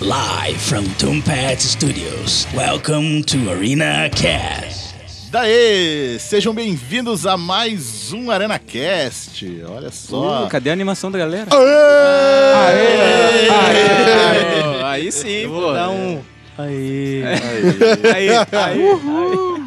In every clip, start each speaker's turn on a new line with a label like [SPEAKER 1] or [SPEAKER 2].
[SPEAKER 1] Live from Tombat Studios. Welcome to Arena Cast.
[SPEAKER 2] Daê! Sejam bem-vindos a mais um Arena Cast. Olha só.
[SPEAKER 3] Uh, cadê a animação da galera?
[SPEAKER 2] Aê!
[SPEAKER 3] Aê! Aí sim, pô. Dá um.
[SPEAKER 4] Aê,
[SPEAKER 3] Aí, aí.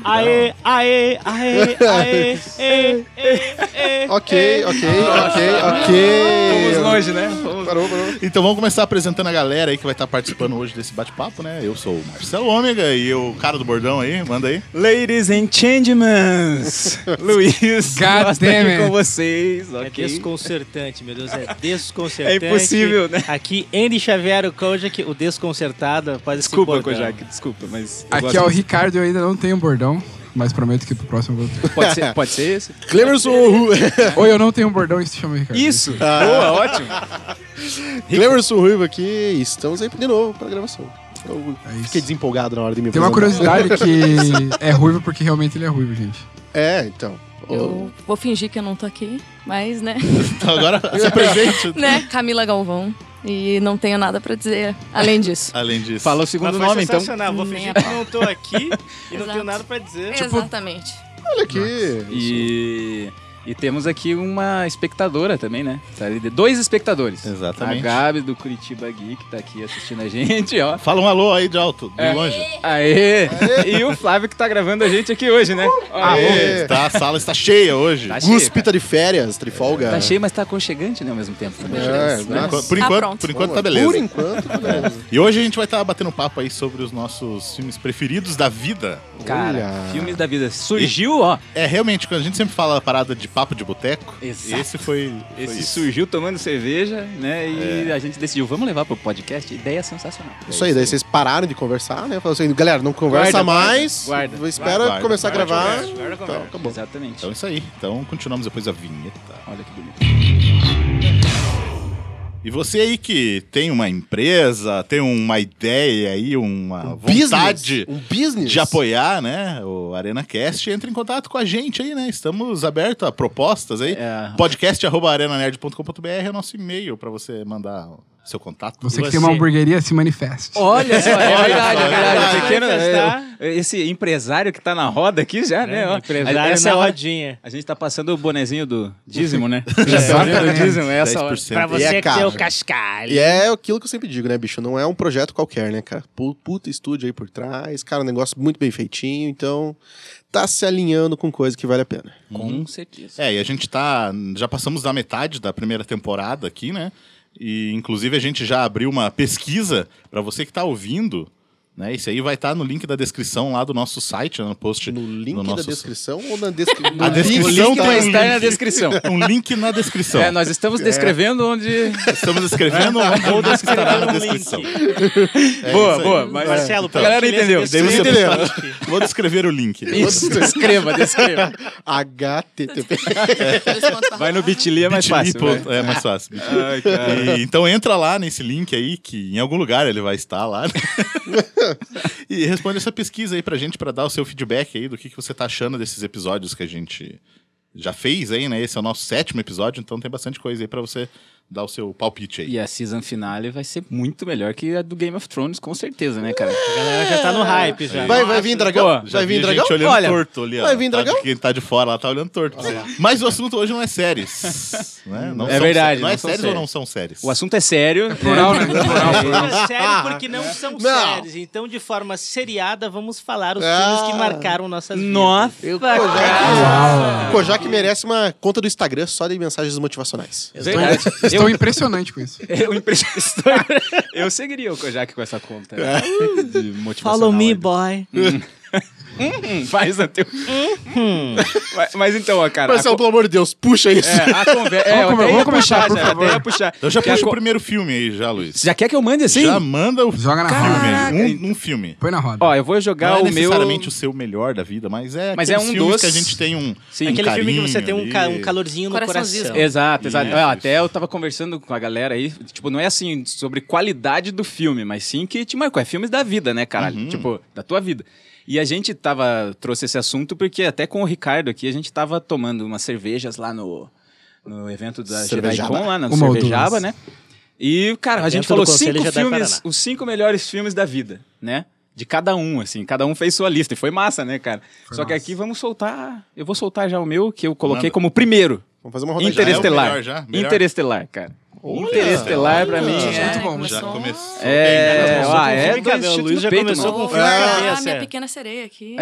[SPEAKER 4] aê, aê, aê, aê, aê,
[SPEAKER 5] Ok, ok, ok,
[SPEAKER 3] Vamos
[SPEAKER 5] ok.
[SPEAKER 3] longe, né? Vamos
[SPEAKER 5] Parou, parou.
[SPEAKER 2] Então vamos começar apresentando a galera aí que vai estar participando hoje desse bate-papo, né? Eu sou o Marcelo Ômega e o cara do bordão aí, manda aí.
[SPEAKER 3] Ladies and gentlemen, Luiz,
[SPEAKER 6] God
[SPEAKER 3] nós
[SPEAKER 6] damn
[SPEAKER 3] aqui
[SPEAKER 6] it.
[SPEAKER 3] com vocês,
[SPEAKER 4] É
[SPEAKER 3] ok?
[SPEAKER 4] desconcertante, meu Deus, é desconcertante.
[SPEAKER 3] É impossível, né?
[SPEAKER 4] Aqui, Andy Xavier, o Kojak, o desconcertado, faz esse
[SPEAKER 3] Desculpa,
[SPEAKER 4] bordão.
[SPEAKER 3] Kojak, desculpa, mas... eu
[SPEAKER 6] Aqui
[SPEAKER 3] gosto
[SPEAKER 6] é o
[SPEAKER 3] muito.
[SPEAKER 6] Ricardo, eu ainda não tenho um bordão, mas prometo que pro próximo eu vou ter.
[SPEAKER 3] Pode ser, pode ser esse?
[SPEAKER 5] Clemerson Ruivo,
[SPEAKER 6] Ou eu não tenho um bordão e se chama Ricardo.
[SPEAKER 3] Isso! Boa, ótimo!
[SPEAKER 5] Clemerson Ruivo aqui e estamos aí de novo pra gravação. Eu
[SPEAKER 6] É isso.
[SPEAKER 5] fiquei desempolgado na hora de me
[SPEAKER 6] Tem uma
[SPEAKER 5] apresentar.
[SPEAKER 6] curiosidade que é ruivo porque realmente ele é ruivo, gente.
[SPEAKER 5] É, então.
[SPEAKER 7] Eu vou fingir que eu não tô aqui, mas, né?
[SPEAKER 2] Então agora se apresente.
[SPEAKER 7] né? Camila Galvão. E não tenho nada pra dizer além disso.
[SPEAKER 2] Além disso.
[SPEAKER 3] Fala o segundo
[SPEAKER 4] Mas foi
[SPEAKER 3] nome, então.
[SPEAKER 4] sensacional, Tá vou
[SPEAKER 7] Nem
[SPEAKER 4] fingir
[SPEAKER 7] a
[SPEAKER 4] que não tô aqui e não
[SPEAKER 7] Hum, é. Exato.
[SPEAKER 4] tenho nada pra dizer.
[SPEAKER 3] Tipo,
[SPEAKER 7] Exatamente.
[SPEAKER 5] Olha aqui.
[SPEAKER 3] E... E temos aqui uma espectadora também, né? Tá ali de- Dois espectadores.
[SPEAKER 2] Exatamente.
[SPEAKER 3] A Gabi do Curitiba Geek tá aqui assistindo a gente, ó.
[SPEAKER 2] Fala um alô aí de alto, de
[SPEAKER 3] É.
[SPEAKER 2] longe.
[SPEAKER 3] Aê! E o Flávio que tá gravando a gente aqui hoje, né? Aê!
[SPEAKER 5] É.
[SPEAKER 2] Tá, a sala está cheia hoje.
[SPEAKER 3] Tá cheio,
[SPEAKER 5] Guspe tá de férias, trifolga.
[SPEAKER 3] cara. Tá cheio, mas tá aconchegante, né, ao mesmo tempo. também.
[SPEAKER 5] É,
[SPEAKER 2] Por enquanto- por,
[SPEAKER 7] Tá
[SPEAKER 2] enquanto,
[SPEAKER 7] pronto.
[SPEAKER 2] por enquanto tá
[SPEAKER 5] Por
[SPEAKER 2] beleza.
[SPEAKER 5] enquanto, tá beleza.
[SPEAKER 2] E hoje a gente vai estar batendo papo aí sobre os nossos filmes preferidos da vida.
[SPEAKER 3] Cara,
[SPEAKER 5] Olha.
[SPEAKER 3] filmes da vida. Surgiu, ó.
[SPEAKER 2] É, realmente, quando a gente sempre fala a parada de papo de boteco,
[SPEAKER 3] Exato.
[SPEAKER 2] esse foi. foi
[SPEAKER 3] Esse
[SPEAKER 2] isso.
[SPEAKER 3] surgiu tomando cerveja, né? E a gente decidiu, vamos levar pro podcast. Ideia sensacional.
[SPEAKER 5] Isso aí, daí vocês pararam de conversar, né? Falaram assim, galera, não
[SPEAKER 3] Guarda,
[SPEAKER 5] conversa mais.
[SPEAKER 3] guarda, guarda.
[SPEAKER 5] Espera
[SPEAKER 2] Guarda,
[SPEAKER 5] começar
[SPEAKER 2] guarda,
[SPEAKER 5] a
[SPEAKER 3] Conversa,
[SPEAKER 5] gravar.
[SPEAKER 3] conversa,
[SPEAKER 5] Então,
[SPEAKER 3] conversa.
[SPEAKER 5] acabou.
[SPEAKER 3] Exatamente.
[SPEAKER 2] Então é isso aí. Então continuamos depois a vinheta.
[SPEAKER 3] Olha que bonito.
[SPEAKER 2] E você aí que tem uma empresa, tem uma ideia aí, uma
[SPEAKER 5] Business,
[SPEAKER 2] vontade
[SPEAKER 5] Um business.
[SPEAKER 2] de apoiar, né? O ArenaCast, entre em contato com a gente aí, né? Estamos abertos a propostas aí.
[SPEAKER 3] É.
[SPEAKER 2] Podcast arroba arenanerd.com.br é o nosso e-mail para você mandar o seu contato.
[SPEAKER 6] Você que tem uma
[SPEAKER 4] Você.
[SPEAKER 6] hamburgueria, se manifeste.
[SPEAKER 3] Olha só, é verdade,
[SPEAKER 2] só,
[SPEAKER 3] é verdade.
[SPEAKER 2] é
[SPEAKER 3] O Pequeno,
[SPEAKER 4] verdade.
[SPEAKER 3] é, esse empresário que tá na roda aqui
[SPEAKER 4] É,
[SPEAKER 3] já, né? ó.
[SPEAKER 4] Empresário
[SPEAKER 3] Essa
[SPEAKER 4] na
[SPEAKER 3] é a-
[SPEAKER 4] rodinha.
[SPEAKER 3] A gente tá passando o bonezinho do dízimo, né?
[SPEAKER 6] Exatamente.
[SPEAKER 3] do dízimo, é essa hora.
[SPEAKER 2] 10%.
[SPEAKER 4] Pra
[SPEAKER 5] E é
[SPEAKER 4] você que
[SPEAKER 5] caro.
[SPEAKER 4] tem o cascalho.
[SPEAKER 5] E é aquilo que eu sempre digo, né, bicho? Não é um projeto qualquer, né, cara? Pu- Puta estúdio aí por trás, cara, um negócio muito bem feitinho, então tá se alinhando com coisa que vale a pena.
[SPEAKER 3] Com certeza.
[SPEAKER 2] É, e a gente tá. Já passamos da metade da primeira temporada aqui, né? E inclusive a gente já abriu uma pesquisa para você que tá ouvindo, né? Isso aí vai estar no link da descrição lá do nosso site, né? no post.
[SPEAKER 5] No link
[SPEAKER 2] no
[SPEAKER 5] da
[SPEAKER 2] nosso-
[SPEAKER 5] descrição ou na descrição?
[SPEAKER 2] A
[SPEAKER 3] O
[SPEAKER 2] descrição
[SPEAKER 3] link
[SPEAKER 2] tá
[SPEAKER 3] vai
[SPEAKER 2] um
[SPEAKER 3] estar
[SPEAKER 2] link.
[SPEAKER 3] na descrição.
[SPEAKER 2] Um link na descrição.
[SPEAKER 3] É, nós estamos descrevendo onde.
[SPEAKER 2] Estamos escrevendo um ou estará na
[SPEAKER 4] Um link.
[SPEAKER 2] descrição. É
[SPEAKER 3] boa,
[SPEAKER 2] isso aí.
[SPEAKER 3] boa. Mas...
[SPEAKER 4] Marcelo,
[SPEAKER 3] a galera entendeu. É
[SPEAKER 2] Daí você
[SPEAKER 5] Entendeu?
[SPEAKER 2] Vou descrever o link.
[SPEAKER 3] Isso, descreva, descreva.
[SPEAKER 5] HTTP.
[SPEAKER 3] Vai no Bitly, é mais fácil.
[SPEAKER 2] Bitly.
[SPEAKER 3] vai.
[SPEAKER 2] É mais fácil. Bitly.
[SPEAKER 3] Ai, cara.
[SPEAKER 2] E, então entra lá nesse link aí, que em algum lugar ele vai estar lá. né? e responde essa pesquisa aí pra gente, pra dar o seu feedback aí do que, que você tá achando desses episódios que a gente já fez aí, né? Esse é o nosso sétimo episódio, então tem bastante coisa aí pra você dar o seu palpite aí.
[SPEAKER 3] E a season finale vai ser muito melhor que a do Game of Thrones, com certeza, né, cara?
[SPEAKER 4] A galera já tá no hype já.
[SPEAKER 5] Vai, vai vir dragão?
[SPEAKER 3] Pô,
[SPEAKER 2] Já
[SPEAKER 5] vai
[SPEAKER 2] vi
[SPEAKER 5] vir
[SPEAKER 2] gente
[SPEAKER 5] dragão?
[SPEAKER 2] olhando
[SPEAKER 3] Olha,
[SPEAKER 2] torto ali, ó.
[SPEAKER 5] vai vir
[SPEAKER 2] Tá de-
[SPEAKER 5] dragão?
[SPEAKER 2] Quem tá de fora lá tá olhando torto. Mas o assunto hoje não é séries. né? Não
[SPEAKER 3] É
[SPEAKER 2] são séries.
[SPEAKER 3] verdade,
[SPEAKER 2] Não,
[SPEAKER 3] não
[SPEAKER 2] é
[SPEAKER 3] são
[SPEAKER 2] séries ou
[SPEAKER 3] séries.
[SPEAKER 2] não são séries?
[SPEAKER 3] O assunto é sério.
[SPEAKER 6] Plural, né? Plural, plural.
[SPEAKER 4] É sério porque não são
[SPEAKER 5] Não.
[SPEAKER 4] séries. Então, de forma seriada, vamos falar os
[SPEAKER 5] Ah.
[SPEAKER 4] filmes que marcaram nossas vidas.
[SPEAKER 3] Nossa, cara.
[SPEAKER 5] O Kojak merece uma conta do Instagram só de mensagens motivacionais.
[SPEAKER 3] Verdade.
[SPEAKER 6] é? Estou impressionante com isso.
[SPEAKER 3] Eu, impressionante. eu seguiria o Kojak com essa conta. De motivacional
[SPEAKER 4] Follow me,
[SPEAKER 3] aí.
[SPEAKER 4] boy.
[SPEAKER 3] Hum, Faz até. mas, mas então, ó, cara. a
[SPEAKER 5] Marcelo, um, pelo amor de Deus, puxa isso.
[SPEAKER 3] É, a conversa.
[SPEAKER 6] Vamos come- vamos começar, por favor.
[SPEAKER 3] puxar.
[SPEAKER 2] Eu já
[SPEAKER 3] Que a
[SPEAKER 2] puxo
[SPEAKER 3] co-
[SPEAKER 2] o primeiro filme aí, já, Luiz.
[SPEAKER 3] Você já quer que eu mande assim?
[SPEAKER 2] Já manda o
[SPEAKER 6] Joga na roda.
[SPEAKER 3] Caraca.
[SPEAKER 2] filme. Um, um filme.
[SPEAKER 6] Põe na roda.
[SPEAKER 3] Ó, eu vou jogar
[SPEAKER 2] Não é
[SPEAKER 3] o meu.
[SPEAKER 2] necessariamente o seu melhor da vida, mas é
[SPEAKER 3] Mas
[SPEAKER 2] aqueles
[SPEAKER 3] é um
[SPEAKER 2] filmes
[SPEAKER 3] dos-
[SPEAKER 2] que a gente tem um
[SPEAKER 3] Sim.
[SPEAKER 2] um
[SPEAKER 3] Aquele
[SPEAKER 4] Aquele filme que você
[SPEAKER 2] carinho
[SPEAKER 4] tem um, ca-
[SPEAKER 2] ali.
[SPEAKER 4] um calorzinho no
[SPEAKER 7] Coraçãozinho.
[SPEAKER 4] coração.
[SPEAKER 3] Exato, exato.
[SPEAKER 2] Isso,
[SPEAKER 3] Ó,
[SPEAKER 2] isso.
[SPEAKER 3] até eu tava conversando com a galera aí. Tipo, não é assim sobre qualidade do filme, mas sim que te marcou. É filmes da vida, né, caralho? Tipo, da tua vida. E a gente tava. trouxe esse assunto porque até com o Ricardo aqui, a gente tava tomando umas cervejas lá no, no evento da
[SPEAKER 5] Cervejada.
[SPEAKER 3] Jedicon, lá na
[SPEAKER 6] Uma ou
[SPEAKER 3] Cervejaba,
[SPEAKER 6] duas.
[SPEAKER 3] né? E, cara, a
[SPEAKER 4] Dentro
[SPEAKER 3] gente falou
[SPEAKER 4] do Conselho
[SPEAKER 3] cinco
[SPEAKER 4] Jedi
[SPEAKER 3] filmes,
[SPEAKER 4] Paraná.
[SPEAKER 3] os cinco melhores filmes da vida, né? De cada um, assim. Cada um fez sua lista. E foi massa, né, cara? Só que
[SPEAKER 6] massa.
[SPEAKER 3] aqui vamos soltar. Eu vou soltar já o meu, que eu coloquei
[SPEAKER 2] Manda.
[SPEAKER 3] como primeiro.
[SPEAKER 5] Vamos fazer uma rodada.
[SPEAKER 2] Inter-
[SPEAKER 3] Interestelar.
[SPEAKER 2] melhor já? Melhor?
[SPEAKER 3] Interestelar, cara. Interestelar, pra mim.
[SPEAKER 7] Gente,
[SPEAKER 3] É...
[SPEAKER 6] muito bom,
[SPEAKER 2] Já
[SPEAKER 7] começou.
[SPEAKER 2] começou. bem,
[SPEAKER 3] É,
[SPEAKER 2] né?
[SPEAKER 3] ó,
[SPEAKER 4] com o
[SPEAKER 3] é
[SPEAKER 4] filme, cara,
[SPEAKER 3] dois
[SPEAKER 4] o
[SPEAKER 3] chutes
[SPEAKER 4] Luiz
[SPEAKER 3] no
[SPEAKER 4] já
[SPEAKER 3] peito,
[SPEAKER 4] começou
[SPEAKER 3] mano.
[SPEAKER 4] com-
[SPEAKER 7] Vou
[SPEAKER 4] Ah,
[SPEAKER 7] largar
[SPEAKER 4] essa é.
[SPEAKER 7] minha pequena sereia aqui.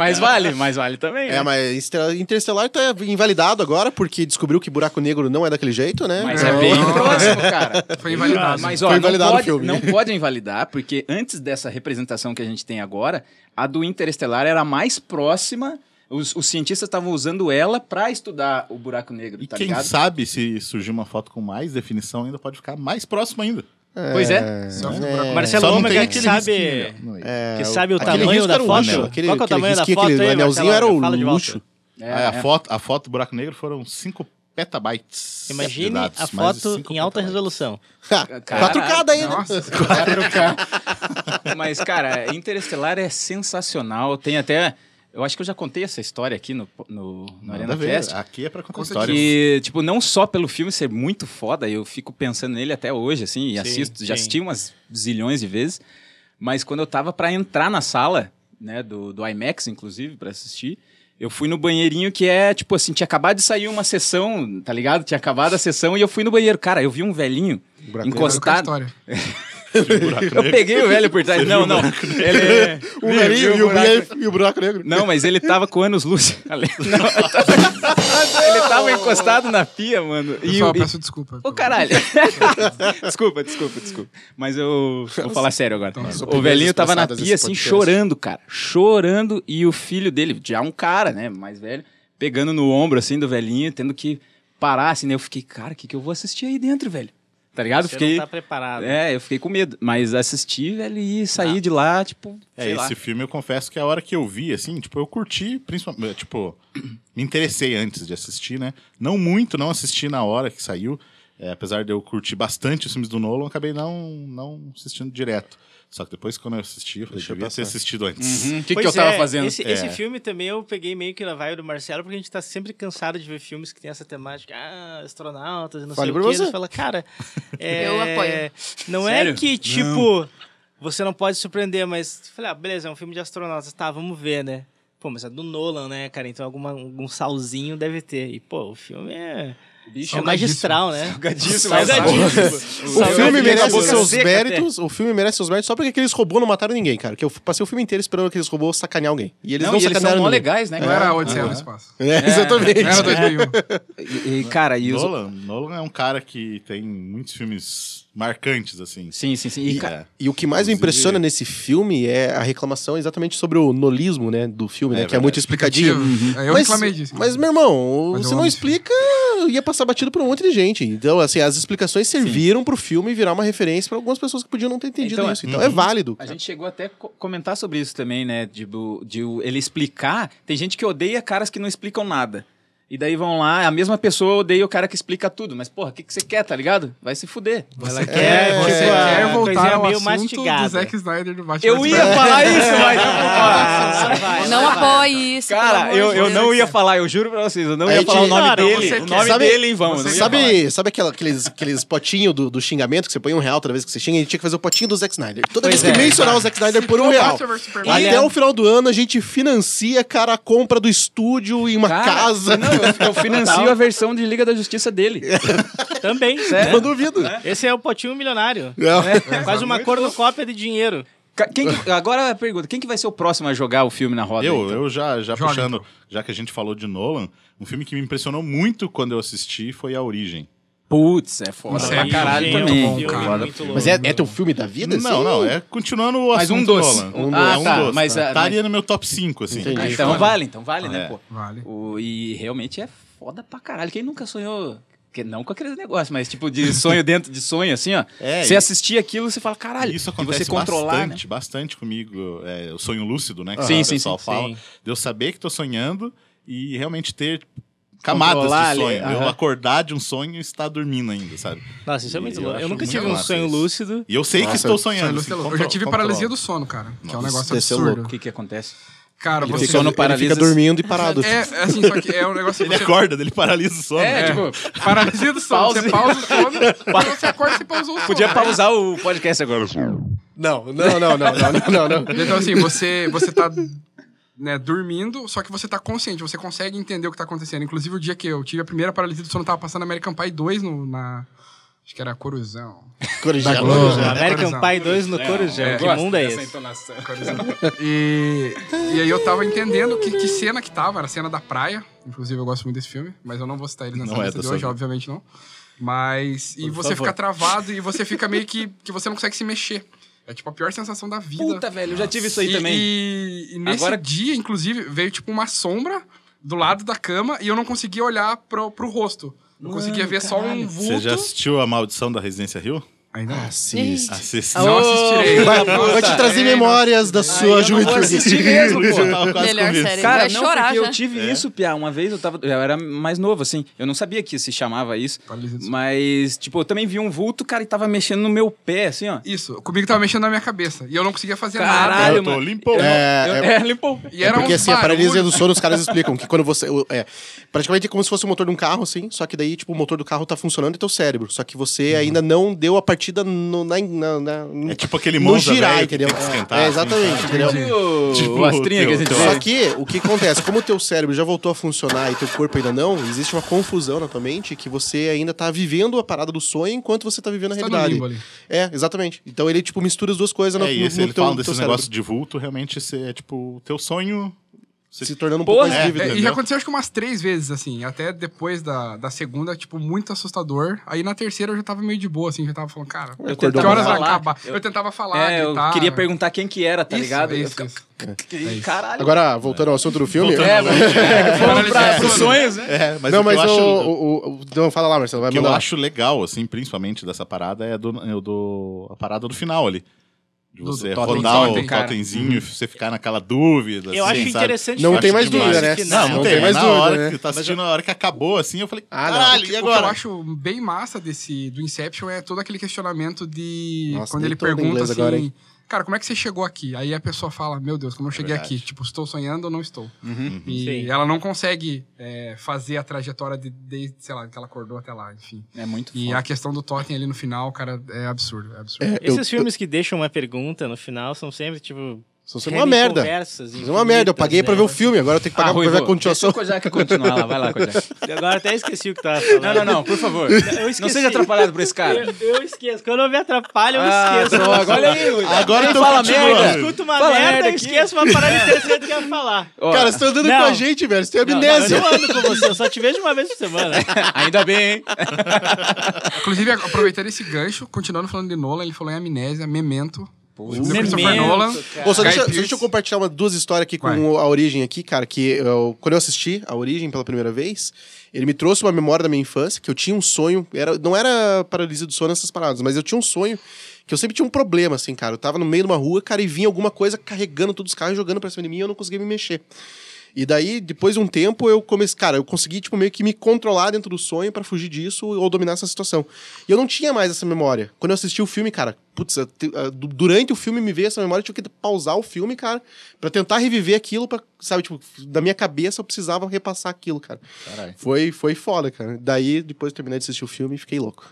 [SPEAKER 3] Mas vale, mas vale também. né?
[SPEAKER 5] É, mas Inter- Interestelar tá invalidado agora, porque descobriu que buraco negro não é daquele jeito, né?
[SPEAKER 3] Mas
[SPEAKER 5] Então-
[SPEAKER 3] é bem próximo, cara.
[SPEAKER 6] Foi invalidado.
[SPEAKER 3] Ah, Mas ó,
[SPEAKER 5] Foi
[SPEAKER 3] não,
[SPEAKER 5] invalidado o
[SPEAKER 3] pode,
[SPEAKER 5] filme.
[SPEAKER 3] não pode invalidar, porque antes dessa representação que a gente tem agora, a do Interestelar era a mais próxima. Os, os cientistas estavam usando ela pra estudar o buraco negro,
[SPEAKER 2] E
[SPEAKER 3] tá
[SPEAKER 2] quem
[SPEAKER 3] ligado?
[SPEAKER 2] sabe se surgir uma foto com mais definição ainda pode ficar mais próximo ainda. né?
[SPEAKER 3] Pois é.
[SPEAKER 6] Só um buraco.
[SPEAKER 4] Marcelo
[SPEAKER 2] Só não tem
[SPEAKER 4] Ômega, que
[SPEAKER 2] aquele
[SPEAKER 4] sabe,
[SPEAKER 2] risquinho, né?
[SPEAKER 5] É,
[SPEAKER 4] que sabe o
[SPEAKER 5] aquele
[SPEAKER 4] tamanho
[SPEAKER 5] risco
[SPEAKER 4] da
[SPEAKER 5] era um
[SPEAKER 4] foto.
[SPEAKER 5] anel. Aquele,
[SPEAKER 4] Qual que é o
[SPEAKER 5] aquele
[SPEAKER 4] tamanho da
[SPEAKER 5] risquinho,
[SPEAKER 4] foto
[SPEAKER 5] aquele
[SPEAKER 4] aí,
[SPEAKER 5] anelzinho era
[SPEAKER 4] Marcelo?
[SPEAKER 5] o
[SPEAKER 4] Fala de volta.
[SPEAKER 5] luxo.
[SPEAKER 3] É,
[SPEAKER 2] Ah,
[SPEAKER 3] é.
[SPEAKER 2] a, foto, a foto do buraco negro foram 5 petabytes. de
[SPEAKER 4] Imagine
[SPEAKER 2] dados,
[SPEAKER 4] a
[SPEAKER 2] mais de
[SPEAKER 4] foto
[SPEAKER 2] cinco
[SPEAKER 4] em alta
[SPEAKER 2] petabytes.
[SPEAKER 4] resolução.
[SPEAKER 5] Ha,
[SPEAKER 3] Caralho.
[SPEAKER 5] 4K daí, né?
[SPEAKER 6] Nossa,
[SPEAKER 3] Mas, cara, Interestelar é sensacional. Tem até. Eu acho que eu já contei essa história aqui no, no, no
[SPEAKER 2] Nada a
[SPEAKER 3] Arena
[SPEAKER 2] ver,
[SPEAKER 3] Fest.
[SPEAKER 2] Aqui é pra contar
[SPEAKER 6] Com
[SPEAKER 2] história.
[SPEAKER 3] Que, tipo, não só pelo filme ser muito foda, eu fico pensando nele até hoje, assim, e assisto, já
[SPEAKER 4] sim.
[SPEAKER 3] assisti umas zilhões de vezes, mas quando eu tava pra entrar na sala, né, do, do IMAX, inclusive, pra assistir, eu fui no banheirinho que é, tipo assim, tinha acabado de sair uma sessão, tá ligado? Tinha acabado a sessão e eu fui no banheiro. Cara, eu vi um velhinho
[SPEAKER 5] Buraco
[SPEAKER 3] encostado.
[SPEAKER 6] história.
[SPEAKER 3] Eu peguei o velho por trás. Não, não. Ele... é
[SPEAKER 5] O velhinho e o, buraco- e o buraco negro.
[SPEAKER 3] Não, mas ele tava com anos luz. além. Não, ele tava- ele tava encostado na pia, mano. E,
[SPEAKER 6] Pessoal,
[SPEAKER 3] e-
[SPEAKER 6] peço desculpa.
[SPEAKER 3] Ô, caralho! desculpa, desculpa, desculpa. Mas eu vou falar sério agora. O
[SPEAKER 5] opiniões
[SPEAKER 3] velhinho tava na
[SPEAKER 5] expressadas
[SPEAKER 3] pia,
[SPEAKER 5] nesse
[SPEAKER 3] assim,
[SPEAKER 5] podcast.
[SPEAKER 3] chorando, cara. Chorando. E o filho dele, já um cara, né, mais velho, pegando no ombro, assim, do velhinho, tendo que parar, assim, né? Eu fiquei, cara, o que, que eu vou assistir aí dentro, velho? Tá ligado?
[SPEAKER 4] Você
[SPEAKER 3] fiquei.
[SPEAKER 4] não tá preparado.
[SPEAKER 3] É, eu fiquei com medo. Mas assisti, velho, e saí de lá, tipo.
[SPEAKER 2] É,
[SPEAKER 3] sei lá.
[SPEAKER 2] esse filme eu confesso que a hora que eu vi, assim, tipo, eu curti, principalmente, tipo, me interessei antes de assistir, né? Não muito, não assisti na hora que saiu. É, apesar de eu curtir bastante os filmes do Nolan, eu acabei não, não assistindo direto. Só que depois, quando eu assisti, eu falei,
[SPEAKER 5] Deixa eu
[SPEAKER 2] devia ter
[SPEAKER 5] passar.
[SPEAKER 2] assistido antes.
[SPEAKER 3] Uhum. O que, que
[SPEAKER 4] Pois
[SPEAKER 3] eu tava
[SPEAKER 4] é,
[SPEAKER 3] fazendo?
[SPEAKER 4] Esse,
[SPEAKER 2] É.
[SPEAKER 4] esse filme também eu peguei meio que na vibe do Marcelo, porque a gente tá sempre cansado de ver filmes que tem essa temática, ah, astronautas e não
[SPEAKER 5] Fale
[SPEAKER 4] sei o
[SPEAKER 5] por
[SPEAKER 4] quê.
[SPEAKER 5] você.
[SPEAKER 4] Você fala, cara, é,
[SPEAKER 7] Eu apoio.
[SPEAKER 4] Não é
[SPEAKER 3] Sério?
[SPEAKER 4] que, tipo, você não pode surpreender, mas eu falei, ah, beleza, é um filme de astronautas, tá, vamos ver, né? Pô, mas é do Nolan, né, cara? Então alguma, algum salzinho deve ter. E, pô, o filme é,
[SPEAKER 3] Bicho,
[SPEAKER 4] é magistral, né?
[SPEAKER 3] Salgadíssimo,
[SPEAKER 5] O
[SPEAKER 4] Salgadíssimo.
[SPEAKER 5] filme
[SPEAKER 4] Salgadíssimo.
[SPEAKER 5] merece
[SPEAKER 3] é
[SPEAKER 4] Boca
[SPEAKER 5] seus
[SPEAKER 4] seca até.
[SPEAKER 5] méritos. O filme merece seus méritos só porque aqueles robôs não mataram ninguém, cara. Que eu passei o filme inteiro esperando aqueles robôs sacanear alguém. E eles não,
[SPEAKER 3] não, e eles são
[SPEAKER 5] sacanearam
[SPEAKER 3] mó
[SPEAKER 5] ninguém.
[SPEAKER 3] legais, né?
[SPEAKER 6] Não
[SPEAKER 3] cara?
[SPEAKER 6] era Odisseia no espaço.
[SPEAKER 5] É, exatamente.
[SPEAKER 6] Não era 2001.
[SPEAKER 3] E, e, cara, e os...
[SPEAKER 2] Nolan, Nolan é um cara que tem muitos filmes marcantes, assim.
[SPEAKER 3] Sim, sim, sim. E,
[SPEAKER 5] E,
[SPEAKER 3] cara,
[SPEAKER 5] e o que mais me
[SPEAKER 2] Inclusive-
[SPEAKER 5] impressiona nesse filme é a reclamação exatamente sobre o nolismo, né, do filme, né,
[SPEAKER 2] É
[SPEAKER 5] que é muito
[SPEAKER 2] verdade.
[SPEAKER 5] explicadinho.
[SPEAKER 6] Explicativo. É, eu reclamei disso.
[SPEAKER 5] Mas, meu irmão,
[SPEAKER 6] Mas eu
[SPEAKER 5] se não
[SPEAKER 6] amo
[SPEAKER 5] explica, ia passar batido por um monte de gente. Então, assim, as explicações serviram pro filme virar uma referência pra algumas pessoas que podiam não ter entendido
[SPEAKER 3] Então, é-
[SPEAKER 5] isso. Então, é válido.
[SPEAKER 3] A gente chegou até a co- comentar sobre isso também, né? De, bu- de o- ele explicar. Tem gente que odeia caras que não explicam nada. E daí vão lá, a mesma pessoa odeia o cara que explica tudo. Mas, porra, o que, que você quer, tá ligado? Vai se fuder.
[SPEAKER 6] Você
[SPEAKER 4] quer, tipo,
[SPEAKER 6] você
[SPEAKER 4] a
[SPEAKER 6] quer voltar
[SPEAKER 4] coisinha
[SPEAKER 6] ao
[SPEAKER 4] meio
[SPEAKER 6] assunto
[SPEAKER 4] mastigada.
[SPEAKER 6] do Zack Snyder do Batman.
[SPEAKER 3] Eu ia falar isso, mas...
[SPEAKER 4] Ah, vai,
[SPEAKER 7] Não
[SPEAKER 4] vai.
[SPEAKER 7] apoie isso.
[SPEAKER 3] Cara,
[SPEAKER 7] pelo
[SPEAKER 3] eu,
[SPEAKER 7] amor de
[SPEAKER 3] eu não
[SPEAKER 7] Deus.
[SPEAKER 3] ia falar, eu juro pra vocês, eu não
[SPEAKER 5] Aí
[SPEAKER 3] ia falar o
[SPEAKER 5] te-
[SPEAKER 3] nome
[SPEAKER 4] Cara,
[SPEAKER 3] dele.
[SPEAKER 6] você
[SPEAKER 3] O
[SPEAKER 6] quer-
[SPEAKER 3] nome
[SPEAKER 5] sabe-
[SPEAKER 3] dele em vão. eu não ia falar.
[SPEAKER 5] Sabe, sabe aquela- aqueles, aqueles potinhos do, do xingamento que você põe um real toda vez que você xinga? A gente tinha que fazer o potinho do Zack Snyder. Toda
[SPEAKER 4] Pois
[SPEAKER 5] vez que
[SPEAKER 4] é.
[SPEAKER 5] mencionar o Zack Snyder por um real.
[SPEAKER 4] Olha-
[SPEAKER 5] Até o final do ano a gente financia, cara, a compra do estúdio em uma
[SPEAKER 3] Cara,
[SPEAKER 5] casa.
[SPEAKER 3] Não, eu, eu financio a versão de Liga da Justiça dele.
[SPEAKER 4] Também.
[SPEAKER 5] Não duvido.
[SPEAKER 4] Esse é o potinho milionário. né?
[SPEAKER 5] Não.
[SPEAKER 3] É.
[SPEAKER 4] Quase uma cornucópia de dinheiro.
[SPEAKER 3] Ca- Quem que- agora a pergunta: quem que vai ser o próximo a jogar o filme na roda?
[SPEAKER 2] Eu,
[SPEAKER 3] então?
[SPEAKER 2] eu já, já
[SPEAKER 6] Joga,
[SPEAKER 2] puxando, já que a gente falou de Nolan, um filme que me impressionou muito quando eu assisti foi A Origem.
[SPEAKER 3] Putz, é foda.
[SPEAKER 6] Nossa,
[SPEAKER 3] pra
[SPEAKER 6] é
[SPEAKER 3] caralho
[SPEAKER 6] muito
[SPEAKER 3] também.
[SPEAKER 6] bom, cara.
[SPEAKER 5] Mas é, é teu filme da vida?
[SPEAKER 2] Não,
[SPEAKER 5] assim?
[SPEAKER 2] não, é continuando o
[SPEAKER 3] Mas um
[SPEAKER 2] assunto
[SPEAKER 3] doce.
[SPEAKER 2] Nolan.
[SPEAKER 3] Um
[SPEAKER 2] É,
[SPEAKER 3] doce. Ah, tá, mas,
[SPEAKER 2] tá.
[SPEAKER 3] ah,
[SPEAKER 2] Estaria no meu top 5, assim.
[SPEAKER 5] Entendi.
[SPEAKER 3] Ah, então
[SPEAKER 5] Fora.
[SPEAKER 3] vale, então vale, né,
[SPEAKER 2] É.
[SPEAKER 3] pô?
[SPEAKER 6] Vale.
[SPEAKER 3] O- e realmente é foda pra caralho. Quem nunca sonhou. que- não com aqueles negócios, mas tipo de sonho dentro de sonho, assim, ó.
[SPEAKER 2] É,
[SPEAKER 3] você
[SPEAKER 2] e-
[SPEAKER 3] assistir aquilo, você fala, caralho,
[SPEAKER 2] Isso
[SPEAKER 3] e
[SPEAKER 2] acontece
[SPEAKER 3] você controlar. né?
[SPEAKER 2] bastante, bastante comigo. É, o sonho lúcido, né? Que
[SPEAKER 3] Sim,
[SPEAKER 2] o
[SPEAKER 3] sim,
[SPEAKER 2] pessoal
[SPEAKER 3] sim,
[SPEAKER 2] fala.
[SPEAKER 3] sim.
[SPEAKER 2] De eu saber que tô sonhando e realmente ter camadas
[SPEAKER 3] Controlar
[SPEAKER 2] de
[SPEAKER 3] ali,
[SPEAKER 2] sonho. Eu
[SPEAKER 3] aham.
[SPEAKER 2] acordar de um sonho e estar dormindo ainda, sabe?
[SPEAKER 4] Nossa, isso é
[SPEAKER 2] E
[SPEAKER 4] muito
[SPEAKER 2] eu
[SPEAKER 4] louco. Eu
[SPEAKER 2] acho
[SPEAKER 4] nunca
[SPEAKER 2] muito
[SPEAKER 4] tive um
[SPEAKER 2] massa
[SPEAKER 4] sonho
[SPEAKER 2] isso.
[SPEAKER 4] lúcido.
[SPEAKER 2] E eu sei que estou sonhando.
[SPEAKER 6] Saiu do celular.
[SPEAKER 2] assim,
[SPEAKER 6] é Eu já tive
[SPEAKER 2] contro-
[SPEAKER 6] paralisia
[SPEAKER 2] controla.
[SPEAKER 6] do sono, cara. Que é um
[SPEAKER 5] Nossa,
[SPEAKER 6] negócio
[SPEAKER 5] deve ser
[SPEAKER 6] absurdo.
[SPEAKER 3] né? O que que acontece?
[SPEAKER 6] Cara,
[SPEAKER 3] Ele
[SPEAKER 6] você.
[SPEAKER 3] Sono
[SPEAKER 5] ele fica
[SPEAKER 3] paralisa-
[SPEAKER 5] dormindo e parado.
[SPEAKER 6] É, é assim, só que é um negócio que
[SPEAKER 2] Ele
[SPEAKER 6] você.
[SPEAKER 2] acorda, ele paralisa o sono.
[SPEAKER 3] É,
[SPEAKER 6] É, tipo, paralisia do sono. Você pausa o sono, quando você acorda, você pausou o sono.
[SPEAKER 3] Podia
[SPEAKER 6] né?
[SPEAKER 3] pausar o podcast agora.
[SPEAKER 5] Não, não, não, não, não, não, não, não.
[SPEAKER 6] Então, assim, você, você tá né, dormindo, só que você tá consciente, você consegue entender o que tá acontecendo. Inclusive, o dia que eu tive a primeira paralisia do sono, eu tava passando American Pie 2 no, na. Acho que era Corujão.
[SPEAKER 5] Corujão.
[SPEAKER 6] Corujão.
[SPEAKER 4] American Pie 2 no Corujão.
[SPEAKER 6] É.
[SPEAKER 4] que mundo é esse?
[SPEAKER 3] entonação.
[SPEAKER 6] E, e aí eu tava entendendo que, que cena que tava, era a cena da praia. Inclusive, eu gosto muito desse filme, mas eu não vou citar ele nessa
[SPEAKER 2] Não é
[SPEAKER 6] lista de
[SPEAKER 2] dessa
[SPEAKER 6] hoje,
[SPEAKER 2] vez.
[SPEAKER 6] obviamente não. Mas. E
[SPEAKER 4] Por
[SPEAKER 6] você
[SPEAKER 4] favor.
[SPEAKER 6] fica travado e você fica meio que. que você não consegue se mexer. É tipo a pior sensação da vida.
[SPEAKER 3] Puta, velho, eu já tive isso aí
[SPEAKER 6] e,
[SPEAKER 3] também.
[SPEAKER 6] E, e nesse
[SPEAKER 3] Agora-
[SPEAKER 6] dia, inclusive, veio tipo uma sombra do lado da cama e eu não conseguia olhar pro, pro rosto. Eu conseguia ver só um vulto.
[SPEAKER 2] É. Você já assistiu A Maldição da Residência Ah, Rio?
[SPEAKER 6] Ainda não.
[SPEAKER 5] Assiste.
[SPEAKER 3] Ah,
[SPEAKER 2] Assista.
[SPEAKER 6] Não assistirei.
[SPEAKER 5] Vai, vai te trazer memórias da sua
[SPEAKER 3] eu não vou
[SPEAKER 5] juventude.
[SPEAKER 3] assistir mesmo, pô.
[SPEAKER 2] Eu tava quase
[SPEAKER 7] Melhor
[SPEAKER 2] convencido.
[SPEAKER 7] série.
[SPEAKER 3] Cara,
[SPEAKER 7] vai
[SPEAKER 3] não,
[SPEAKER 7] chorar né?
[SPEAKER 3] porque
[SPEAKER 7] já.
[SPEAKER 3] eu tive isso, Pia. Uma vez eu tava. Eu era mais novo, assim. Eu não sabia que se chamava isso.
[SPEAKER 6] Paralisia do sono.
[SPEAKER 3] Mas, tipo, eu também vi um vulto, cara, e tava mexendo no meu pé, assim, ó.
[SPEAKER 6] Isso, comigo tava mexendo na minha cabeça. E eu não conseguia fazer nada.
[SPEAKER 3] Caralho,
[SPEAKER 2] Eu tô
[SPEAKER 3] mano.
[SPEAKER 2] limpo.
[SPEAKER 3] Eu-
[SPEAKER 5] É, é,
[SPEAKER 3] é, limpou.
[SPEAKER 6] E
[SPEAKER 5] É
[SPEAKER 6] era um
[SPEAKER 5] porque
[SPEAKER 6] uns
[SPEAKER 5] assim, a paralisia do
[SPEAKER 6] barulhos.
[SPEAKER 5] sono, os caras explicam que quando você. o- É, praticamente é como se fosse o motor de um carro, assim, só que daí, tipo, o motor do carro tá funcionando e teu cérebro. Só que você ainda não deu a partida no, na, na, na-
[SPEAKER 2] Uhum. É tipo aquele
[SPEAKER 5] no
[SPEAKER 2] Monza
[SPEAKER 5] girar,
[SPEAKER 2] velho que
[SPEAKER 5] entendeu?
[SPEAKER 2] tem que esquentar,
[SPEAKER 5] É,
[SPEAKER 2] assim,
[SPEAKER 5] exatamente, entendeu?
[SPEAKER 3] O,
[SPEAKER 2] Tipo,
[SPEAKER 3] o astrinha que a gente
[SPEAKER 2] teu-
[SPEAKER 3] fez.
[SPEAKER 5] Só que o que acontece, como o teu cérebro já voltou a funcionar e teu corpo ainda não, existe uma confusão na tua mente que você ainda tá vivendo a parada do sonho enquanto você tá vivendo a
[SPEAKER 6] Você tá no
[SPEAKER 5] realidade.
[SPEAKER 6] limbo ali.
[SPEAKER 5] É, exatamente. Então ele tipo mistura as duas coisas no,
[SPEAKER 2] É, e
[SPEAKER 5] no-
[SPEAKER 2] esse,
[SPEAKER 5] no
[SPEAKER 2] ele
[SPEAKER 5] teu,
[SPEAKER 2] fala
[SPEAKER 5] teu
[SPEAKER 2] desses
[SPEAKER 5] cérebro,
[SPEAKER 2] negócios de vulto, realmente esse é tipo o teu sonho.
[SPEAKER 5] se tornando um
[SPEAKER 3] Pô,
[SPEAKER 5] pouco mais
[SPEAKER 2] é,
[SPEAKER 5] vívido.
[SPEAKER 6] É, e já
[SPEAKER 2] entendeu?
[SPEAKER 6] aconteceu acho que umas três vezes, assim. Até depois da, da segunda, tipo, muito assustador. Aí na terceira eu já tava meio de boa, assim. Já tava falando, cara,
[SPEAKER 5] Eu
[SPEAKER 6] que
[SPEAKER 5] tentava
[SPEAKER 6] horas vai
[SPEAKER 3] falar.
[SPEAKER 6] acabar? Eu, tentava falar,
[SPEAKER 3] É, eu
[SPEAKER 6] gritar.
[SPEAKER 3] queria perguntar quem que era, tá
[SPEAKER 6] Isso,
[SPEAKER 3] ligado? Eu
[SPEAKER 6] isso,
[SPEAKER 3] ficava-
[SPEAKER 6] isso.
[SPEAKER 3] Caralho.
[SPEAKER 5] Agora, voltando ao assunto do filme.
[SPEAKER 2] Voltando
[SPEAKER 5] É,
[SPEAKER 2] ao
[SPEAKER 3] Vamos pra,
[SPEAKER 6] É.
[SPEAKER 3] pros sonhos, né?
[SPEAKER 2] É, mas
[SPEAKER 5] não,
[SPEAKER 2] o que
[SPEAKER 5] mas
[SPEAKER 2] eu
[SPEAKER 5] o,
[SPEAKER 2] acho,
[SPEAKER 5] o- o- Não, fala lá, Marcelo. Vai
[SPEAKER 2] o que eu
[SPEAKER 5] mandar.
[SPEAKER 2] acho legal, assim, principalmente dessa parada, é do, é do- a parada do final ali. De
[SPEAKER 6] Do-
[SPEAKER 2] você
[SPEAKER 6] do totem,
[SPEAKER 2] rodar o
[SPEAKER 6] totem, cara.
[SPEAKER 2] totemzinho e você ficar naquela dúvida.
[SPEAKER 4] Eu
[SPEAKER 2] assim,
[SPEAKER 4] acho
[SPEAKER 2] sabe?
[SPEAKER 4] interessante
[SPEAKER 5] Não
[SPEAKER 2] Eu
[SPEAKER 5] tem
[SPEAKER 2] acho
[SPEAKER 5] mais
[SPEAKER 2] demais.
[SPEAKER 5] dúvida, né?
[SPEAKER 2] Não, não,
[SPEAKER 5] Não
[SPEAKER 2] tem,
[SPEAKER 5] tem mais
[SPEAKER 2] na
[SPEAKER 5] dúvida,
[SPEAKER 2] hora
[SPEAKER 5] né?
[SPEAKER 2] que tá assistindo, na hora que acabou, assim, eu falei,
[SPEAKER 5] Ah, não.
[SPEAKER 2] caralho, e
[SPEAKER 6] O que eu
[SPEAKER 2] agora?
[SPEAKER 6] acho bem massa desse do Inception é todo aquele questionamento de
[SPEAKER 5] Nossa,
[SPEAKER 6] quando
[SPEAKER 5] nem
[SPEAKER 6] ele
[SPEAKER 5] tô no
[SPEAKER 6] pergunta
[SPEAKER 5] inglês
[SPEAKER 6] assim,
[SPEAKER 5] agora, hein?
[SPEAKER 6] cara, como é que você chegou aqui? Aí a pessoa fala, meu Deus, como eu cheguei
[SPEAKER 2] verdade.
[SPEAKER 6] aqui? Tipo, estou sonhando ou não estou? E
[SPEAKER 4] Sim.
[SPEAKER 6] ela não consegue é, fazer a trajetória de, desde, sei lá, que ela acordou até lá, enfim.
[SPEAKER 3] É muito
[SPEAKER 6] E
[SPEAKER 3] foda.
[SPEAKER 6] a questão do totem ali no final, cara, é absurdo, é absurdo.
[SPEAKER 5] É, eu-
[SPEAKER 4] Esses filmes que deixam uma pergunta no final são sempre, tipo...
[SPEAKER 5] São sempre uma merda.
[SPEAKER 4] conversas
[SPEAKER 5] Isso é uma merda. Eu
[SPEAKER 4] infinitas,
[SPEAKER 5] paguei pra
[SPEAKER 4] né?
[SPEAKER 5] ver o filme, agora eu tenho que pagar
[SPEAKER 3] Ah,
[SPEAKER 5] pra
[SPEAKER 3] Ruivo,
[SPEAKER 5] ver a continuação.
[SPEAKER 3] Deixa o Kojak continuar lá, vai lá, Kojak.
[SPEAKER 4] E Agora até esqueci o que tava falando.
[SPEAKER 3] Não, não, não, por favor.
[SPEAKER 4] Eu esqueci.
[SPEAKER 3] Não seja atrapalhado por esse cara.
[SPEAKER 4] Eu, eu esqueço. Quando eu me atrapalho, eu
[SPEAKER 3] Ah,
[SPEAKER 4] esqueço. tipo,
[SPEAKER 3] droga, olha aí, Luiz.
[SPEAKER 2] Agora
[SPEAKER 3] Nem
[SPEAKER 2] então
[SPEAKER 3] fala
[SPEAKER 2] continua.
[SPEAKER 3] merda.
[SPEAKER 4] Eu escuto uma
[SPEAKER 3] Fala
[SPEAKER 4] merda,
[SPEAKER 3] merda
[SPEAKER 4] eu
[SPEAKER 3] aqui.
[SPEAKER 4] esqueço uma parada interessante que eu ia falar.
[SPEAKER 3] Ó,
[SPEAKER 5] Cara, você tá andando
[SPEAKER 4] Não.
[SPEAKER 5] com a gente, velho. Você tem
[SPEAKER 4] Não, não,
[SPEAKER 5] amnésia.
[SPEAKER 4] eu não ando com você, eu só te vejo uma vez por semana.
[SPEAKER 3] ainda bem, hein?
[SPEAKER 6] Inclusive, aproveitando esse gancho, continuando falando de Nolan, ele falou em Amnésia, Memento. do Christopher
[SPEAKER 3] Memento,
[SPEAKER 6] Nolan.
[SPEAKER 2] é-
[SPEAKER 5] Ô, só, deixa, só
[SPEAKER 6] Guy Pearce.
[SPEAKER 5] deixa eu compartilhar uma, duas histórias aqui com
[SPEAKER 6] Vai.
[SPEAKER 5] o- a Origem aqui, cara, que eu- quando eu assisti a Origem pela primeira vez, ele me trouxe uma memória da minha infância, que eu tinha um sonho, era, não era paralisia do sono essas paradas, mas eu tinha um sonho que eu sempre tinha um problema, assim, cara. Eu tava no meio de uma rua, cara, e vinha alguma coisa carregando todos os carros, e jogando pra cima de mim, e eu não conseguia me mexer. E daí, depois de um tempo, eu comecei. Cara, eu consegui, tipo, meio que me controlar dentro do sonho pra fugir disso ou dominar essa situação. E eu não tinha mais essa memória. Quando eu assisti o filme, cara, putz, eu te- ah, du- durante o filme me veio essa memória, eu tive que pausar o filme, cara, pra tentar reviver aquilo, pra, sabe, tipo, da minha cabeça eu precisava repassar aquilo, cara.
[SPEAKER 2] Caralho.
[SPEAKER 5] Foi, foi foda, cara. Daí, depois eu terminei de assistir o filme e fiquei louco.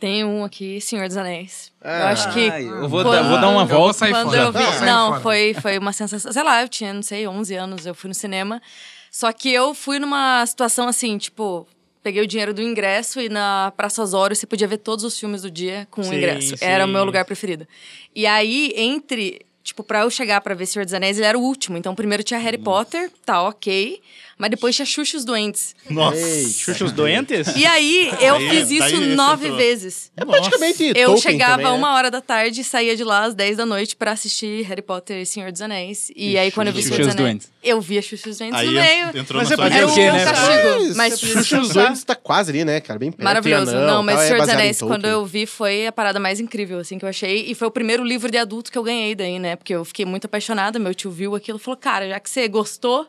[SPEAKER 7] Tem um aqui, Senhor dos Anéis. eu acho que.
[SPEAKER 3] Ai, eu vou,
[SPEAKER 7] Quando-
[SPEAKER 3] dar, vou dar uma
[SPEAKER 6] Eu vou
[SPEAKER 3] volta.
[SPEAKER 6] sair
[SPEAKER 7] quando
[SPEAKER 6] fora.
[SPEAKER 7] eu vi-
[SPEAKER 6] Vou sair
[SPEAKER 7] não,
[SPEAKER 6] fora.
[SPEAKER 7] foi, foi uma sensação. Sei lá, eu tinha, não sei, 11 anos, eu fui no cinema. Só que eu fui numa situação assim, tipo. Peguei o dinheiro do ingresso e na Praça Osório você podia ver todos os filmes do dia com o
[SPEAKER 4] Sim,
[SPEAKER 7] ingresso.
[SPEAKER 4] sim.
[SPEAKER 7] Era o meu lugar preferido. E aí, entre. Tipo, pra eu chegar pra ver Senhor dos Anéis, ele era o último. Então, primeiro tinha Harry Potter, tá ok. Mas depois tinha Xuxa e os Doentes.
[SPEAKER 2] Nossa.
[SPEAKER 4] Xuxa os doentes?
[SPEAKER 7] E aí, eu
[SPEAKER 2] Aí-
[SPEAKER 7] fiz isso
[SPEAKER 2] daí você
[SPEAKER 7] nove
[SPEAKER 2] entrou.
[SPEAKER 7] vezes.
[SPEAKER 5] É praticamente
[SPEAKER 7] Eu
[SPEAKER 5] Tolkien
[SPEAKER 7] chegava
[SPEAKER 5] também, né?
[SPEAKER 7] uma hora da tarde e saía de lá às 10 da noite pra assistir Harry Potter e Senhor dos Anéis. E, aí, quando eu vi
[SPEAKER 3] Xuxa
[SPEAKER 7] Senhor dos
[SPEAKER 3] dos
[SPEAKER 7] Anéis,
[SPEAKER 3] Doentes.
[SPEAKER 7] eu via Xuxa e os Doentes
[SPEAKER 2] Aí
[SPEAKER 7] no meio.
[SPEAKER 2] entrou
[SPEAKER 4] Mas
[SPEAKER 2] na
[SPEAKER 4] é
[SPEAKER 2] sua
[SPEAKER 4] porque
[SPEAKER 2] vida.
[SPEAKER 7] Era um
[SPEAKER 3] o quê, né?
[SPEAKER 7] castigo, mas...
[SPEAKER 5] Xuxa os dois tá quase ali, né, cara? Bem perto.
[SPEAKER 7] Maravilhoso.
[SPEAKER 5] Anã,
[SPEAKER 7] Não, mas
[SPEAKER 5] tal, é
[SPEAKER 7] Senhor dos
[SPEAKER 5] baseado em
[SPEAKER 7] Anéis,
[SPEAKER 5] Tolkien.
[SPEAKER 7] quando eu vi, foi a parada mais incrível, assim, que eu achei. E foi o primeiro livro de adulto que eu ganhei daí, né? Porque eu fiquei muito apaixonada, meu tio viu aquilo e falou, cara, já que você gostou,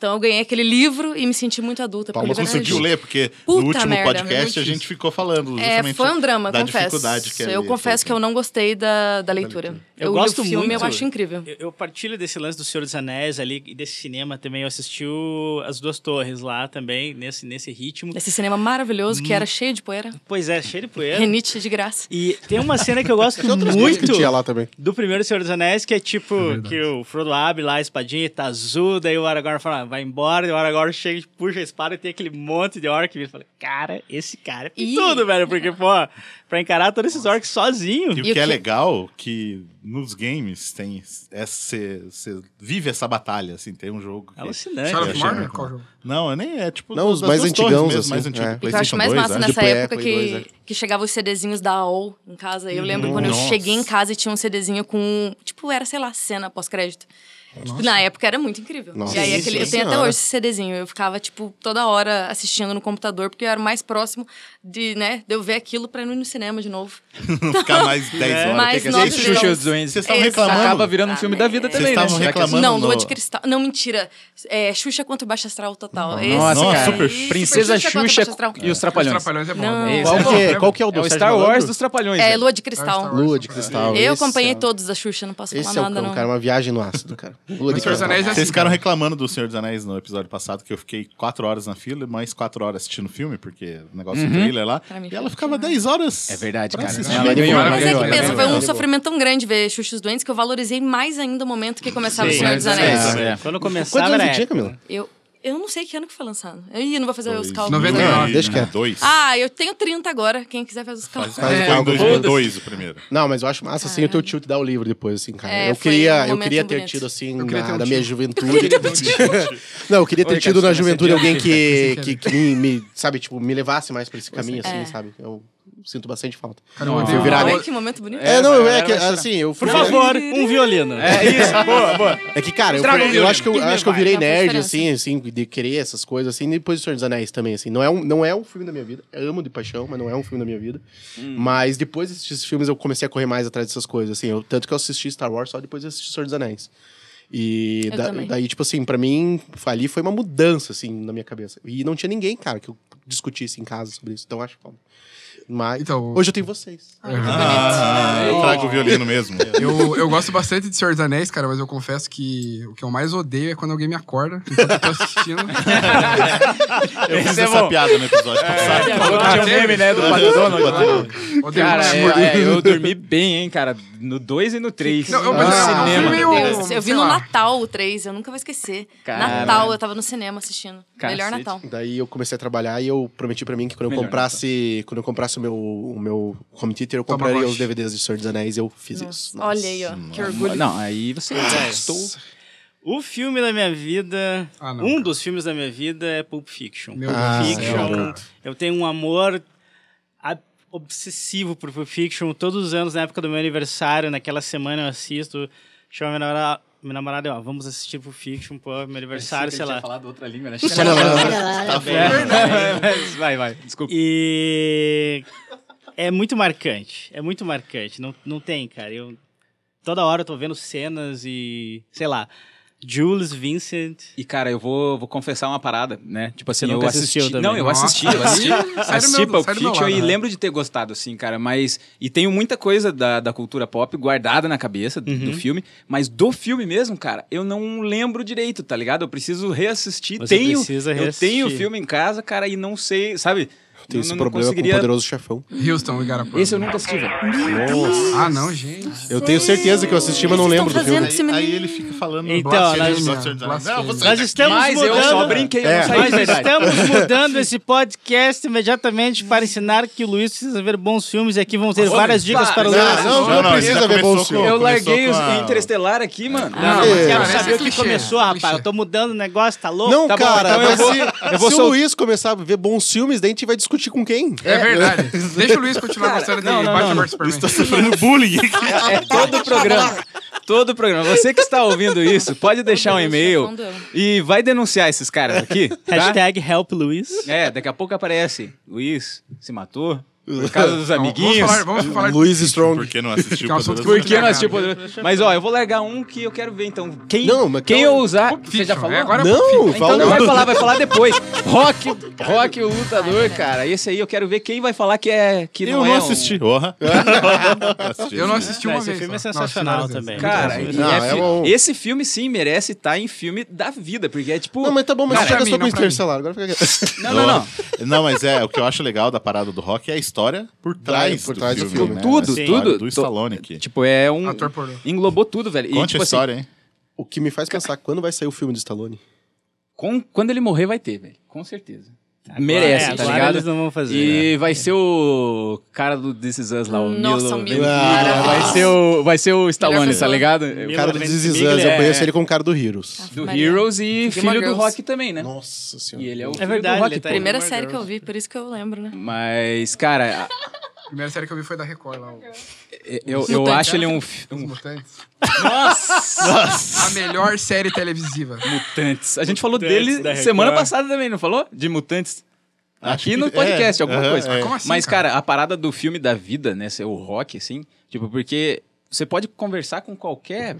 [SPEAKER 7] Então eu ganhei aquele livro e me senti muito adulta. porque
[SPEAKER 2] Palma
[SPEAKER 7] o livro era
[SPEAKER 2] conseguiu
[SPEAKER 7] gi-
[SPEAKER 2] ler, porque
[SPEAKER 7] Puta
[SPEAKER 2] no último
[SPEAKER 7] merda, muito
[SPEAKER 2] podcast a
[SPEAKER 7] difícil.
[SPEAKER 2] gente ficou falando
[SPEAKER 7] É,
[SPEAKER 2] justamente
[SPEAKER 7] foi um drama,
[SPEAKER 2] da
[SPEAKER 7] confesso.
[SPEAKER 2] dificuldade que é
[SPEAKER 7] eu
[SPEAKER 2] ler
[SPEAKER 7] confesso que eu
[SPEAKER 2] Tolkien.
[SPEAKER 7] não gostei da, da leitura.
[SPEAKER 4] Eu
[SPEAKER 7] li o
[SPEAKER 4] gosto
[SPEAKER 7] filme,
[SPEAKER 4] muito.
[SPEAKER 7] eu acho incrível.
[SPEAKER 4] Eu, eu partilho desse lance do Senhor dos Anéis ali e desse cinema também. Eu assisti o- As Duas Torres lá também, nesse, nesse ritmo.
[SPEAKER 7] Esse cinema maravilhoso
[SPEAKER 5] Hum.
[SPEAKER 7] que era cheio de poeira.
[SPEAKER 4] Pois é, cheio de poeira.
[SPEAKER 7] Renite de graça.
[SPEAKER 4] E tem uma cena que eu gosto
[SPEAKER 5] Muito.
[SPEAKER 4] muito.
[SPEAKER 5] tinha lá também.
[SPEAKER 4] do primeiro Senhor dos Anéis, que é tipo, que o Frodo abre lá a espadinha, tá azul, daí o Aragorn fala, ah, vai embora, daí o Aragorn chega, puxa a espada e tem aquele monte de orc. E eu falei, cara, esse cara é
[SPEAKER 7] Ih.
[SPEAKER 4] tudo, velho, porque, pô, pra encarar todos esses orcs sozinho.
[SPEAKER 2] E o
[SPEAKER 7] E
[SPEAKER 2] que,
[SPEAKER 7] o
[SPEAKER 2] é
[SPEAKER 7] que-
[SPEAKER 2] legal que nos games tem. Você vive essa batalha, assim, tem um jogo. Que...
[SPEAKER 4] Alucinante.
[SPEAKER 6] Shadow
[SPEAKER 2] eu
[SPEAKER 6] of
[SPEAKER 2] achei
[SPEAKER 6] Mordor?
[SPEAKER 2] muito
[SPEAKER 6] Qual
[SPEAKER 2] bom.
[SPEAKER 6] jogo?
[SPEAKER 2] Não, é nem é tipo.
[SPEAKER 5] Não,
[SPEAKER 2] das
[SPEAKER 5] os mais
[SPEAKER 2] duas torres
[SPEAKER 5] antigãos,
[SPEAKER 2] mesmo,
[SPEAKER 5] assim,
[SPEAKER 2] mais antigo.
[SPEAKER 5] é.
[SPEAKER 7] E o que Então, eu acho mais
[SPEAKER 2] 2,
[SPEAKER 7] massa
[SPEAKER 2] acho.
[SPEAKER 5] De
[SPEAKER 7] nessa
[SPEAKER 5] Play
[SPEAKER 7] época
[SPEAKER 5] Play
[SPEAKER 7] que,
[SPEAKER 5] 2, é.
[SPEAKER 7] que chegava os CDzinhos da AOL em casa. Eu lembro quando
[SPEAKER 2] Nossa.
[SPEAKER 7] eu cheguei em casa e tinha um CDzinho com. Tipo, era, sei lá, cena pós-crédito. Tipo, na época era muito incrível.
[SPEAKER 5] Nossa.
[SPEAKER 7] E aí,
[SPEAKER 5] Sim,
[SPEAKER 7] aquele,
[SPEAKER 5] sim.
[SPEAKER 7] eu tenho até
[SPEAKER 5] Senhora.
[SPEAKER 7] hoje esse CDzinho. Eu ficava, tipo, toda hora assistindo no computador, porque eu era o mais próximo de, né, de eu ver aquilo pra não ir no cinema de novo.
[SPEAKER 2] Não ficar mais 10 horas.
[SPEAKER 7] É, Mais
[SPEAKER 2] tem que
[SPEAKER 7] nove
[SPEAKER 2] assistir.
[SPEAKER 7] jogos.
[SPEAKER 3] é Xuxa e os Duendes.
[SPEAKER 2] Vocês estavam
[SPEAKER 7] Exato.
[SPEAKER 2] reclamando.
[SPEAKER 3] Acaba virando um filme da vida
[SPEAKER 2] Vocês
[SPEAKER 3] também, né?
[SPEAKER 2] estavam
[SPEAKER 3] Já que-
[SPEAKER 2] reclamando
[SPEAKER 7] não, Lua
[SPEAKER 2] no-
[SPEAKER 7] de Cristal. Não, mentira. É, Xuxa quanto Baixa Astral total.
[SPEAKER 3] Nossa,
[SPEAKER 2] Nossa,
[SPEAKER 3] cara.
[SPEAKER 2] super-
[SPEAKER 3] Princesa
[SPEAKER 7] quanto
[SPEAKER 3] Xuxa
[SPEAKER 7] Baixa Astral.
[SPEAKER 3] e os Trapalhões.
[SPEAKER 6] Os Trapalhões é bom.
[SPEAKER 7] Não.
[SPEAKER 6] é bom.
[SPEAKER 3] Qual
[SPEAKER 6] É bom,
[SPEAKER 3] que
[SPEAKER 5] é?
[SPEAKER 6] é bom.
[SPEAKER 5] Qual que é o
[SPEAKER 3] É
[SPEAKER 5] do
[SPEAKER 3] o
[SPEAKER 5] Sérgio
[SPEAKER 3] Star Wars
[SPEAKER 5] Malandro?
[SPEAKER 3] dos Trapalhões.
[SPEAKER 7] É,
[SPEAKER 3] velho.
[SPEAKER 7] Lua de
[SPEAKER 6] Star
[SPEAKER 7] Cristal.
[SPEAKER 6] Wars.
[SPEAKER 5] Lua de Cristal.
[SPEAKER 7] Eu
[SPEAKER 5] esse
[SPEAKER 7] acompanhei
[SPEAKER 5] é o-
[SPEAKER 7] todos da Xuxa, não posso
[SPEAKER 5] Esse é o
[SPEAKER 7] falar nada,
[SPEAKER 5] cão,
[SPEAKER 7] não.
[SPEAKER 5] cara. Uma viagem no ácido, cara. Lua de
[SPEAKER 6] Mas Senhor dos
[SPEAKER 5] Cristal.
[SPEAKER 6] Anéis é
[SPEAKER 2] Vocês
[SPEAKER 6] assim.
[SPEAKER 2] ficaram reclamando do Senhor dos Anéis no episódio passado, que eu fiquei 4 horas na fila, mais 4 horas assistindo o filme, porque o negócio do trailer lá.
[SPEAKER 7] Uhum. Pra mim
[SPEAKER 2] E
[SPEAKER 7] foi né?
[SPEAKER 2] ela ficava 10 horas.
[SPEAKER 3] É verdade,
[SPEAKER 2] pra
[SPEAKER 3] cara.
[SPEAKER 2] assistir.
[SPEAKER 3] Ela ganhou,
[SPEAKER 6] né?
[SPEAKER 3] ela
[SPEAKER 7] Mas é
[SPEAKER 3] ganhou.
[SPEAKER 7] que
[SPEAKER 3] ela
[SPEAKER 7] pensa,
[SPEAKER 3] ganhou.
[SPEAKER 7] foi um
[SPEAKER 5] Valeu.
[SPEAKER 7] sofrimento tão grande ver Xuxos Doentes que eu valorizei mais ainda o momento que começava o
[SPEAKER 4] Sim,
[SPEAKER 7] Senhor dos
[SPEAKER 3] mas é,
[SPEAKER 7] Anéis.
[SPEAKER 3] é.
[SPEAKER 4] Quando
[SPEAKER 5] Quantos
[SPEAKER 4] começava,
[SPEAKER 5] anos
[SPEAKER 4] era
[SPEAKER 5] você tinha, Camila?
[SPEAKER 7] Eu, eu não sei que ano que foi lançado. Eu ih, não vou fazer os cálculos.
[SPEAKER 6] 99.
[SPEAKER 5] Deixa quieto.
[SPEAKER 2] Dois.
[SPEAKER 7] Ah, eu tenho 30 agora. Quem quiser faz os cálculos.
[SPEAKER 6] É,
[SPEAKER 5] Faz-
[SPEAKER 2] Foi em
[SPEAKER 5] Algo-
[SPEAKER 2] 2002 o primeiro.
[SPEAKER 5] Não, mas eu acho massa, assim, o teu tio te dar o livro depois, assim, cara.
[SPEAKER 7] Ah. É,
[SPEAKER 5] eu
[SPEAKER 7] foi
[SPEAKER 5] queria,
[SPEAKER 7] um
[SPEAKER 5] eu
[SPEAKER 7] momento
[SPEAKER 5] queria ter
[SPEAKER 7] bonito.
[SPEAKER 5] tido, assim,
[SPEAKER 6] Eu queria
[SPEAKER 5] na,
[SPEAKER 6] ter um
[SPEAKER 5] da
[SPEAKER 6] tio.
[SPEAKER 5] minha juventude.
[SPEAKER 7] um
[SPEAKER 5] Não, eu queria ter
[SPEAKER 3] Oi,
[SPEAKER 5] tido
[SPEAKER 3] cara, você
[SPEAKER 5] na
[SPEAKER 3] tá
[SPEAKER 5] juventude
[SPEAKER 3] sentado
[SPEAKER 5] alguém
[SPEAKER 3] aqui,
[SPEAKER 5] que,
[SPEAKER 6] cara.
[SPEAKER 5] que, que me, me, sabe, tipo, me levasse mais pra esse caminho, assim, sabe? Eu sinto bastante falta.
[SPEAKER 6] Cara, eu
[SPEAKER 3] Não.
[SPEAKER 6] odeio-
[SPEAKER 5] Virar, né?
[SPEAKER 7] que momento bonito.
[SPEAKER 5] É, não,
[SPEAKER 3] mas
[SPEAKER 5] é
[SPEAKER 3] ela
[SPEAKER 5] que,
[SPEAKER 3] vai chorar.
[SPEAKER 5] assim, eu
[SPEAKER 4] Por
[SPEAKER 5] fui...
[SPEAKER 4] favor, um violino.
[SPEAKER 3] É isso, boa, boa.
[SPEAKER 5] É que, cara, eu,
[SPEAKER 3] Estraga
[SPEAKER 5] fui-
[SPEAKER 3] o
[SPEAKER 5] eu
[SPEAKER 3] violino.
[SPEAKER 5] acho que eu, acho que eu
[SPEAKER 7] vai,
[SPEAKER 5] virei
[SPEAKER 7] não faz
[SPEAKER 5] nerd,
[SPEAKER 7] diferença.
[SPEAKER 5] assim, assim, de querer essas coisas, assim, e depois do Senhor dos Anéis também, assim. Não é um, não é um filme da minha vida. Eu amo de paixão, mas não é um filme da minha vida.
[SPEAKER 3] Hum.
[SPEAKER 5] Mas depois desses filmes eu comecei a correr mais atrás dessas coisas, assim. Eu, tanto que eu assisti Star Wars só depois de assistir Senhor dos Anéis. E
[SPEAKER 7] Eu
[SPEAKER 5] da-
[SPEAKER 7] também.
[SPEAKER 5] daí, tipo assim, pra mim, ali foi uma mudança, assim, na minha cabeça. E não tinha ninguém, cara, que eu discutisse em casa sobre isso. Então, eu acho foda. Mas
[SPEAKER 6] Então-
[SPEAKER 5] hoje eu tenho vocês.
[SPEAKER 2] Ah, eu trago o violino mesmo.
[SPEAKER 6] Eu, eu gosto bastante de Senhor dos Anéis, cara, mas eu confesso que o que eu mais odeio é quando alguém me acorda enquanto eu tô assistindo.
[SPEAKER 2] Eu fiz
[SPEAKER 3] é
[SPEAKER 2] essa
[SPEAKER 3] bom.
[SPEAKER 2] piada no episódio passado.
[SPEAKER 3] Tinha um meme, né, do Pato Donald.
[SPEAKER 6] Odeio
[SPEAKER 3] Cara,
[SPEAKER 6] muito.
[SPEAKER 3] é, é, eu dormi bem, hein, cara. No 2 e no 3.
[SPEAKER 6] Não, eu-
[SPEAKER 3] no
[SPEAKER 6] mas é um filme
[SPEAKER 3] cinema.
[SPEAKER 6] meio-
[SPEAKER 7] Meu Deus, eu vi
[SPEAKER 6] sei
[SPEAKER 7] no
[SPEAKER 6] lá.
[SPEAKER 7] Natal o 3, eu nunca vou esquecer.
[SPEAKER 3] Caralho.
[SPEAKER 7] Natal, eu tava no cinema assistindo.
[SPEAKER 3] Cacete.
[SPEAKER 7] Melhor Natal.
[SPEAKER 5] Daí eu comecei a trabalhar e eu prometi pra mim que quando eu
[SPEAKER 3] Melhor,
[SPEAKER 5] comprasse, quando eu comprasse o meu, o meu home theater, eu compraria
[SPEAKER 6] Tamagotchi.
[SPEAKER 5] os DVDs de Senhor dos Anéis e eu fiz isso. Nossa.
[SPEAKER 7] Olha aí, ó. Que orgulho.
[SPEAKER 3] Não, aí você estou
[SPEAKER 4] O filme da minha vida,
[SPEAKER 6] Ah, não,
[SPEAKER 4] um
[SPEAKER 6] cara.
[SPEAKER 4] dos filmes da minha vida é Pulp Fiction.
[SPEAKER 6] Meu
[SPEAKER 5] Ah,
[SPEAKER 6] Deus do
[SPEAKER 4] Fiction.
[SPEAKER 6] céu, cara.
[SPEAKER 4] eu tenho um amor a- obsessivo por Pulp Fiction. Todos os anos, na época do meu aniversário, naquela semana eu assisto. Chama minha namorada, minha namorada ó, vamos assistir Pulp Fiction, pô, meu aniversário, sei lá.
[SPEAKER 3] falado outra língua, né?
[SPEAKER 2] Tá bom.
[SPEAKER 6] É
[SPEAKER 3] vai, vai, desculpa.
[SPEAKER 4] E é muito marcante, é muito marcante. Não, não tem, cara. Eu toda hora eu tô vendo cenas e sei lá, Jules Vincent.
[SPEAKER 3] E, cara, eu vou, vou confessar uma parada, né? Tipo assim,
[SPEAKER 4] Você
[SPEAKER 3] eu
[SPEAKER 4] nunca
[SPEAKER 3] assisti.
[SPEAKER 4] assistiu também.
[SPEAKER 3] Não, eu
[SPEAKER 6] Nossa.
[SPEAKER 3] assisti, eu assisti.
[SPEAKER 6] Sai do
[SPEAKER 3] assisti
[SPEAKER 6] meu-
[SPEAKER 3] Pulp
[SPEAKER 6] sai do meu
[SPEAKER 3] Fiction
[SPEAKER 6] lado,
[SPEAKER 3] e
[SPEAKER 6] né?
[SPEAKER 3] lembro de ter gostado, assim, cara. Mas. E tenho muita coisa da, da cultura pop guardada na cabeça do, do filme. Mas do filme mesmo, cara, eu não lembro direito, tá ligado? Eu preciso reassistir.
[SPEAKER 4] Você
[SPEAKER 3] tenho.
[SPEAKER 4] precisa
[SPEAKER 3] eu tenho o
[SPEAKER 4] reassistir.
[SPEAKER 3] filme em casa, cara, e não sei, sabe?
[SPEAKER 5] Tem
[SPEAKER 3] Eu
[SPEAKER 5] esse
[SPEAKER 3] não,
[SPEAKER 5] problema
[SPEAKER 3] não
[SPEAKER 5] com o
[SPEAKER 3] conseguiria.
[SPEAKER 5] poderoso chefão.
[SPEAKER 6] Houston, we got a problem.
[SPEAKER 3] Esse eu nunca assisti, velho.
[SPEAKER 6] Ah, não, gente.
[SPEAKER 5] Eu tenho certeza que eu assisti, mas não
[SPEAKER 7] Vocês
[SPEAKER 5] lembro
[SPEAKER 7] estão
[SPEAKER 5] do filme.
[SPEAKER 7] fazendo- Esse
[SPEAKER 2] Aí, aí
[SPEAKER 7] menino-
[SPEAKER 2] ele fica falando
[SPEAKER 4] Então,
[SPEAKER 2] blasfêmia,
[SPEAKER 4] nós-
[SPEAKER 2] blasfêmia. Não, você-
[SPEAKER 4] Nós estamos
[SPEAKER 3] Mas
[SPEAKER 4] mudando.
[SPEAKER 3] eu só brinquei, eu não saí de
[SPEAKER 4] Nós
[SPEAKER 3] verdade.
[SPEAKER 4] estamos mudando esse podcast imediatamente para ensinar que o Luiz precisa ver bons filmes e aqui vão ter várias dicas para o Luiz.
[SPEAKER 5] Não,
[SPEAKER 4] assistir.
[SPEAKER 5] não, não
[SPEAKER 2] ele
[SPEAKER 5] precisa
[SPEAKER 2] já
[SPEAKER 5] ver
[SPEAKER 2] começou
[SPEAKER 5] bom filme.
[SPEAKER 2] com-
[SPEAKER 3] Eu
[SPEAKER 2] começou
[SPEAKER 3] larguei
[SPEAKER 2] com
[SPEAKER 3] os
[SPEAKER 2] a-
[SPEAKER 3] Interestelar aqui, mano.
[SPEAKER 4] Não, mas
[SPEAKER 5] É.
[SPEAKER 4] quero
[SPEAKER 6] Parece
[SPEAKER 4] saber o que
[SPEAKER 6] clichê,
[SPEAKER 3] é
[SPEAKER 4] começou, rapaz.
[SPEAKER 6] clichê.
[SPEAKER 4] Eu tô mudando o negócio, tá louco?
[SPEAKER 5] Não,
[SPEAKER 3] Tá bom,
[SPEAKER 5] cara,
[SPEAKER 3] então eu
[SPEAKER 5] mas
[SPEAKER 3] vou-
[SPEAKER 5] se,
[SPEAKER 3] eu vou
[SPEAKER 5] se
[SPEAKER 3] sol-
[SPEAKER 5] o Luiz começar a ver bons filmes, daí a gente vai discutir com quem?
[SPEAKER 6] É verdade. Deixa o Luiz continuar
[SPEAKER 3] Cara,
[SPEAKER 6] gostando de
[SPEAKER 3] não, não,
[SPEAKER 6] Batman
[SPEAKER 3] não.
[SPEAKER 6] vs Superman.
[SPEAKER 2] Estou
[SPEAKER 5] tá
[SPEAKER 2] sofrendo bullying aqui.
[SPEAKER 3] É todo o programa. Todo o programa. Você que está ouvindo isso, pode deixar um
[SPEAKER 7] Deus,
[SPEAKER 3] e-mail
[SPEAKER 7] chefão do eu.
[SPEAKER 3] e vai denunciar esses caras aqui. Tá?
[SPEAKER 4] Hashtag help Luiz. É
[SPEAKER 3] É, daqui a pouco aparece. Luiz se matou. Por causa dos
[SPEAKER 6] Não,
[SPEAKER 3] amiguinhos.
[SPEAKER 6] Vamos falar, vamos falar
[SPEAKER 5] Luiz
[SPEAKER 2] Por
[SPEAKER 5] Strong.
[SPEAKER 2] que não assistiu
[SPEAKER 6] Que é um assunto
[SPEAKER 2] Poderoso
[SPEAKER 6] que-
[SPEAKER 3] Por que
[SPEAKER 2] Chefão?
[SPEAKER 3] nós, tipo. Mas ó, eu vou largar um que eu quero ver, então. Quem,
[SPEAKER 5] Não, mas
[SPEAKER 3] quem
[SPEAKER 5] calma.
[SPEAKER 3] eu usar. Você
[SPEAKER 6] Fiction,
[SPEAKER 3] já falou?
[SPEAKER 6] é, agora é
[SPEAKER 5] Não,
[SPEAKER 6] Pulp Fiction.
[SPEAKER 5] fala-
[SPEAKER 3] Então não vai falar, vai falar depois. Rock, rock o lutador, cara. Esse aí eu quero ver quem vai falar que é que
[SPEAKER 2] Eu
[SPEAKER 3] não,
[SPEAKER 2] não,
[SPEAKER 3] é um-
[SPEAKER 2] assisti. Porra.
[SPEAKER 6] Eu não assisti
[SPEAKER 4] Não,
[SPEAKER 6] uma
[SPEAKER 4] esse
[SPEAKER 6] vez.
[SPEAKER 4] filme é
[SPEAKER 6] só. Não, assisti
[SPEAKER 4] sensacional
[SPEAKER 6] várias vezes.
[SPEAKER 4] também.
[SPEAKER 3] Cara, e
[SPEAKER 5] Não,
[SPEAKER 3] é
[SPEAKER 5] é
[SPEAKER 3] fi-
[SPEAKER 5] um-
[SPEAKER 3] esse filme sim merece estar em filme da vida, porque é tipo.
[SPEAKER 5] Não, mas tá bom, mas
[SPEAKER 6] Não,
[SPEAKER 5] você já
[SPEAKER 6] pra
[SPEAKER 5] gastou
[SPEAKER 6] mim,
[SPEAKER 5] com
[SPEAKER 6] não pra mim.
[SPEAKER 5] Interstellar. Agora fica quieto.
[SPEAKER 3] não, não, não.
[SPEAKER 2] Não, mas é, o que eu acho legal da parada do rock é a história por trás,
[SPEAKER 5] por trás do
[SPEAKER 2] do filme.
[SPEAKER 5] filme,
[SPEAKER 2] né?
[SPEAKER 3] Tudo,
[SPEAKER 2] A história
[SPEAKER 3] tudo.
[SPEAKER 2] Do
[SPEAKER 3] Tô-
[SPEAKER 2] Stallone aqui.
[SPEAKER 3] Tipo, é um.
[SPEAKER 6] Ator pornô.
[SPEAKER 3] Englobou tudo, velho. e,
[SPEAKER 2] Conte
[SPEAKER 3] tipo,
[SPEAKER 2] a
[SPEAKER 3] assim,
[SPEAKER 2] história, hein?
[SPEAKER 5] O que me faz pensar, quando vai sair o filme do Stallone?
[SPEAKER 3] com- quando ele morrer, vai ter, velho. Com certeza. Merece,
[SPEAKER 4] é,
[SPEAKER 3] tá
[SPEAKER 4] agora
[SPEAKER 3] ligado?
[SPEAKER 4] eles não vão fazer, né?
[SPEAKER 3] E vai ser o cara do This Is Us lá, o
[SPEAKER 7] Nossa,
[SPEAKER 3] Milo.
[SPEAKER 7] o Milo.
[SPEAKER 3] Ventimiglia. Vai ser o, vai ser o Stallone,
[SPEAKER 7] pessoa.
[SPEAKER 3] tá ligado?
[SPEAKER 5] O
[SPEAKER 4] Milo
[SPEAKER 5] cara do
[SPEAKER 4] Ventimiglia,
[SPEAKER 5] This Is Us, eu
[SPEAKER 3] é.
[SPEAKER 5] conheço ele como o cara do
[SPEAKER 7] Tá
[SPEAKER 5] Heroes.
[SPEAKER 3] Do
[SPEAKER 7] Maria.
[SPEAKER 3] Heroes e
[SPEAKER 7] Gilmore
[SPEAKER 3] filho do
[SPEAKER 7] Girls.
[SPEAKER 3] Rock também, né?
[SPEAKER 5] Nossa senhora.
[SPEAKER 3] E ele é o
[SPEAKER 4] É
[SPEAKER 3] filho
[SPEAKER 4] verdade,
[SPEAKER 3] do Rock,
[SPEAKER 4] ele tá
[SPEAKER 3] pô.
[SPEAKER 4] aí.
[SPEAKER 7] Primeira série que eu vi, por isso que eu lembro, né?
[SPEAKER 3] Mas, cara, a-
[SPEAKER 6] A primeira série que eu vi foi da Record lá. o-
[SPEAKER 3] eu, eu
[SPEAKER 7] Mutantes.
[SPEAKER 3] acho ele um, fi-
[SPEAKER 6] Os
[SPEAKER 3] um
[SPEAKER 6] Mutantes.
[SPEAKER 3] Nossa!
[SPEAKER 6] A melhor série televisiva.
[SPEAKER 3] Mutantes. A gente falou
[SPEAKER 4] Mutantes da
[SPEAKER 3] dele
[SPEAKER 4] Record.
[SPEAKER 3] semana passada também, não falou? De Mutantes. Aqui no podcast, alguma
[SPEAKER 2] é, aham,
[SPEAKER 3] coisa.
[SPEAKER 2] é.
[SPEAKER 6] Como assim,
[SPEAKER 3] Mas, cara, a parada do filme da vida, né? ser O rock, assim, tipo, porque você pode conversar com qualquer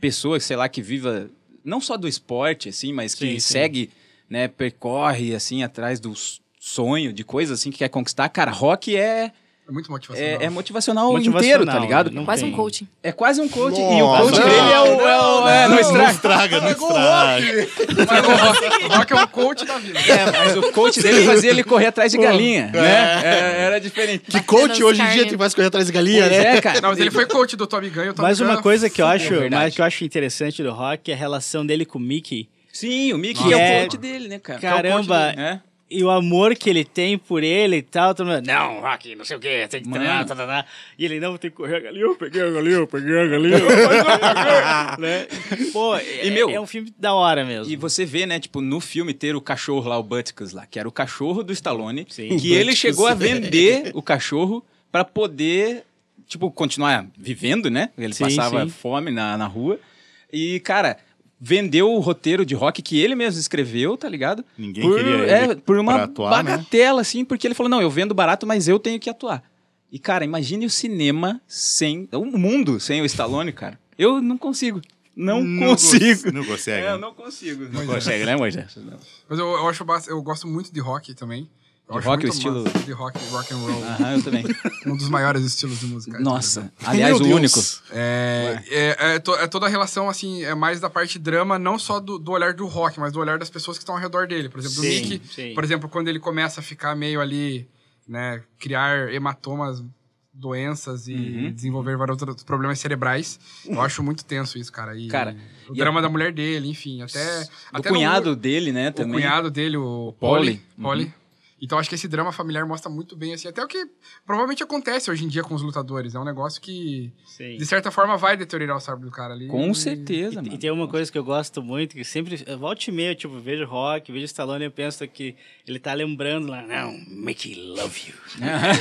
[SPEAKER 3] pessoa, sei lá, que viva não só do esporte, assim, mas que
[SPEAKER 4] Sim, sim.
[SPEAKER 3] segue, né, percorre, assim, atrás do s- sonho, de coisas assim que quer conquistar. Cara, rock é,
[SPEAKER 6] É muito motivacional.
[SPEAKER 3] é, é motivacional,
[SPEAKER 4] Motivacional,
[SPEAKER 3] inteiro, tá ligado?
[SPEAKER 4] não
[SPEAKER 7] Quase
[SPEAKER 4] tem.
[SPEAKER 7] um coaching.
[SPEAKER 3] É quase um coach. E o
[SPEAKER 5] Nossa.
[SPEAKER 3] coach dele é o. É, o, é, não estraga.
[SPEAKER 2] Traga, não estraga.
[SPEAKER 6] O Rock é o coach da vida.
[SPEAKER 3] É, mas o coach dele fazia ele correr atrás de galinha, né? É, era diferente.
[SPEAKER 5] Que coach
[SPEAKER 7] Apenas
[SPEAKER 5] hoje em
[SPEAKER 7] carne.
[SPEAKER 5] dia que faz correr atrás de galinha,
[SPEAKER 3] Pois
[SPEAKER 5] né?
[SPEAKER 3] é, cara.
[SPEAKER 6] Não, mas ele foi coach do Tommy Gunn. e o Tommy
[SPEAKER 4] Mas
[SPEAKER 6] Gunn
[SPEAKER 4] uma coisa que eu acho,
[SPEAKER 3] É verdade.
[SPEAKER 4] mas que eu acho interessante do Rock é a relação dele com o Mickey
[SPEAKER 3] Sim, o Mickey
[SPEAKER 4] Que
[SPEAKER 3] que é
[SPEAKER 4] é-
[SPEAKER 3] o coach dele, né, cara?
[SPEAKER 4] Caramba.
[SPEAKER 3] Que é o coach dele, né?
[SPEAKER 4] e o amor que ele tem por ele e tal. Todo mundo, não, Rock, não sei o quê, tem que
[SPEAKER 3] Mano.
[SPEAKER 4] treinar, tá, tá, tá. E ele, não, tem que correr a galinha, eu peguei a galinha, eu peguei a galinha. eu peguei a galinha", né? Pô,
[SPEAKER 3] E,
[SPEAKER 4] é,
[SPEAKER 3] meu,
[SPEAKER 4] é um filme da hora mesmo.
[SPEAKER 3] E você vê, né, tipo, no filme ter o cachorro lá, o Butticus lá, que era o cachorro do Stallone,
[SPEAKER 4] Sim.
[SPEAKER 3] que ele chegou a vender o cachorro pra poder, tipo, continuar vivendo, né? Ele
[SPEAKER 4] Sim,
[SPEAKER 3] passava
[SPEAKER 4] sim.
[SPEAKER 3] fome na, na rua. E, cara, vendeu o roteiro de rock que ele mesmo escreveu, tá ligado?
[SPEAKER 2] Ninguém
[SPEAKER 3] por,
[SPEAKER 2] queria ele
[SPEAKER 3] é, por uma
[SPEAKER 2] pra atuar, né?
[SPEAKER 3] bagatela, assim, porque ele falou, não, eu vendo barato, mas eu tenho que atuar. E, cara, imagine o cinema sem... O mundo sem o Stallone, cara. Eu não consigo. Não, consigo.
[SPEAKER 2] Não consegue.
[SPEAKER 3] É, eu não consigo. Não consegue, né, Moisés? Aham,
[SPEAKER 6] Mas eu, eu acho basta- eu gosto muito de rock também. Eu
[SPEAKER 3] De
[SPEAKER 6] acho
[SPEAKER 3] rock,
[SPEAKER 6] muito
[SPEAKER 3] o estilo-
[SPEAKER 6] massa De rock, rock and roll.
[SPEAKER 3] eu também.
[SPEAKER 6] Um dos maiores estilos de música.
[SPEAKER 3] Nossa. Aliás, o único.
[SPEAKER 6] É, é, é to- é toda a relação, assim, é mais da parte drama, não só do, do olhar do rock, mas do olhar das pessoas que estão ao redor dele. Por exemplo, o
[SPEAKER 4] Sim,
[SPEAKER 6] Mickey,
[SPEAKER 4] sim.
[SPEAKER 6] por exemplo, quando ele começa a ficar meio ali, né, criar hematomas, doenças e
[SPEAKER 3] Uhum.
[SPEAKER 6] desenvolver vários outros problemas cerebrais, eu acho muito tenso isso, cara. E
[SPEAKER 3] Cara,
[SPEAKER 6] o
[SPEAKER 3] e
[SPEAKER 6] drama da mulher dele, enfim, até...
[SPEAKER 3] O
[SPEAKER 6] até no-
[SPEAKER 3] cunhado dele, né,
[SPEAKER 6] o
[SPEAKER 3] também.
[SPEAKER 6] cunhado dele, o
[SPEAKER 3] Polly. Uhum.
[SPEAKER 6] Polly. Polly. Então acho que esse drama familiar mostra muito bem, assim, até o que provavelmente acontece hoje em dia com os lutadores. É um negócio que,
[SPEAKER 4] Sim.
[SPEAKER 6] de certa forma, vai deteriorar o cérebro do cara ali.
[SPEAKER 3] Com certeza,
[SPEAKER 4] E
[SPEAKER 3] mano.
[SPEAKER 4] tem um uma coisa que eu gosto muito, que sempre, eu volta e meia, eu, tipo, vejo rock, vejo Stallone e eu penso que ele tá lembrando lá, não, Mickey love you.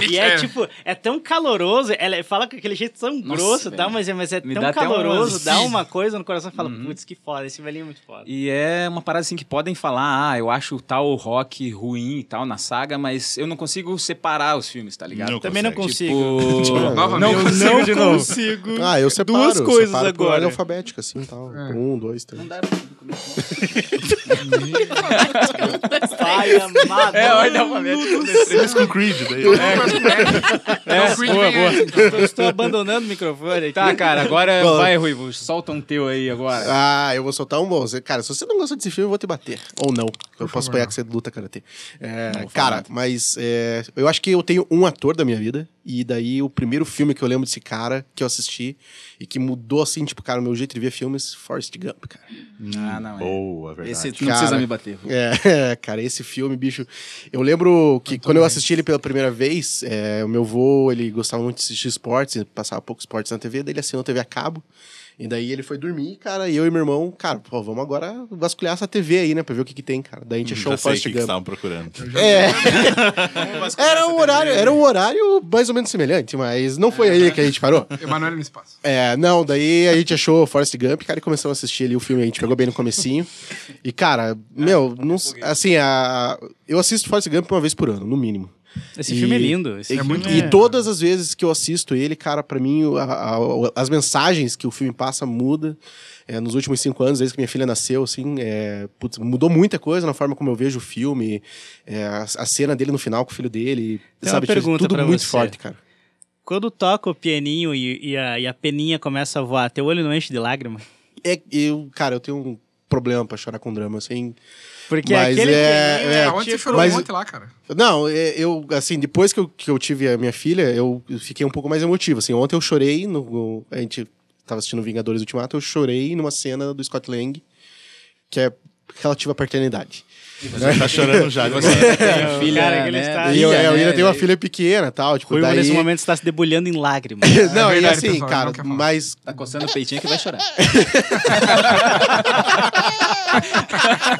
[SPEAKER 4] e é,
[SPEAKER 6] É.
[SPEAKER 4] tipo, é tão caloroso, ela fala com aquele jeito tão
[SPEAKER 3] Nossa,
[SPEAKER 4] grosso,
[SPEAKER 3] velho.
[SPEAKER 4] tá, mas, é- mas é
[SPEAKER 3] Me dá
[SPEAKER 4] tão
[SPEAKER 3] até
[SPEAKER 4] caloroso,
[SPEAKER 3] umas-
[SPEAKER 4] dá uma coisa no coração e fala, putz, que foda, esse velhinho é muito foda.
[SPEAKER 3] E é uma parada assim que podem falar, ah, eu acho tal rock ruim e tal na saga, mas eu não consigo separar os filmes, tá ligado?
[SPEAKER 2] Não
[SPEAKER 4] Também não
[SPEAKER 2] consegue.
[SPEAKER 4] consigo.
[SPEAKER 3] Tipo,
[SPEAKER 6] Novamente.
[SPEAKER 3] não consigo de novo.
[SPEAKER 4] consigo.
[SPEAKER 5] Ah, eu separo.
[SPEAKER 4] Duas
[SPEAKER 5] eu
[SPEAKER 4] coisas
[SPEAKER 5] separo Por
[SPEAKER 4] agora. É.
[SPEAKER 5] ordem alfabética, assim, tal. Um, dois, três.
[SPEAKER 4] Pai amado.
[SPEAKER 3] É, ordem alfabética.
[SPEAKER 2] Eles com Creed, daí. né?
[SPEAKER 6] É, o Creed
[SPEAKER 3] boa,
[SPEAKER 6] vem
[SPEAKER 3] boa.
[SPEAKER 6] antes, então.
[SPEAKER 4] Eu estou abandonando o microfone aqui.
[SPEAKER 3] Tá, cara, agora vai, Ruivo, solta um teu aí agora.
[SPEAKER 5] Ah, eu vou soltar um bom. Cara, se você não gosta desse filme, eu vou te bater. Ou não. eu posso
[SPEAKER 6] favor,
[SPEAKER 5] apanhar
[SPEAKER 6] não.
[SPEAKER 5] que você luta karatê. É, cara, mas é, eu acho que eu tenho um ator da minha vida. E daí o primeiro filme que eu lembro desse cara, que eu assisti, e que mudou assim, tipo, cara, o meu jeito de ver filmes, Forrest Gump, cara.
[SPEAKER 3] Ah, não, é.
[SPEAKER 2] Boa, verdade.
[SPEAKER 3] Esse tu não
[SPEAKER 5] Cara.
[SPEAKER 3] precisa me bater.
[SPEAKER 5] É, cara, esse filme, bicho. Eu lembro que quando eu assisti ele pela primeira vez, é, o meu avô, ele gostava muito de assistir esportes, ele passava pouco esportes na TV, daí ele assinou a TV a cabo. E daí ele foi dormir, cara, e eu e meu irmão, cara, pô, vamos agora vasculhar essa TV aí, né, pra ver o que que tem, cara. Daí a gente achou
[SPEAKER 2] Hum, Já
[SPEAKER 5] o
[SPEAKER 2] sei o
[SPEAKER 5] Forrest
[SPEAKER 2] que que
[SPEAKER 5] Gump.
[SPEAKER 2] estavam procurando.
[SPEAKER 5] É. era um horário, era um horário mais ou menos semelhante, mas não foi aí que a gente parou.
[SPEAKER 6] Emanuele no espaço.
[SPEAKER 5] É, não, daí a gente achou Forrest Gump, cara, e começou a assistir ali o filme, a gente pegou bem no comecinho. E, cara, meu, não, assim, a, eu assisto Forrest Gump uma vez por ano, no mínimo.
[SPEAKER 4] Esse
[SPEAKER 5] E-
[SPEAKER 4] filme é lindo. Esse
[SPEAKER 6] É
[SPEAKER 4] filme
[SPEAKER 6] muito-
[SPEAKER 5] E todas as vezes que eu assisto ele, cara, pra mim, a- a- as mensagens que o filme passa muda. É, nos últimos cinco anos, desde que minha filha nasceu, assim, é, putz, mudou muita coisa na forma como eu vejo o filme, é, a, a cena dele no final com o filho dele,
[SPEAKER 4] Tem uma
[SPEAKER 5] sabe? tipo,
[SPEAKER 4] pergunta
[SPEAKER 5] tudo
[SPEAKER 4] pra
[SPEAKER 5] muito
[SPEAKER 4] você.
[SPEAKER 5] forte, cara.
[SPEAKER 4] Quando toca o pianinho e, e a, e a peninha começa a voar, teu olho não enche de lágrima?
[SPEAKER 5] É, eu, cara, eu tenho um problema pra chorar com drama, assim.
[SPEAKER 4] Porque
[SPEAKER 5] Mas
[SPEAKER 4] aquele
[SPEAKER 5] é-
[SPEAKER 4] pianinho
[SPEAKER 5] é,
[SPEAKER 6] Onde você
[SPEAKER 4] tipo-
[SPEAKER 6] chorou
[SPEAKER 5] mas-
[SPEAKER 6] ontem lá, cara?
[SPEAKER 5] Não, é, eu, assim, depois que eu, que eu tive a minha filha, eu eu fiquei um pouco mais emotivo, assim. Ontem eu chorei, no, no- a gente tava assistindo Vingadores Ultimato, eu chorei numa cena do Scott Lang, que é relativa à paternidade.
[SPEAKER 2] Você tá chorando já.
[SPEAKER 3] Você
[SPEAKER 2] agora.
[SPEAKER 3] tem
[SPEAKER 4] o
[SPEAKER 3] filha,
[SPEAKER 4] cara que ele
[SPEAKER 3] né?
[SPEAKER 4] está-
[SPEAKER 5] e eu,
[SPEAKER 3] Filha,
[SPEAKER 5] eu ainda
[SPEAKER 3] né?
[SPEAKER 5] tenho uma filha pequena tal, tipo,
[SPEAKER 4] Ruivo
[SPEAKER 5] daí...
[SPEAKER 4] nesse momento está tá se debulhando em lágrimas.
[SPEAKER 5] não,
[SPEAKER 6] É
[SPEAKER 5] e
[SPEAKER 6] verdade,
[SPEAKER 5] assim,
[SPEAKER 6] pessoal,
[SPEAKER 5] cara,
[SPEAKER 6] não quer falar.
[SPEAKER 5] mas...
[SPEAKER 3] Tá coçando o peitinho que vai chorar.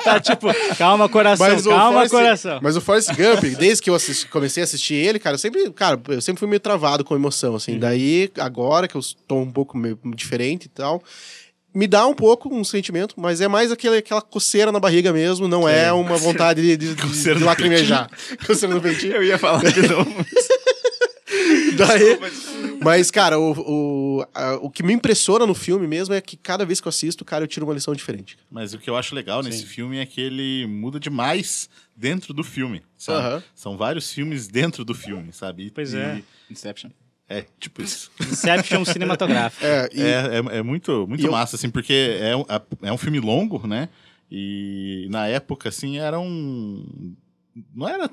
[SPEAKER 4] tá tipo, calma coração,
[SPEAKER 5] Mas o
[SPEAKER 4] calma
[SPEAKER 5] Forrest-
[SPEAKER 4] coração.
[SPEAKER 5] Mas o Forrest Gump, desde que eu assisti- comecei a assistir ele, cara, eu sempre, cara, eu sempre fui meio travado com emoção, assim. Daí, agora que eu estou um pouco meio diferente e tal, me dá um pouco um sentimento, mas é mais aquele, aquela coceira na barriga mesmo, não é, uma vontade de, de, de,
[SPEAKER 2] Coceira
[SPEAKER 5] de
[SPEAKER 2] no
[SPEAKER 5] lacrimejar. Coceira no peitinho.
[SPEAKER 3] Eu ia falar de novo.
[SPEAKER 5] Daí, mas, cara, o, o, a- o que me impressiona no filme mesmo é que cada vez que eu assisto, cara, eu tiro uma lição diferente.
[SPEAKER 2] Mas o que eu acho legal nesse filme é que ele muda demais dentro do filme. sabe?
[SPEAKER 5] Aham.
[SPEAKER 2] São vários filmes dentro do filme, sabe? E-
[SPEAKER 4] Pois
[SPEAKER 2] e-
[SPEAKER 4] é.
[SPEAKER 3] Inception.
[SPEAKER 2] É, tipo isso.
[SPEAKER 4] Inception cinematográfico.
[SPEAKER 5] É, e,
[SPEAKER 2] É, é, é muito, muito
[SPEAKER 5] e eu-
[SPEAKER 2] massa, assim, porque é, um- a- é um filme longo, né? E na época, assim, era um. Não era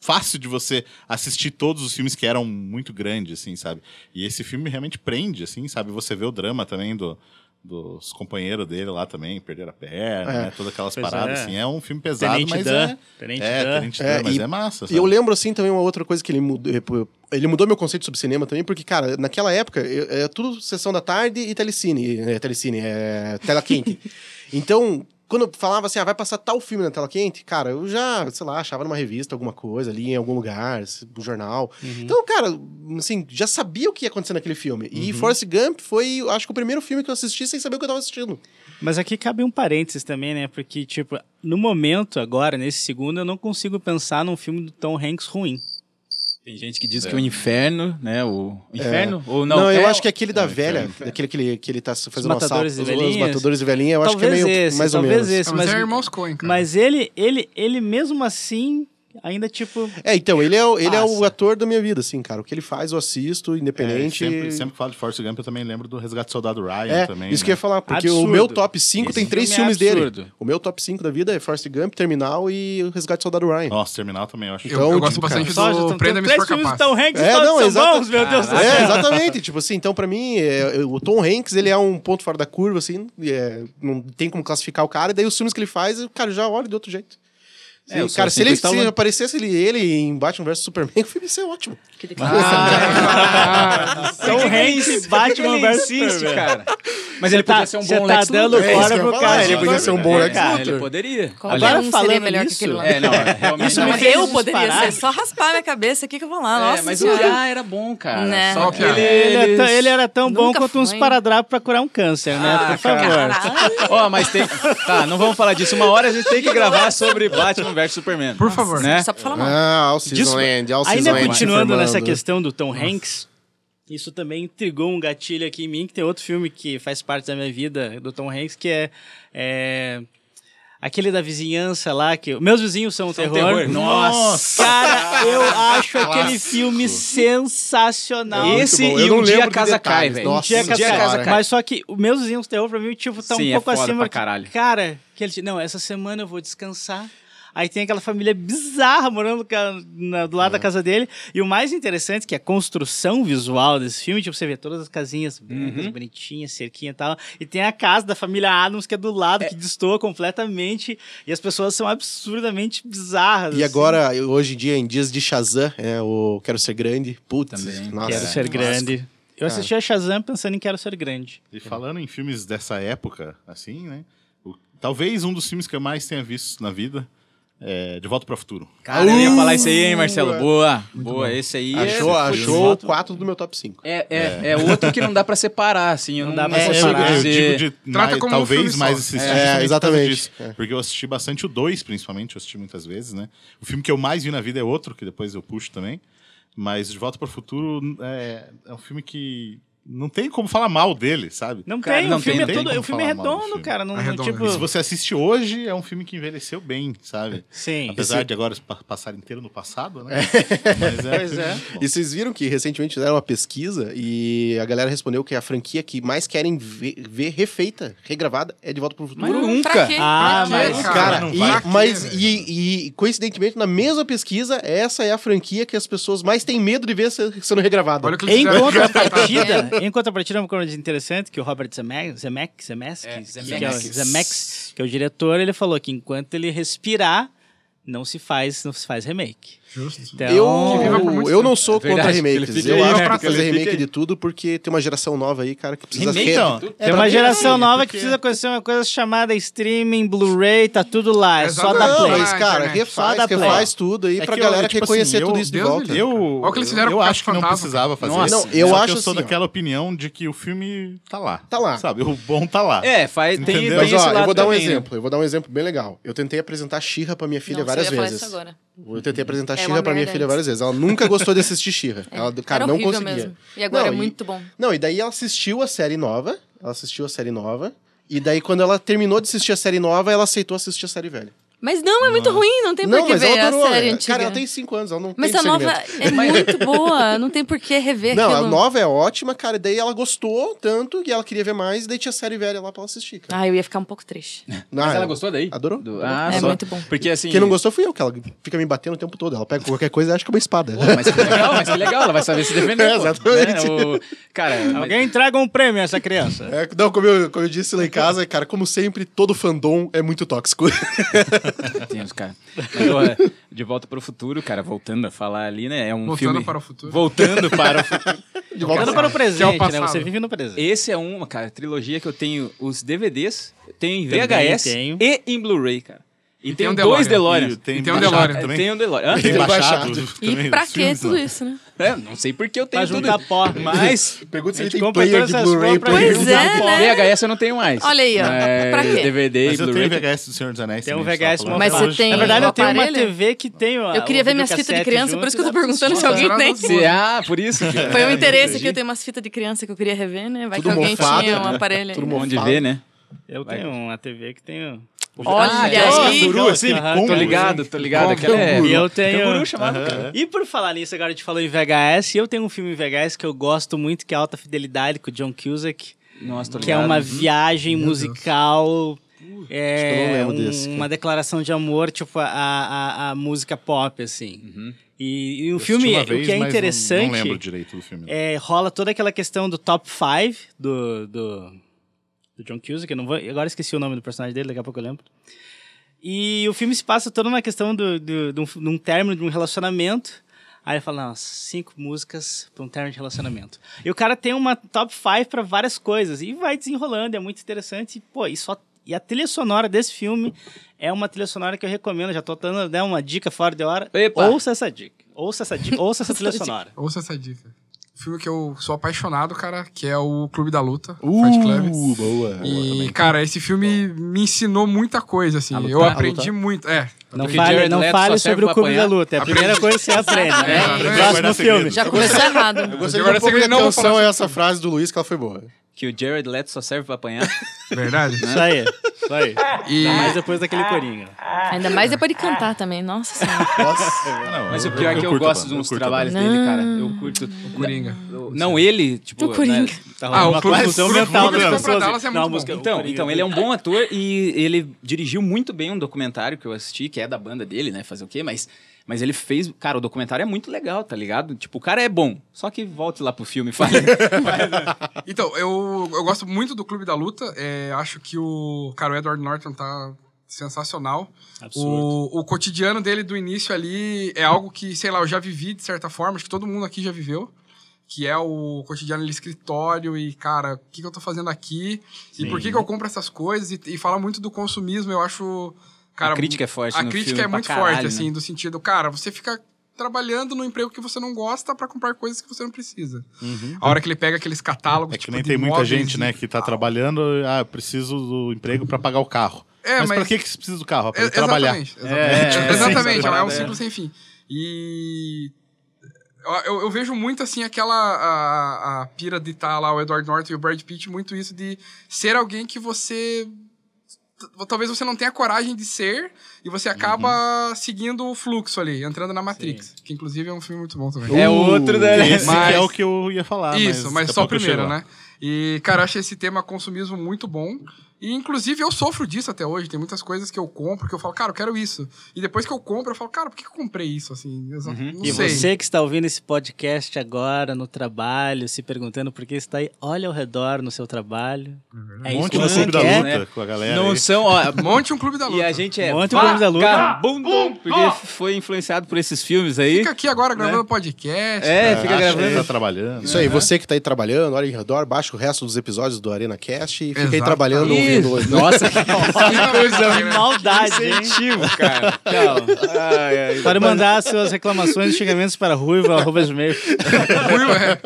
[SPEAKER 2] fácil de você assistir todos os filmes que eram muito grandes, assim, sabe? E esse filme realmente prende, assim, sabe? Você vê o drama também do, dos companheiros dele lá também, perder a perna,
[SPEAKER 5] É.
[SPEAKER 2] né? Todas aquelas
[SPEAKER 4] Pois
[SPEAKER 2] paradas,
[SPEAKER 4] é.
[SPEAKER 2] assim. É um filme pesado,
[SPEAKER 4] Tenente
[SPEAKER 2] mas
[SPEAKER 4] Dan.
[SPEAKER 2] é.
[SPEAKER 4] Tenente
[SPEAKER 2] é,
[SPEAKER 4] Dan.
[SPEAKER 2] Tenente
[SPEAKER 5] É,
[SPEAKER 2] Dan, mas
[SPEAKER 5] e-
[SPEAKER 2] é massa,
[SPEAKER 4] Tá
[SPEAKER 5] E
[SPEAKER 2] sabe?
[SPEAKER 5] eu lembro, assim, também uma outra coisa que ele mudou. Ele mudou meu conceito sobre cinema também, porque, cara, naquela época, eu- é tudo sessão da tarde e telecine. É, telecine, é tela quente. então, quando eu falava assim, ah, vai passar tal filme na tela quente, cara, eu já, sei lá, achava numa revista alguma coisa ali, em algum lugar, um jornal.
[SPEAKER 4] Uhum.
[SPEAKER 5] Então, cara, assim, já sabia o que ia acontecer naquele filme. E
[SPEAKER 4] Uhum.
[SPEAKER 5] Forrest Gump foi, eu acho que o primeiro filme que eu assisti sem saber o que eu tava assistindo.
[SPEAKER 4] Mas aqui cabe um parênteses também, né? Porque, tipo, no momento agora, nesse segundo, eu não consigo pensar num filme do Tom Hanks ruim.
[SPEAKER 3] Tem gente que diz que o inferno, né? O inferno? Ou
[SPEAKER 5] É. Não,
[SPEAKER 3] não?
[SPEAKER 5] eu
[SPEAKER 3] é-
[SPEAKER 5] acho que aquele da
[SPEAKER 3] Não,
[SPEAKER 5] velha,
[SPEAKER 3] inferno, inferno.
[SPEAKER 5] aquele que ele, que ele tá fazendo um assalto,
[SPEAKER 4] é um Matadores
[SPEAKER 5] os,
[SPEAKER 4] e
[SPEAKER 5] os
[SPEAKER 4] Velhinhas?
[SPEAKER 5] matadores e velhinha, eu acho que é
[SPEAKER 4] talvez
[SPEAKER 5] meio
[SPEAKER 4] esse,
[SPEAKER 5] mais ou
[SPEAKER 4] talvez
[SPEAKER 5] menos.
[SPEAKER 4] esse.
[SPEAKER 6] Ah,
[SPEAKER 4] mas
[SPEAKER 6] mas é irmãos Coen, cara.
[SPEAKER 4] mas ele, ele, ele mesmo assim, ainda tipo...
[SPEAKER 5] É, então, ele é, o- ele é o
[SPEAKER 4] Passa.
[SPEAKER 5] ator da minha vida, assim, cara. O que ele faz, eu assisto,
[SPEAKER 2] É,
[SPEAKER 5] independente.
[SPEAKER 2] sempre, sempre que falo de Force Gump, eu também lembro do Resgate do Soldado Ryan
[SPEAKER 5] É,
[SPEAKER 2] também. né?
[SPEAKER 5] isso que eu ia falar, porque o
[SPEAKER 4] Absurdo.
[SPEAKER 5] meu top 5
[SPEAKER 3] Esse
[SPEAKER 5] tem três
[SPEAKER 3] filme é
[SPEAKER 5] filmes dele.
[SPEAKER 3] absurdo.
[SPEAKER 5] O meu top 5 da vida é Forrest Gump, Terminal e O Resgate do Soldado Ryan.
[SPEAKER 2] Nossa, Terminal também, eu acho.
[SPEAKER 5] Então,
[SPEAKER 6] eu, eu gosto
[SPEAKER 5] tipo,
[SPEAKER 6] bastante
[SPEAKER 4] Só, já
[SPEAKER 6] do
[SPEAKER 4] estão-
[SPEAKER 6] Prenda-me se
[SPEAKER 4] três
[SPEAKER 6] for
[SPEAKER 4] filmes
[SPEAKER 6] capaz.
[SPEAKER 4] do Tom Hanks
[SPEAKER 5] É,
[SPEAKER 4] é, todos
[SPEAKER 5] não,
[SPEAKER 4] são
[SPEAKER 5] exata-
[SPEAKER 4] bons, meu Deus do céu.
[SPEAKER 5] É, exatamente. tipo assim, então pra mim, é, o Tom Hanks, ele é um ponto fora da curva, assim. e é, não tem como classificar o cara. E daí os filmes que ele faz, o cara já olha de outro jeito.
[SPEAKER 3] É,
[SPEAKER 5] E,
[SPEAKER 3] o
[SPEAKER 5] cara, se ele, se
[SPEAKER 3] Stallone.
[SPEAKER 5] aparecesse ele, ele em Batman vs Superman, o filme ia ser ótimo.
[SPEAKER 7] Que declaração.
[SPEAKER 4] Tom Então Hanks, Batman
[SPEAKER 3] Ele
[SPEAKER 4] vs
[SPEAKER 3] insiste,
[SPEAKER 4] Superman.
[SPEAKER 3] cara. Mas ele
[SPEAKER 4] Você tá-
[SPEAKER 3] podia ser um
[SPEAKER 4] você
[SPEAKER 3] bom
[SPEAKER 4] tá
[SPEAKER 3] Lex
[SPEAKER 4] dando
[SPEAKER 3] Luthor. Ah,
[SPEAKER 5] É isso que eu
[SPEAKER 4] fora
[SPEAKER 5] ia
[SPEAKER 4] pro
[SPEAKER 5] falar,
[SPEAKER 4] cara.
[SPEAKER 5] ele
[SPEAKER 4] tipo,
[SPEAKER 5] podia ser um bom
[SPEAKER 4] é,
[SPEAKER 5] Lex
[SPEAKER 4] cara.
[SPEAKER 5] Luthor.
[SPEAKER 3] Ele poderia.
[SPEAKER 7] Qualquer
[SPEAKER 4] Agora
[SPEAKER 7] um
[SPEAKER 4] falando
[SPEAKER 7] seria melhor
[SPEAKER 4] nisso,
[SPEAKER 7] que aquele lá.
[SPEAKER 3] É, não, é, realmente.
[SPEAKER 4] Isso
[SPEAKER 3] não,
[SPEAKER 4] me
[SPEAKER 3] mas-
[SPEAKER 4] fez
[SPEAKER 7] eu poderia
[SPEAKER 4] parar.
[SPEAKER 7] ser, É só raspar minha cabeça aqui que eu vou lá.
[SPEAKER 3] É,
[SPEAKER 7] Nossa
[SPEAKER 3] mas o
[SPEAKER 7] senhora.
[SPEAKER 3] olhar era bom, cara.
[SPEAKER 7] Né?
[SPEAKER 3] Só que
[SPEAKER 6] Só que
[SPEAKER 3] ele...
[SPEAKER 4] Ele, é tão- ele era tão bom
[SPEAKER 7] Nunca
[SPEAKER 4] quanto uns
[SPEAKER 7] foi.
[SPEAKER 4] paradrapos pra curar um câncer, né?
[SPEAKER 3] Ah,
[SPEAKER 4] Por favor.
[SPEAKER 7] Caralho.
[SPEAKER 3] Ó, mas tem... Tá, não vamos falar disso. Uma hora a gente tem que gravar sobre Batman vs Superman.
[SPEAKER 6] Por favor.
[SPEAKER 3] Né?
[SPEAKER 7] Só pra falar mal.
[SPEAKER 5] Ah, All
[SPEAKER 4] Disso-
[SPEAKER 5] Season End, All Season
[SPEAKER 4] Ainda
[SPEAKER 5] End.
[SPEAKER 4] né, continuando
[SPEAKER 5] informando.
[SPEAKER 4] nessa questão do Tom Hanks, isso também intrigou um gatilho aqui em mim, que tem outro filme que faz parte da minha vida do Tom Hanks, que é. é, Aquele da vizinhança lá, que. Meus vizinhos são, um
[SPEAKER 3] São um
[SPEAKER 4] terror.
[SPEAKER 3] terror. Nossa!
[SPEAKER 4] Cara, eu acho aquele filme sensacional.
[SPEAKER 3] Esse
[SPEAKER 5] bom. Eu
[SPEAKER 3] e
[SPEAKER 5] não
[SPEAKER 3] um dia
[SPEAKER 5] lembro
[SPEAKER 3] a
[SPEAKER 5] de
[SPEAKER 3] casa
[SPEAKER 5] detalhes.
[SPEAKER 3] cai, velho. Um
[SPEAKER 5] Nossa
[SPEAKER 4] Tinha
[SPEAKER 3] dia
[SPEAKER 4] que
[SPEAKER 3] a
[SPEAKER 5] Senhora.
[SPEAKER 3] casa cai.
[SPEAKER 4] Mas só que o Meus Vizinhos Terror, pra mim, tipo, tá
[SPEAKER 3] Sim,
[SPEAKER 4] um
[SPEAKER 3] é
[SPEAKER 4] pouco
[SPEAKER 3] foda
[SPEAKER 4] acima.
[SPEAKER 3] pra
[SPEAKER 4] que-
[SPEAKER 3] caralho.
[SPEAKER 4] Cara, que ele. t- Não, essa semana eu vou descansar. Aí tem aquela família bizarra morando ca- na- do lado
[SPEAKER 3] Uhum.
[SPEAKER 4] da casa dele. E o mais interessante que é a construção visual desse filme. Tipo, você vê todas as casinhas
[SPEAKER 3] Uhum.
[SPEAKER 4] brancas, bonitinhas, cerquinha e tal. E tem a casa da família Adams, que é do lado, que destoa completamente. E as pessoas são absurdamente bizarras.
[SPEAKER 5] E
[SPEAKER 4] assim.
[SPEAKER 5] agora, eu- hoje em dia, em dias de Shazam, é o Quero Ser Grande. Putz,
[SPEAKER 3] Também.
[SPEAKER 5] nossa.
[SPEAKER 4] Quero Ser Grande. Eu
[SPEAKER 3] É.
[SPEAKER 4] assisti a Shazam pensando em Quero Ser Grande.
[SPEAKER 5] Uhum.
[SPEAKER 2] E falando em filmes dessa época, assim, né? o- talvez um dos filmes que eu mais tenha visto na vida é, De Volta para o Futuro.
[SPEAKER 3] Cara, eu
[SPEAKER 5] Uh!
[SPEAKER 3] ia falar isso aí, hein, Marcelo? Boa, boa. Esse aí é-
[SPEAKER 5] Achou, achou quatro do meu top 5.
[SPEAKER 3] É, é, é outro que não dá pra separar, assim. Eu não,
[SPEAKER 4] dá
[SPEAKER 3] dá
[SPEAKER 4] pra
[SPEAKER 3] pra
[SPEAKER 4] É,
[SPEAKER 3] separar.
[SPEAKER 4] eu-
[SPEAKER 2] eu digo de
[SPEAKER 6] Trata
[SPEAKER 2] mais-
[SPEAKER 6] como um
[SPEAKER 2] talvez
[SPEAKER 6] filme só.
[SPEAKER 2] mais assistir.
[SPEAKER 5] É,
[SPEAKER 2] justamente por causa
[SPEAKER 5] exatamente.
[SPEAKER 2] disso.
[SPEAKER 5] É.
[SPEAKER 2] Porque eu assisti bastante o 2, principalmente, eu assisti muitas vezes, né? O filme que eu mais vi na vida é outro, que depois eu puxo também. Mas De Volta para o Futuro é, é um filme que não tem como falar mal dele, sabe?
[SPEAKER 4] Não
[SPEAKER 3] Cara,
[SPEAKER 4] tem,
[SPEAKER 3] não
[SPEAKER 4] o filme
[SPEAKER 3] tem-
[SPEAKER 4] é
[SPEAKER 2] tem
[SPEAKER 4] todo.
[SPEAKER 2] como
[SPEAKER 4] o filme é
[SPEAKER 2] falar mal do
[SPEAKER 4] redondo,
[SPEAKER 2] filme.
[SPEAKER 4] cara. Não, não,
[SPEAKER 6] Arredondo.
[SPEAKER 4] tipo.
[SPEAKER 6] E
[SPEAKER 2] Se você assiste hoje, é um filme que envelheceu bem, sabe?
[SPEAKER 4] Sim.
[SPEAKER 2] Apesar de agora pa- passar inteiro no passado, né? Mas é,
[SPEAKER 4] Pois é.
[SPEAKER 5] E vocês viram que recentemente fizeram uma pesquisa e a galera respondeu que a franquia que mais querem ver, ver refeita, regravada, é De Volta pro Futuro.
[SPEAKER 3] Mas nunca.
[SPEAKER 7] Pra quê?
[SPEAKER 4] Ah,
[SPEAKER 7] Pra quê?
[SPEAKER 4] mas-
[SPEAKER 5] Cara,
[SPEAKER 6] não
[SPEAKER 5] e-
[SPEAKER 6] vai né? aqui,
[SPEAKER 5] mas
[SPEAKER 6] velho.
[SPEAKER 5] e, e, coincidentemente, na mesma pesquisa, essa é a franquia que as pessoas mais têm medo de ver se- sendo regravada.
[SPEAKER 6] Olha o que eles
[SPEAKER 4] Em
[SPEAKER 6] fizeram. Tá
[SPEAKER 4] contrapartida, em contrapartida, uma coisa interessante que o Robert Zemeck, Zemeck, Zemeck,
[SPEAKER 3] É,
[SPEAKER 4] que, é o,
[SPEAKER 3] Zemeckis.
[SPEAKER 4] Zemeckis, que é o diretor, ele falou que enquanto ele respirar, não se faz, não se faz remake.
[SPEAKER 6] Justo.
[SPEAKER 4] Então,
[SPEAKER 5] eu,
[SPEAKER 6] Que viva por muito
[SPEAKER 5] eu
[SPEAKER 6] tempo.
[SPEAKER 5] não sou
[SPEAKER 3] É verdade,
[SPEAKER 5] contra
[SPEAKER 3] que ele
[SPEAKER 5] remakes.
[SPEAKER 3] fique
[SPEAKER 5] Eu
[SPEAKER 3] aí,
[SPEAKER 5] acho
[SPEAKER 6] né?
[SPEAKER 5] que
[SPEAKER 6] Que
[SPEAKER 5] fazer
[SPEAKER 6] ele fique
[SPEAKER 5] remake
[SPEAKER 6] aí.
[SPEAKER 5] de tudo porque tem uma geração nova aí, cara, que precisa
[SPEAKER 2] Remake,
[SPEAKER 5] re-
[SPEAKER 2] então.
[SPEAKER 4] tem uma geração nova que precisa conhecer uma coisa chamada streaming, Blu-ray, tá tudo lá, é só da
[SPEAKER 6] Exatamente.
[SPEAKER 5] Não,
[SPEAKER 4] Play.
[SPEAKER 5] mas, cara,
[SPEAKER 6] Ah,
[SPEAKER 5] refaz,
[SPEAKER 4] internet.
[SPEAKER 5] refaz tudo aí
[SPEAKER 2] É
[SPEAKER 5] pra
[SPEAKER 2] que eu-
[SPEAKER 5] galera
[SPEAKER 2] tipo
[SPEAKER 5] reconhecer
[SPEAKER 2] assim,
[SPEAKER 5] tudo
[SPEAKER 2] eu-
[SPEAKER 5] isso
[SPEAKER 6] Deus
[SPEAKER 5] de
[SPEAKER 6] me
[SPEAKER 5] volta.
[SPEAKER 6] livre.
[SPEAKER 2] Eu,
[SPEAKER 6] Olha o que eles fizeram
[SPEAKER 2] eu
[SPEAKER 6] com o
[SPEAKER 2] acho que não
[SPEAKER 6] Fantasma,
[SPEAKER 2] precisava fazer
[SPEAKER 5] Nossa,
[SPEAKER 2] isso.
[SPEAKER 5] não, eu
[SPEAKER 2] Só que
[SPEAKER 5] acho
[SPEAKER 2] eu sou
[SPEAKER 5] assim, ó.
[SPEAKER 2] daquela opinião de que o filme tá lá.
[SPEAKER 5] Tá lá.
[SPEAKER 2] Sabe, o bom tá lá.
[SPEAKER 3] É, faz, tem, tem
[SPEAKER 2] Entendeu?
[SPEAKER 5] Mas
[SPEAKER 3] esse
[SPEAKER 5] ó,
[SPEAKER 3] lado
[SPEAKER 5] eu vou dar um
[SPEAKER 3] também, né?
[SPEAKER 5] exemplo, eu vou dar um exemplo bem legal. Eu tentei apresentar Xirra pra minha filha
[SPEAKER 7] Nossa,
[SPEAKER 5] várias
[SPEAKER 7] eu ia falar
[SPEAKER 5] vezes.
[SPEAKER 7] isso agora.
[SPEAKER 5] Eu tentei apresentar
[SPEAKER 7] É
[SPEAKER 5] Xirra
[SPEAKER 7] uma
[SPEAKER 5] pra minha
[SPEAKER 7] merda
[SPEAKER 5] filha
[SPEAKER 7] antes. É.
[SPEAKER 5] várias vezes. Ela nunca gostou de assistir Xirra. Ela, cara,
[SPEAKER 7] Era
[SPEAKER 5] não
[SPEAKER 7] horrível
[SPEAKER 5] conseguia.
[SPEAKER 7] mesmo. E agora
[SPEAKER 5] Não,
[SPEAKER 7] é muito bom.
[SPEAKER 5] Não, e daí ela assistiu a série nova. Ela assistiu a série nova. E daí, quando ela terminou de assistir a série nova, ela aceitou assistir a série velha.
[SPEAKER 7] Mas não, é muito ruim, não tem
[SPEAKER 5] não,
[SPEAKER 7] por que
[SPEAKER 5] mas
[SPEAKER 7] ver
[SPEAKER 5] ela adorou. é. né?
[SPEAKER 7] a série
[SPEAKER 5] cara,
[SPEAKER 7] antiga.
[SPEAKER 5] ela tem 5 anos, ela não
[SPEAKER 7] Mas
[SPEAKER 5] tem
[SPEAKER 7] a nova
[SPEAKER 5] discernimento.
[SPEAKER 7] é muito boa, não tem por que rever
[SPEAKER 5] Não,
[SPEAKER 7] aquilo.
[SPEAKER 5] a nova é ótima, cara. E daí ela gostou tanto e ela queria ver mais. E daí tinha a série velha lá pra ela assistir, cara.
[SPEAKER 7] Ah, eu ia ficar um pouco triste.
[SPEAKER 5] Não,
[SPEAKER 3] Mas
[SPEAKER 5] ela-
[SPEAKER 3] ela gostou daí?
[SPEAKER 5] Adorou.
[SPEAKER 3] Do- Ah,
[SPEAKER 7] É
[SPEAKER 3] só.
[SPEAKER 7] muito bom.
[SPEAKER 3] Porque assim.
[SPEAKER 5] Quem não gostou fui eu, que ela fica me batendo o tempo todo. Ela pega qualquer coisa e acha que é uma espada.
[SPEAKER 3] Mas que legal, mas que legal, ela vai saber se defender.
[SPEAKER 5] É,
[SPEAKER 3] pô,
[SPEAKER 5] exatamente.
[SPEAKER 3] né? O- cara, mas-
[SPEAKER 4] Alguém traga um prêmio a essa criança.
[SPEAKER 5] É, não, como eu, como eu disse lá em casa, cara, como sempre, todo fandom é muito tóxico.
[SPEAKER 3] Deus, cara. Mas, porra, de volta pro futuro, cara, voltando a falar ali, né? É um
[SPEAKER 6] Voltando
[SPEAKER 3] filme.
[SPEAKER 6] para o futuro.
[SPEAKER 3] Voltando para o futuro.
[SPEAKER 5] De
[SPEAKER 4] Voltando para o
[SPEAKER 6] Que é
[SPEAKER 4] presente,
[SPEAKER 6] o
[SPEAKER 4] né?
[SPEAKER 6] passado.
[SPEAKER 4] Você vive no presente.
[SPEAKER 3] Esse é uma, cara, trilogia que eu tenho os DVDs, tenho em
[SPEAKER 4] Também
[SPEAKER 3] VHS
[SPEAKER 4] tenho.
[SPEAKER 3] e em Blu-ray, cara. E,
[SPEAKER 6] tem
[SPEAKER 3] tenho
[SPEAKER 6] um
[SPEAKER 3] dois
[SPEAKER 6] DeLorean.
[SPEAKER 3] DeLoreans.
[SPEAKER 6] E tem um
[SPEAKER 2] baixado
[SPEAKER 6] DeLorean
[SPEAKER 3] Eu
[SPEAKER 2] também.
[SPEAKER 3] tenho um DeLorean.
[SPEAKER 2] Tem
[SPEAKER 5] Tem
[SPEAKER 2] baixado.
[SPEAKER 5] baixado.
[SPEAKER 7] E
[SPEAKER 2] também,
[SPEAKER 7] pra
[SPEAKER 2] os
[SPEAKER 7] que
[SPEAKER 2] filmes,
[SPEAKER 7] tudo
[SPEAKER 2] né?
[SPEAKER 7] isso, né?
[SPEAKER 3] É, não sei por que eu
[SPEAKER 4] Pra
[SPEAKER 3] tenho tudo.
[SPEAKER 4] juntar pó.
[SPEAKER 3] Mas
[SPEAKER 5] Pergunta se
[SPEAKER 4] A
[SPEAKER 5] ele
[SPEAKER 4] gente
[SPEAKER 5] tem
[SPEAKER 4] compra
[SPEAKER 5] player
[SPEAKER 4] todas
[SPEAKER 5] de
[SPEAKER 4] essas
[SPEAKER 5] Blu-ray
[SPEAKER 4] compras
[SPEAKER 5] pra
[SPEAKER 4] e
[SPEAKER 5] ele.
[SPEAKER 7] Pois é,
[SPEAKER 4] junta pó.
[SPEAKER 7] né?
[SPEAKER 3] VHS eu não tenho mais.
[SPEAKER 7] Olha aí, ó.
[SPEAKER 3] Mas
[SPEAKER 7] Pra quê?
[SPEAKER 3] DVD e
[SPEAKER 2] Mas eu tenho
[SPEAKER 3] Blu-ray.
[SPEAKER 2] VHS do Senhor dos Anéis.
[SPEAKER 4] Tem um
[SPEAKER 2] também, a gente tava
[SPEAKER 4] VHS
[SPEAKER 2] tá falando. É
[SPEAKER 7] Mas você
[SPEAKER 4] montado.
[SPEAKER 7] tem
[SPEAKER 4] Na verdade,
[SPEAKER 7] um
[SPEAKER 4] eu tenho uma
[SPEAKER 7] aparelho?
[SPEAKER 4] TV que tem. ó,
[SPEAKER 7] Eu queria
[SPEAKER 4] o
[SPEAKER 7] ver minhas fitas de
[SPEAKER 4] videocassete
[SPEAKER 7] criança,
[SPEAKER 4] junto
[SPEAKER 7] por isso que eu tô
[SPEAKER 4] e dá pra
[SPEAKER 7] perguntando se
[SPEAKER 4] assistir.
[SPEAKER 6] Será
[SPEAKER 7] alguém tem.
[SPEAKER 6] que
[SPEAKER 3] Se- Ah, por isso. que-
[SPEAKER 7] Foi um interesse
[SPEAKER 3] entendi.
[SPEAKER 7] aqui, eu tenho umas fitas de criança que eu queria rever, né? Vai
[SPEAKER 5] Tudo
[SPEAKER 7] que alguém
[SPEAKER 5] mofado,
[SPEAKER 7] tinha um
[SPEAKER 5] né?
[SPEAKER 7] aparelho. aí.
[SPEAKER 5] Tudo
[SPEAKER 3] Bom de
[SPEAKER 5] Fala.
[SPEAKER 3] ver, né?
[SPEAKER 4] Eu
[SPEAKER 3] Vai.
[SPEAKER 4] tenho uma TV que tem. ó.
[SPEAKER 7] Olha
[SPEAKER 3] Ah,
[SPEAKER 7] aí.
[SPEAKER 3] aquela
[SPEAKER 2] canguru, assim,
[SPEAKER 4] Aham,
[SPEAKER 2] com-
[SPEAKER 3] Tô ligado, tô ligado.
[SPEAKER 6] Com
[SPEAKER 3] Aquela é...
[SPEAKER 6] canguru.
[SPEAKER 4] E eu tenho- um
[SPEAKER 3] Canguru chamado, cara.
[SPEAKER 4] E por falar nisso, agora a gente falou em VHS, eu tenho um filme em VHS que eu gosto muito, que é Alta Fidelidade, com o John Cusack,
[SPEAKER 3] Nossa, tô
[SPEAKER 4] que é
[SPEAKER 3] ligado. uhum.
[SPEAKER 4] uma viagem musical.
[SPEAKER 5] acho que eu
[SPEAKER 4] É
[SPEAKER 5] não lembro
[SPEAKER 4] um-
[SPEAKER 5] desse, cara.
[SPEAKER 4] uma declaração de amor, tipo, a, a, a música pop, assim. E, e o
[SPEAKER 2] Eu assisti
[SPEAKER 4] filme,
[SPEAKER 2] uma
[SPEAKER 4] o
[SPEAKER 2] vez,
[SPEAKER 4] que é
[SPEAKER 2] mas não-
[SPEAKER 4] interessante,
[SPEAKER 2] Não lembro direito do filme.
[SPEAKER 4] é, rola toda aquela questão do top 5 do, do, do John Cusack. Eu não vou, agora esqueci o nome do personagem dele, daqui a pouco eu lembro. E o filme se passa toda uma questão do, do, de, um, de um término de um relacionamento. Aí ele fala, nossa, cinco músicas pra um término de relacionamento. E o cara tem uma top 5 pra várias coisas. E vai desenrolando, é muito interessante. E, pô, e, só, e a trilha sonora desse filme é uma trilha sonora que eu recomendo. Já tô dando né, uma dica fora de hora.
[SPEAKER 3] Epa.
[SPEAKER 4] Ouça essa dica. Ouça essa dica. Ouça essa trilha sonora.
[SPEAKER 6] Ouça essa dica. Filme que eu sou apaixonado, cara, que é o Clube da Luta, Fight Club.
[SPEAKER 5] Uh, boa.
[SPEAKER 6] E, cara, esse filme me ensinou muita coisa, assim. Eu
[SPEAKER 3] lutar?
[SPEAKER 6] aprendi muito. É.
[SPEAKER 4] Não
[SPEAKER 3] Porque
[SPEAKER 4] fale,
[SPEAKER 3] Jared
[SPEAKER 4] não
[SPEAKER 3] Leto só
[SPEAKER 4] fale
[SPEAKER 3] serve
[SPEAKER 4] sobre o
[SPEAKER 3] pra
[SPEAKER 4] clube da
[SPEAKER 3] apanhar.
[SPEAKER 4] luta. É a primeira coisa que você aprende.
[SPEAKER 2] aprendi
[SPEAKER 4] Né?
[SPEAKER 2] a
[SPEAKER 4] Próximo
[SPEAKER 2] guardar
[SPEAKER 4] filme.
[SPEAKER 2] segredos.
[SPEAKER 7] Já começou errado.
[SPEAKER 5] Você
[SPEAKER 6] É,
[SPEAKER 5] um
[SPEAKER 6] Agora
[SPEAKER 5] agora
[SPEAKER 6] você um
[SPEAKER 5] você
[SPEAKER 6] não vou falar
[SPEAKER 5] atenção a
[SPEAKER 6] sobre
[SPEAKER 5] essa frase do Luiz, que ela foi boa.
[SPEAKER 3] Que o Jared Leto só serve pra apanhar.
[SPEAKER 6] Verdade. né?
[SPEAKER 4] Isso aí. Isso aí.
[SPEAKER 6] E,
[SPEAKER 4] Mas depois daquele
[SPEAKER 6] Ah.
[SPEAKER 4] coringa.
[SPEAKER 7] Ainda mais depois de cantar também. Nossa senhora.
[SPEAKER 5] Nossa.
[SPEAKER 3] Mas o pior é que eu
[SPEAKER 2] curto a
[SPEAKER 3] gosto de
[SPEAKER 2] banda,
[SPEAKER 3] uns
[SPEAKER 2] curto a
[SPEAKER 3] trabalhos
[SPEAKER 7] banda.
[SPEAKER 3] dele, cara. Eu curto.
[SPEAKER 6] Coringa.
[SPEAKER 3] Não ele, tipo.
[SPEAKER 7] O Coringa.
[SPEAKER 3] né?
[SPEAKER 4] Tá
[SPEAKER 6] Ah, o
[SPEAKER 4] rolando uma
[SPEAKER 6] Clube-
[SPEAKER 4] confusão
[SPEAKER 6] Clube-
[SPEAKER 4] mental
[SPEAKER 6] Clube
[SPEAKER 4] das
[SPEAKER 6] dos
[SPEAKER 4] pessoas.
[SPEAKER 6] Compradores é
[SPEAKER 4] Não,
[SPEAKER 6] muito
[SPEAKER 4] a música-
[SPEAKER 6] bom.
[SPEAKER 4] o
[SPEAKER 3] Então,
[SPEAKER 4] Coringa-
[SPEAKER 3] então, ele é um bom ator e ele dirigiu muito bem um documentário que eu assisti, que é da banda dele, né? Fazer o quê? Mas, mas ele fez. Cara, o documentário é muito legal, tá ligado? Tipo, o cara é bom. Só que volte lá pro filme e fale.
[SPEAKER 6] Então, eu, eu gosto muito do Clube da Luta. é, acho que o, cara, o Edward Norton tá sensacional. O, o cotidiano dele do início ali é algo que, sei lá, eu já vivi de certa forma, acho que todo mundo aqui já viveu. Que é o cotidiano ali, escritório e, cara, o que, que eu tô fazendo aqui? E por que, que eu compro essas coisas? E, e fala muito do consumismo, eu acho
[SPEAKER 3] A crítica é forte
[SPEAKER 6] A
[SPEAKER 3] no
[SPEAKER 6] crítica
[SPEAKER 3] filme
[SPEAKER 6] é
[SPEAKER 3] pra
[SPEAKER 6] muito
[SPEAKER 3] caralho,
[SPEAKER 6] forte,
[SPEAKER 3] né?
[SPEAKER 6] assim, do sentido, cara, você fica trabalhando no emprego que você não gosta pra comprar coisas que você não precisa.
[SPEAKER 3] Uhum.
[SPEAKER 6] A hora que ele pega aqueles catálogos,
[SPEAKER 2] É que
[SPEAKER 6] tipo,
[SPEAKER 2] nem
[SPEAKER 6] de
[SPEAKER 2] tem muita
[SPEAKER 6] móveis
[SPEAKER 2] gente,
[SPEAKER 6] e-
[SPEAKER 2] né, que tá trabalhando, ah, eu preciso do emprego pra pagar o carro.
[SPEAKER 6] É,
[SPEAKER 2] mas, pra
[SPEAKER 6] mas-
[SPEAKER 2] que que você precisa do carro? Pra
[SPEAKER 6] É,
[SPEAKER 2] ele trabalhar.
[SPEAKER 6] Exatamente.
[SPEAKER 3] É,
[SPEAKER 6] Exatamente,
[SPEAKER 3] é, é,
[SPEAKER 6] Exatamente,
[SPEAKER 3] é,
[SPEAKER 6] é um
[SPEAKER 3] é.
[SPEAKER 6] ciclo sem fim. E eu- eu, eu vejo muito assim aquela a, a pira de estar lá o Edward Norton e o Brad Pitt, muito isso de ser alguém que você t- talvez você não tenha coragem de ser e você acaba
[SPEAKER 3] Uhum.
[SPEAKER 6] seguindo o fluxo ali, entrando na Matrix, que inclusive é um filme muito bom também.
[SPEAKER 3] É outro da
[SPEAKER 2] Esse
[SPEAKER 6] Mas-
[SPEAKER 2] que é o que eu ia falar.
[SPEAKER 6] Isso, mas
[SPEAKER 2] daqui a
[SPEAKER 6] só o
[SPEAKER 2] pouco eu
[SPEAKER 6] primeiro,
[SPEAKER 2] chego é lá.
[SPEAKER 6] né? E, cara, eu acho esse tema consumismo muito bom. E, inclusive, eu sofro disso até hoje. Tem muitas coisas que eu compro que eu falo, cara, eu quero isso. E depois que eu compro, eu falo, cara, por que que eu comprei isso? Assim, eu só-
[SPEAKER 3] Uhum.
[SPEAKER 6] não
[SPEAKER 4] E
[SPEAKER 6] sei.
[SPEAKER 4] você que está ouvindo esse podcast agora no trabalho, se perguntando por que está aí, olha ao redor no seu trabalho. É
[SPEAKER 2] Um
[SPEAKER 4] isso
[SPEAKER 2] monte
[SPEAKER 4] que
[SPEAKER 2] no
[SPEAKER 4] você
[SPEAKER 2] clube da
[SPEAKER 4] quer. né?
[SPEAKER 2] luta com a galera.
[SPEAKER 3] Não
[SPEAKER 2] aí.
[SPEAKER 3] são, ó,
[SPEAKER 6] Monte um clube da luta.
[SPEAKER 3] E a gente é
[SPEAKER 4] Monte o Clube da Luta.
[SPEAKER 3] vagabundo, porque foi influenciado por esses filmes aí.
[SPEAKER 6] Fica aqui agora gravando
[SPEAKER 3] né?
[SPEAKER 6] podcast.
[SPEAKER 3] É,
[SPEAKER 2] É,
[SPEAKER 3] fica
[SPEAKER 2] acha que
[SPEAKER 3] gravando.
[SPEAKER 2] Tá trabalhando.
[SPEAKER 5] Isso aí, você que tá aí trabalhando, olha em redor, baixa o resto dos episódios do Arena Cast e fica aí
[SPEAKER 6] Exato.
[SPEAKER 5] trabalhando
[SPEAKER 3] Isso.
[SPEAKER 2] né?
[SPEAKER 5] ouvindo hoje.
[SPEAKER 3] Nossa,
[SPEAKER 6] Finalmente, né?
[SPEAKER 4] Maldade, hein?
[SPEAKER 3] incentivo, cara. Não. Ai, ai.
[SPEAKER 4] Para mandar suas reclamações e xingamentos para ruiva.gmail.
[SPEAKER 6] Ruiva, é.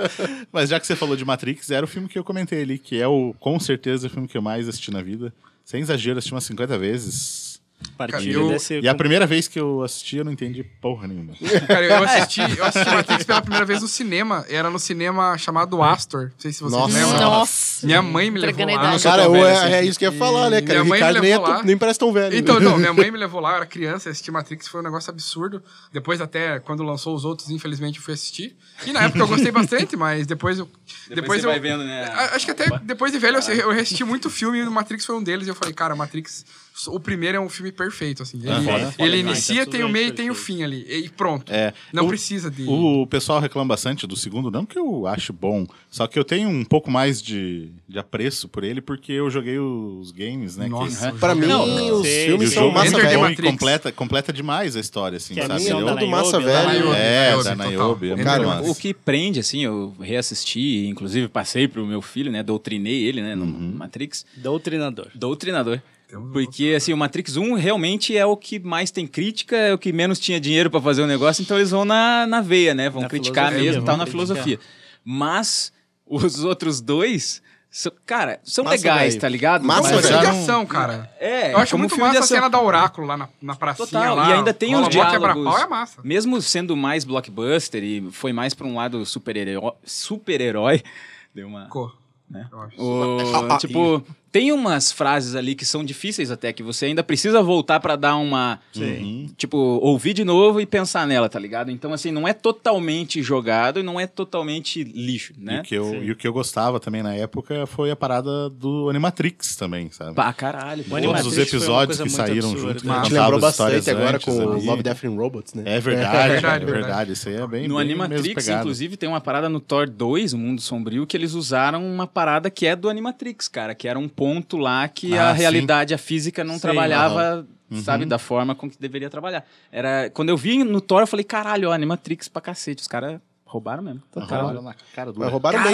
[SPEAKER 2] Mas já que você falou de Matrix, era o filme que eu comentei ali, que é o com certeza o filme que eu mais assisti na vida. Sem exagero, assisti umas 50 vezes.
[SPEAKER 4] Partilha
[SPEAKER 6] Eu-
[SPEAKER 4] desse...
[SPEAKER 2] E a primeira vez que eu assisti, eu não entendi porra nenhuma.
[SPEAKER 6] é, Cara, eu assisti, eu assisti Matrix pela primeira vez no cinema. Era no cinema chamado Astor. Não sei se vocês
[SPEAKER 5] Nossa.
[SPEAKER 6] lembram.
[SPEAKER 7] Nossa.
[SPEAKER 6] assim, Minha mãe me levou
[SPEAKER 7] Entregando a
[SPEAKER 6] lá.
[SPEAKER 7] idade.
[SPEAKER 5] Cara,
[SPEAKER 3] tão
[SPEAKER 5] eu-
[SPEAKER 3] velho
[SPEAKER 5] é,
[SPEAKER 3] assim.
[SPEAKER 5] é isso que eu ia falar, né, cara?
[SPEAKER 6] Minha
[SPEAKER 5] O
[SPEAKER 6] mãe
[SPEAKER 5] Ricardo
[SPEAKER 6] me
[SPEAKER 5] nem, é
[SPEAKER 6] levou lá.
[SPEAKER 5] tão- nem parece tão velho.
[SPEAKER 6] Então, não, minha mãe me levou lá, eu era criança, assisti Matrix, foi um negócio absurdo. Depois, até quando lançou os outros, infelizmente, eu fui assistir. E na época eu gostei bastante, mas depois eu.
[SPEAKER 3] Depois você
[SPEAKER 6] eu,
[SPEAKER 3] vai vendo, né?
[SPEAKER 6] A- Acho que até depois de velho, eu, eu assisti muito filme e o Matrix foi um deles. E eu falei, cara, Matrix, o primeiro é um filme perfeito, assim.
[SPEAKER 3] É
[SPEAKER 6] Ele,
[SPEAKER 2] Aham.
[SPEAKER 6] ele
[SPEAKER 4] Foda,
[SPEAKER 6] inicia,
[SPEAKER 4] vai, tá
[SPEAKER 6] tem o
[SPEAKER 4] tudo
[SPEAKER 6] meio e
[SPEAKER 4] bem,
[SPEAKER 6] tem o fim ali. E pronto.
[SPEAKER 2] É.
[SPEAKER 6] Não
[SPEAKER 2] O-
[SPEAKER 6] precisa de.
[SPEAKER 2] O pessoal reclama bastante do segundo, não que eu ache bom, só que eu tenho um pouco mais de, de apreço por ele, porque eu joguei os games, né? que-
[SPEAKER 6] Nossa,
[SPEAKER 5] Pra mim,
[SPEAKER 2] Não,
[SPEAKER 5] os
[SPEAKER 4] sei,
[SPEAKER 2] E o
[SPEAKER 5] filmes
[SPEAKER 4] sei.
[SPEAKER 5] são
[SPEAKER 2] jogo
[SPEAKER 5] massa
[SPEAKER 2] é muito
[SPEAKER 6] Enter the
[SPEAKER 2] bom
[SPEAKER 5] velha.
[SPEAKER 2] e
[SPEAKER 6] Matrix.
[SPEAKER 2] completa, completa demais a história, assim,
[SPEAKER 4] Que é a
[SPEAKER 2] sabe?
[SPEAKER 4] minha tá
[SPEAKER 2] Eu-
[SPEAKER 4] da
[SPEAKER 5] todo
[SPEAKER 4] Niobe,
[SPEAKER 5] massa
[SPEAKER 4] da
[SPEAKER 5] velho.
[SPEAKER 4] Niobe.
[SPEAKER 2] É,
[SPEAKER 6] Niobe,
[SPEAKER 2] da
[SPEAKER 6] total.
[SPEAKER 2] Niobe, é muito
[SPEAKER 5] Cara,
[SPEAKER 2] massa.
[SPEAKER 3] Ah, O que prende, assim, eu reassisti, inclusive passei pro meu filho, né? Doutrinei ele, né? No Matrix.
[SPEAKER 4] Doutrinador.
[SPEAKER 3] Doutrinador.
[SPEAKER 6] Temos
[SPEAKER 3] Porque, assim, o Matrix 1 realmente é o que mais tem crítica, é o que menos tinha dinheiro pra fazer o negócio, então eles vão na, na veia, né? Vão
[SPEAKER 4] Na
[SPEAKER 3] criticar
[SPEAKER 4] filosofia,
[SPEAKER 3] mesmo, tal,
[SPEAKER 4] vão
[SPEAKER 3] na
[SPEAKER 4] criticar.
[SPEAKER 3] filosofia. Mas os outros dois, são- cara, são
[SPEAKER 5] Massa,
[SPEAKER 3] legais,
[SPEAKER 5] velho.
[SPEAKER 3] tá ligado?
[SPEAKER 5] Massa,
[SPEAKER 6] Mas
[SPEAKER 3] Mas
[SPEAKER 5] velho.
[SPEAKER 6] é
[SPEAKER 2] já
[SPEAKER 6] de
[SPEAKER 2] não-
[SPEAKER 6] ação, cara.
[SPEAKER 3] É,
[SPEAKER 6] eu acho
[SPEAKER 3] como
[SPEAKER 6] muito
[SPEAKER 3] filme de
[SPEAKER 6] massa a
[SPEAKER 3] ação.
[SPEAKER 6] cena da Oráculo lá na, na pracinha.
[SPEAKER 3] Total,
[SPEAKER 6] Lá,
[SPEAKER 3] e ainda tem
[SPEAKER 6] rola
[SPEAKER 3] os
[SPEAKER 6] mó quebra-pau,
[SPEAKER 3] diálogos. Né?
[SPEAKER 6] É massa.
[SPEAKER 3] Mesmo sendo mais blockbuster e foi mais pra um lado super-herói, super-herói, deu uma...
[SPEAKER 6] Ficou,
[SPEAKER 3] Né?
[SPEAKER 6] eu acho.
[SPEAKER 3] O- tipo, tem umas frases ali que são difíceis até, que você ainda precisa voltar pra dar uma. Tipo, ouvir de novo e pensar nela, tá ligado? Então, assim, não é totalmente jogado e não é totalmente lixo,
[SPEAKER 2] E,
[SPEAKER 3] né?
[SPEAKER 2] o que eu, e o que eu gostava também na época foi a parada do Animatrix também, sabe?
[SPEAKER 3] Pá, caralho.
[SPEAKER 4] O
[SPEAKER 3] pô.
[SPEAKER 2] Todos
[SPEAKER 4] Animatrix
[SPEAKER 2] os
[SPEAKER 4] foi uma
[SPEAKER 2] episódios
[SPEAKER 4] coisa
[SPEAKER 2] que
[SPEAKER 4] muito
[SPEAKER 2] saíram
[SPEAKER 4] absurda,
[SPEAKER 2] juntos.
[SPEAKER 4] né?
[SPEAKER 5] A gente
[SPEAKER 2] contava
[SPEAKER 5] lembrou
[SPEAKER 2] as histórias
[SPEAKER 5] bastante agora com
[SPEAKER 2] antes ali.
[SPEAKER 5] Love, Death and Robots, né?
[SPEAKER 2] É verdade, é
[SPEAKER 6] verdade,
[SPEAKER 2] verdade,
[SPEAKER 6] verdade.
[SPEAKER 2] Isso aí é bem.
[SPEAKER 3] No
[SPEAKER 2] bem mesmo
[SPEAKER 3] Animatrix,
[SPEAKER 2] pegada.
[SPEAKER 3] inclusive, tem uma parada no Thor 2, o Mundo Sombrio, que eles usaram uma parada que é do Animatrix, cara, que era um ponto lá que
[SPEAKER 2] Ah,
[SPEAKER 3] a
[SPEAKER 2] sim.
[SPEAKER 3] realidade, a física não
[SPEAKER 4] Sim,
[SPEAKER 3] trabalhava, sabe, da forma com que deveria trabalhar. Era, quando eu vi no Thor, eu falei, caralho, ó, Animatrix pra cacete, os caras roubaram mesmo. Total.
[SPEAKER 2] Roubaram na cara do.
[SPEAKER 5] Mas roubaram bem.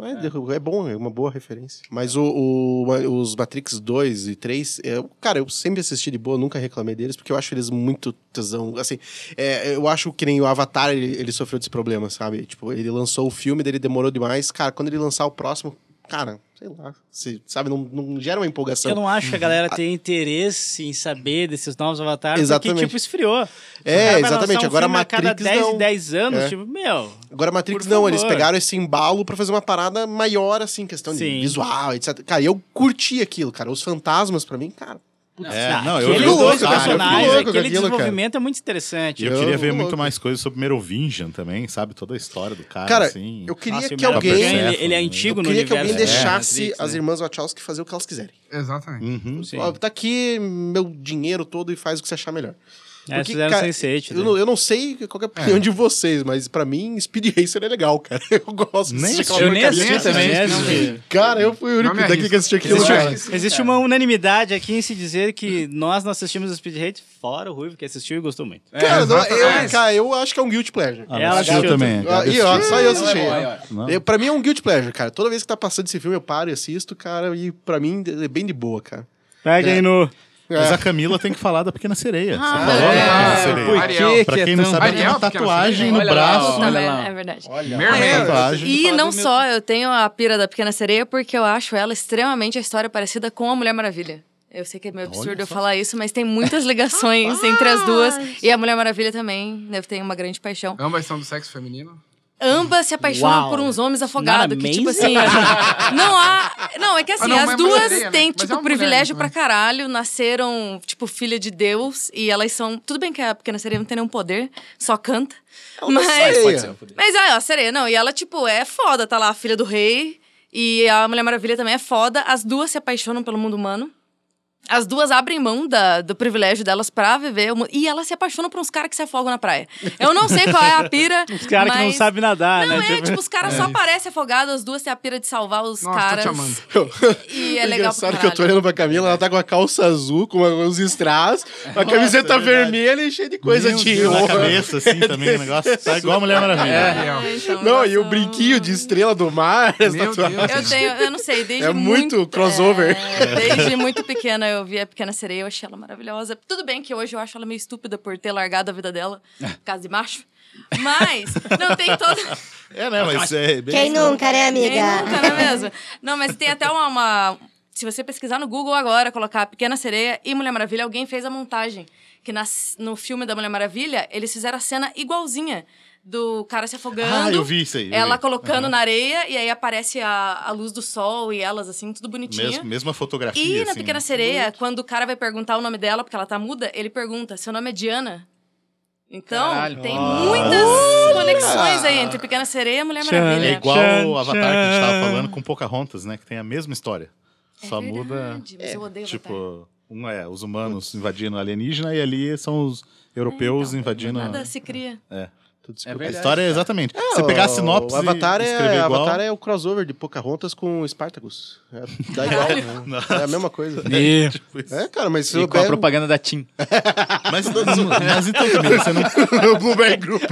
[SPEAKER 5] É, é bom, é uma boa referência. Mas o, o- os Matrix 2 e 3, é, cara, eu sempre assisti de boa, nunca reclamei deles, porque eu acho eles muito tesão. Assim, é, eu acho que nem o Avatar, ele, ele sofreu desse problema, sabe? Tipo, ele lançou o filme, dele demorou demais. Cara, quando ele lançar o próximo, cara, sei lá, se- sabe? Não, não gera uma empolgação.
[SPEAKER 4] Eu não acho que a
[SPEAKER 5] Uhum.
[SPEAKER 4] galera tem interesse em saber desses novos avatares,
[SPEAKER 5] Exatamente.
[SPEAKER 4] porque, tipo, esfriou.
[SPEAKER 5] É,
[SPEAKER 4] O cara vai lançar um
[SPEAKER 5] exatamente. Agora
[SPEAKER 4] filme a cada
[SPEAKER 5] Matrix
[SPEAKER 4] 10
[SPEAKER 5] não.
[SPEAKER 4] e 10 anos,
[SPEAKER 5] É.
[SPEAKER 4] tipo, meu...
[SPEAKER 5] Agora, Matrix
[SPEAKER 4] Por
[SPEAKER 5] não,
[SPEAKER 4] favor.
[SPEAKER 5] eles pegaram esse embalo pra fazer uma parada maior, assim, questão de
[SPEAKER 4] Sim.
[SPEAKER 5] visual, etc. Cara, eu curti aquilo, cara. Os fantasmas, pra mim, cara.
[SPEAKER 2] É, não, eu,
[SPEAKER 4] aquele
[SPEAKER 2] eu,
[SPEAKER 5] fico louco,
[SPEAKER 2] gostava,
[SPEAKER 5] cara, eu fico
[SPEAKER 4] personagem,
[SPEAKER 5] louco com
[SPEAKER 4] aquele
[SPEAKER 5] aquilo, cara.
[SPEAKER 4] desenvolvimento é muito interessante.
[SPEAKER 2] E eu
[SPEAKER 5] Eu
[SPEAKER 2] queria ver
[SPEAKER 5] fico
[SPEAKER 2] muito
[SPEAKER 5] louco.
[SPEAKER 2] mais coisas sobre Merovingian também, sabe? Toda a história do cara,
[SPEAKER 5] Cara,
[SPEAKER 2] assim.
[SPEAKER 5] eu queria
[SPEAKER 4] Nossa, e o
[SPEAKER 5] que
[SPEAKER 4] Mel
[SPEAKER 5] alguém.
[SPEAKER 4] Gibson, Ele,
[SPEAKER 2] Persephone,
[SPEAKER 4] ele é
[SPEAKER 2] né?
[SPEAKER 4] antigo
[SPEAKER 5] Eu
[SPEAKER 4] no
[SPEAKER 5] queria que alguém
[SPEAKER 4] universo. né?
[SPEAKER 5] deixasse
[SPEAKER 4] Matrix,
[SPEAKER 5] as
[SPEAKER 4] né?
[SPEAKER 5] irmãs Wachowski fazer o que elas quiserem.
[SPEAKER 6] Exatamente.
[SPEAKER 2] Uhum.
[SPEAKER 5] Ó, tá aqui meu dinheiro todo e faz o que você achar melhor.
[SPEAKER 4] É, fizeram Sense8,
[SPEAKER 5] eu,
[SPEAKER 4] né?
[SPEAKER 5] não, eu não sei qual que é a opinião de vocês, mas pra mim, Speed Racer é legal, cara. Eu gosto de
[SPEAKER 2] Nem
[SPEAKER 5] assistir aquela
[SPEAKER 3] Eu nem
[SPEAKER 5] porcaria.
[SPEAKER 3] assisti também.
[SPEAKER 4] Não,
[SPEAKER 3] não
[SPEAKER 4] vi.
[SPEAKER 3] vi.
[SPEAKER 5] Cara, eu fui o único
[SPEAKER 6] Não me
[SPEAKER 5] daqui que assistiu aquilo,
[SPEAKER 6] arrisco.
[SPEAKER 5] cara.
[SPEAKER 4] Existe uma unanimidade aqui em se dizer que nós não assistimos o Speed Hate, fora o Ruivo, que assistiu e gostou muito.
[SPEAKER 5] Cara, não, eu,
[SPEAKER 6] exatamente.
[SPEAKER 5] cara, eu acho que é um guilty pleasure.
[SPEAKER 2] Ah,
[SPEAKER 4] Ela
[SPEAKER 2] ela
[SPEAKER 4] assistiu
[SPEAKER 2] também.
[SPEAKER 5] Ah,
[SPEAKER 2] cara,
[SPEAKER 5] e ó,
[SPEAKER 2] assistiu.
[SPEAKER 5] só eu assisti.
[SPEAKER 3] Não é bom, é
[SPEAKER 2] ótimo.
[SPEAKER 5] Eu- pra mim é um guilty pleasure, cara. Toda vez que tá passando esse filme, eu paro e assisto, cara. E pra mim é bem de boa, cara.
[SPEAKER 4] Pega aí no
[SPEAKER 2] Mas a Camila tem que falar da Pequena Sereia.
[SPEAKER 7] Ah,
[SPEAKER 2] Você falou
[SPEAKER 7] é.
[SPEAKER 2] da Pequena
[SPEAKER 6] Ah,
[SPEAKER 2] Sereia.
[SPEAKER 6] por
[SPEAKER 3] Ariel.
[SPEAKER 2] Pra quem
[SPEAKER 3] que é
[SPEAKER 2] não
[SPEAKER 3] tão-
[SPEAKER 2] sabe, ela tem uma
[SPEAKER 6] Ariel, Pequena
[SPEAKER 2] tatuagem
[SPEAKER 6] Sereia.
[SPEAKER 2] no
[SPEAKER 3] Olha lá,
[SPEAKER 2] braço.
[SPEAKER 7] Tá
[SPEAKER 3] Olha
[SPEAKER 7] vendo?
[SPEAKER 3] lá.
[SPEAKER 7] É verdade.
[SPEAKER 2] Uma
[SPEAKER 6] Mermaid.
[SPEAKER 2] tatuagem.
[SPEAKER 7] E
[SPEAKER 3] Fala
[SPEAKER 7] não
[SPEAKER 3] do meu-
[SPEAKER 7] só, eu tenho a pira da Pequena Sereia porque eu acho ela extremamente a história parecida com a Mulher Maravilha. Eu sei que é meio absurdo eu falar isso, mas tem muitas ligações entre as duas. E a Mulher Maravilha também, eu tenho uma grande paixão.
[SPEAKER 6] Ambas são do sexo feminino.
[SPEAKER 7] Ambas se apaixonam
[SPEAKER 4] Uau.
[SPEAKER 7] por uns homens afogados,
[SPEAKER 4] Not
[SPEAKER 7] que tipo assim.
[SPEAKER 4] amazing?
[SPEAKER 7] não há. Não, é que assim,
[SPEAKER 6] Ah, não, mas
[SPEAKER 7] as
[SPEAKER 6] é
[SPEAKER 7] duas
[SPEAKER 6] mulher, né?
[SPEAKER 7] têm,
[SPEAKER 6] Mas
[SPEAKER 7] tipo,
[SPEAKER 6] é uma mulher,
[SPEAKER 7] privilégio
[SPEAKER 6] né?
[SPEAKER 7] pra caralho, nasceram, tipo, filha de Deus, e elas são. Tudo bem que a Pequena Sereia não tem nenhum poder, só canta.
[SPEAKER 4] É
[SPEAKER 7] Mas.
[SPEAKER 5] Pode ser.
[SPEAKER 7] Mas é, a sereia, não. E ela, tipo, é foda, tá lá, a filha do rei. E a Mulher Maravilha também é foda. As duas se apaixonam pelo mundo humano. As duas abrem mão da- do privilégio delas pra viver. o mu- E elas se apaixonam por uns caras que se afogam na praia. Eu não sei qual é a pira.
[SPEAKER 4] Os caras que não
[SPEAKER 7] mas-
[SPEAKER 4] sabem nadar,
[SPEAKER 7] Não,
[SPEAKER 4] né?
[SPEAKER 7] é, tipo, os caras só aparecem afogados, as duas têm a pira de salvar os
[SPEAKER 6] Nossa, tô
[SPEAKER 7] caras.
[SPEAKER 6] te amando.
[SPEAKER 7] E é legal pra
[SPEAKER 5] Engraçado que eu tô
[SPEAKER 7] caralho.
[SPEAKER 5] olhando pra Camila, ela tá com a calça azul, com uns strass, a camiseta vermelha e cheia de coisa
[SPEAKER 2] Meu
[SPEAKER 5] de
[SPEAKER 2] Deus, na
[SPEAKER 5] ouro.
[SPEAKER 2] cabeça, assim, também, o negócio tá igual a Mulher Maravilha.
[SPEAKER 6] Ariel.
[SPEAKER 7] É, então,
[SPEAKER 5] Não,
[SPEAKER 7] eu
[SPEAKER 5] e o
[SPEAKER 7] sou-
[SPEAKER 5] brinquinho de estrela do mar, as
[SPEAKER 6] Meu
[SPEAKER 5] tatuagens.
[SPEAKER 7] Eu tenho, eu não sei, desde
[SPEAKER 5] É muito crossover.
[SPEAKER 7] É, desde muito pequena eu vi a Pequena Sereia, eu achei ela maravilhosa. Tudo bem que hoje eu acho ela meio estúpida por ter largado a vida dela, por causa de macho. Mas, não tem toda...
[SPEAKER 2] É, né? Mas é bem.
[SPEAKER 8] Quem nunca, né,
[SPEAKER 7] Quem
[SPEAKER 8] amiga?
[SPEAKER 7] nunca, não é mesmo? Não, mas tem até uma, uma- Se você pesquisar no Google agora, colocar Pequena Sereia e Mulher Maravilha, alguém fez a montagem. Que nas- no filme da Mulher Maravilha, eles fizeram a cena igualzinha. Do cara se afogando.
[SPEAKER 2] Ah, eu vi isso aí, eu
[SPEAKER 7] Ela
[SPEAKER 2] vi.
[SPEAKER 7] colocando na areia e aí aparece a, a luz do sol e elas, assim, tudo bonitinho.
[SPEAKER 2] Mesmo, mesma fotografia.
[SPEAKER 7] E na
[SPEAKER 2] assim.
[SPEAKER 7] Pequena Sereia, quando o cara vai perguntar o nome dela, porque ela tá muda, ele pergunta: seu nome é Diana? Então,
[SPEAKER 3] Caralho.
[SPEAKER 7] tem muitas conexões aí entre Pequena Sereia e Mulher
[SPEAKER 4] Tchan.
[SPEAKER 7] Maravilha.
[SPEAKER 2] É igual
[SPEAKER 4] Tchan,
[SPEAKER 2] o Avatar que a gente tava
[SPEAKER 4] tchan.
[SPEAKER 2] falando com Pocahontas, né? Que tem a mesma história.
[SPEAKER 7] É
[SPEAKER 2] Só
[SPEAKER 7] verdade,
[SPEAKER 2] muda.
[SPEAKER 7] Mas eu odeio Avatar.
[SPEAKER 2] Tipo, um é os humanos invadindo alienígena e ali são os europeus invadindo.
[SPEAKER 7] É, então, Nada assim. se cria.
[SPEAKER 5] Tudo
[SPEAKER 3] É
[SPEAKER 2] A
[SPEAKER 3] verdade.
[SPEAKER 2] história é exatamente. Você pegar a sinopse
[SPEAKER 5] O Avatar,
[SPEAKER 2] e
[SPEAKER 5] é,
[SPEAKER 2] escrever igual.
[SPEAKER 5] Avatar é o crossover de Pocahontas com Spartacus. É, dá igual, né? É a mesma coisa.
[SPEAKER 3] E,
[SPEAKER 5] É, cara, mas se
[SPEAKER 3] e
[SPEAKER 5] eu
[SPEAKER 3] com a
[SPEAKER 5] pego...
[SPEAKER 3] propaganda da Tim.
[SPEAKER 2] Mas, mas então, Camila, você não-
[SPEAKER 5] Blueberry Group.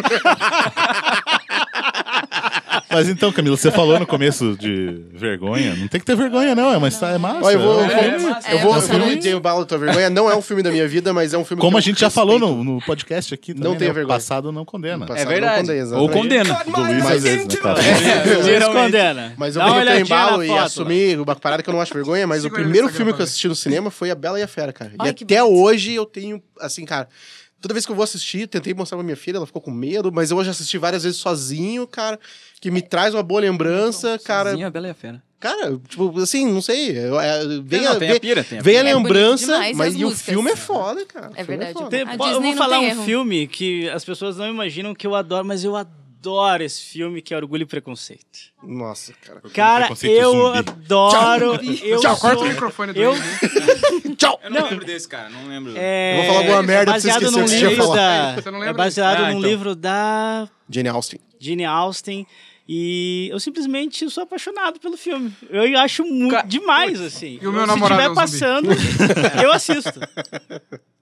[SPEAKER 2] mas então, Camila, você falou no começo de vergonha. Não tem que ter vergonha, não. É uma história é massa.
[SPEAKER 5] Ó, eu vou,
[SPEAKER 2] É um
[SPEAKER 5] eu vou-
[SPEAKER 2] filme.
[SPEAKER 5] eu vou,
[SPEAKER 7] é,
[SPEAKER 5] eu vou
[SPEAKER 7] é.
[SPEAKER 5] no Jay Bala Tua Vergonha. Não é um filme da minha vida, mas é um filme
[SPEAKER 2] Como
[SPEAKER 5] que
[SPEAKER 2] a
[SPEAKER 5] eu
[SPEAKER 2] gente já falou
[SPEAKER 5] respeito.
[SPEAKER 2] no, no podcast aqui também,
[SPEAKER 5] Não tenha
[SPEAKER 2] né?
[SPEAKER 5] vergonha.
[SPEAKER 2] O passado não condena.
[SPEAKER 5] Passado
[SPEAKER 3] É
[SPEAKER 5] não
[SPEAKER 3] verdade.
[SPEAKER 5] condena, exatamente.
[SPEAKER 3] Ou condena.
[SPEAKER 2] Do Luiz, às vezes, né, cara?
[SPEAKER 4] Eles condenam.
[SPEAKER 5] Mas eu
[SPEAKER 4] Dá uma
[SPEAKER 5] peguei o
[SPEAKER 4] olhadinha na
[SPEAKER 5] embalo e
[SPEAKER 4] foto lá.
[SPEAKER 5] assumi uma parada que eu não acho vergonha, mas
[SPEAKER 6] Segura
[SPEAKER 5] o
[SPEAKER 6] ele
[SPEAKER 5] primeiro
[SPEAKER 6] nessa
[SPEAKER 5] filme que eu
[SPEAKER 6] gravada.
[SPEAKER 5] assisti no cinema foi A Bela e a Fera, cara.
[SPEAKER 7] Ai,
[SPEAKER 5] e
[SPEAKER 7] que
[SPEAKER 5] até
[SPEAKER 7] bonito.
[SPEAKER 5] hoje eu tenho, assim, cara. Toda vez que eu vou assistir, tentei mostrar pra minha filha, ela ficou com medo, mas eu já assisti várias vezes sozinho, cara, que me traz uma boa lembrança, cara.
[SPEAKER 3] Sozinho, a Bela e a Fera.
[SPEAKER 5] Cara, tipo, assim, não sei. eu- é, vem
[SPEAKER 3] Não,
[SPEAKER 5] a,
[SPEAKER 3] tem a
[SPEAKER 5] vem-
[SPEAKER 3] pira, tem a
[SPEAKER 5] vem
[SPEAKER 3] pira.
[SPEAKER 5] a
[SPEAKER 7] É bonito
[SPEAKER 5] lembrança,
[SPEAKER 7] demais, e
[SPEAKER 5] mas
[SPEAKER 7] as
[SPEAKER 5] e o
[SPEAKER 7] músicas?
[SPEAKER 5] filme é foda, cara. O filme
[SPEAKER 7] verdade.
[SPEAKER 5] foda.
[SPEAKER 4] Tem-
[SPEAKER 7] A
[SPEAKER 4] po- eu
[SPEAKER 7] Disney
[SPEAKER 4] vou
[SPEAKER 7] não
[SPEAKER 4] falar um
[SPEAKER 7] tem erro.
[SPEAKER 4] filme que as pessoas não imaginam que eu adoro, mas eu adoro esse filme que é Orgulho e Preconceito.
[SPEAKER 5] Nossa, cara.
[SPEAKER 4] Cara,
[SPEAKER 2] Preconceito
[SPEAKER 4] eu
[SPEAKER 2] zumbi.
[SPEAKER 4] adoro. eu
[SPEAKER 6] Tchau,
[SPEAKER 4] sou-
[SPEAKER 6] corta o microfone do
[SPEAKER 4] eu-
[SPEAKER 6] Luiz, hein?
[SPEAKER 3] Eu não, lembro desse, cara. Não lembro.
[SPEAKER 4] É,
[SPEAKER 5] Eu vou falar alguma merda pra você
[SPEAKER 4] baseado
[SPEAKER 5] esquecer o
[SPEAKER 4] num
[SPEAKER 5] que você ia
[SPEAKER 4] livro
[SPEAKER 6] falar.
[SPEAKER 4] da-
[SPEAKER 6] Você não
[SPEAKER 4] É
[SPEAKER 6] lembra?
[SPEAKER 4] baseado
[SPEAKER 3] Ah,
[SPEAKER 4] num
[SPEAKER 3] então.
[SPEAKER 4] livro da
[SPEAKER 5] Jane Austen.
[SPEAKER 4] Jane Austen. E eu simplesmente sou apaixonado pelo filme. Eu acho muito
[SPEAKER 3] Ca-
[SPEAKER 4] demais, assim.
[SPEAKER 6] E o meu
[SPEAKER 4] Se
[SPEAKER 6] namorado é
[SPEAKER 4] estiver
[SPEAKER 6] um
[SPEAKER 4] passando, eu assisto.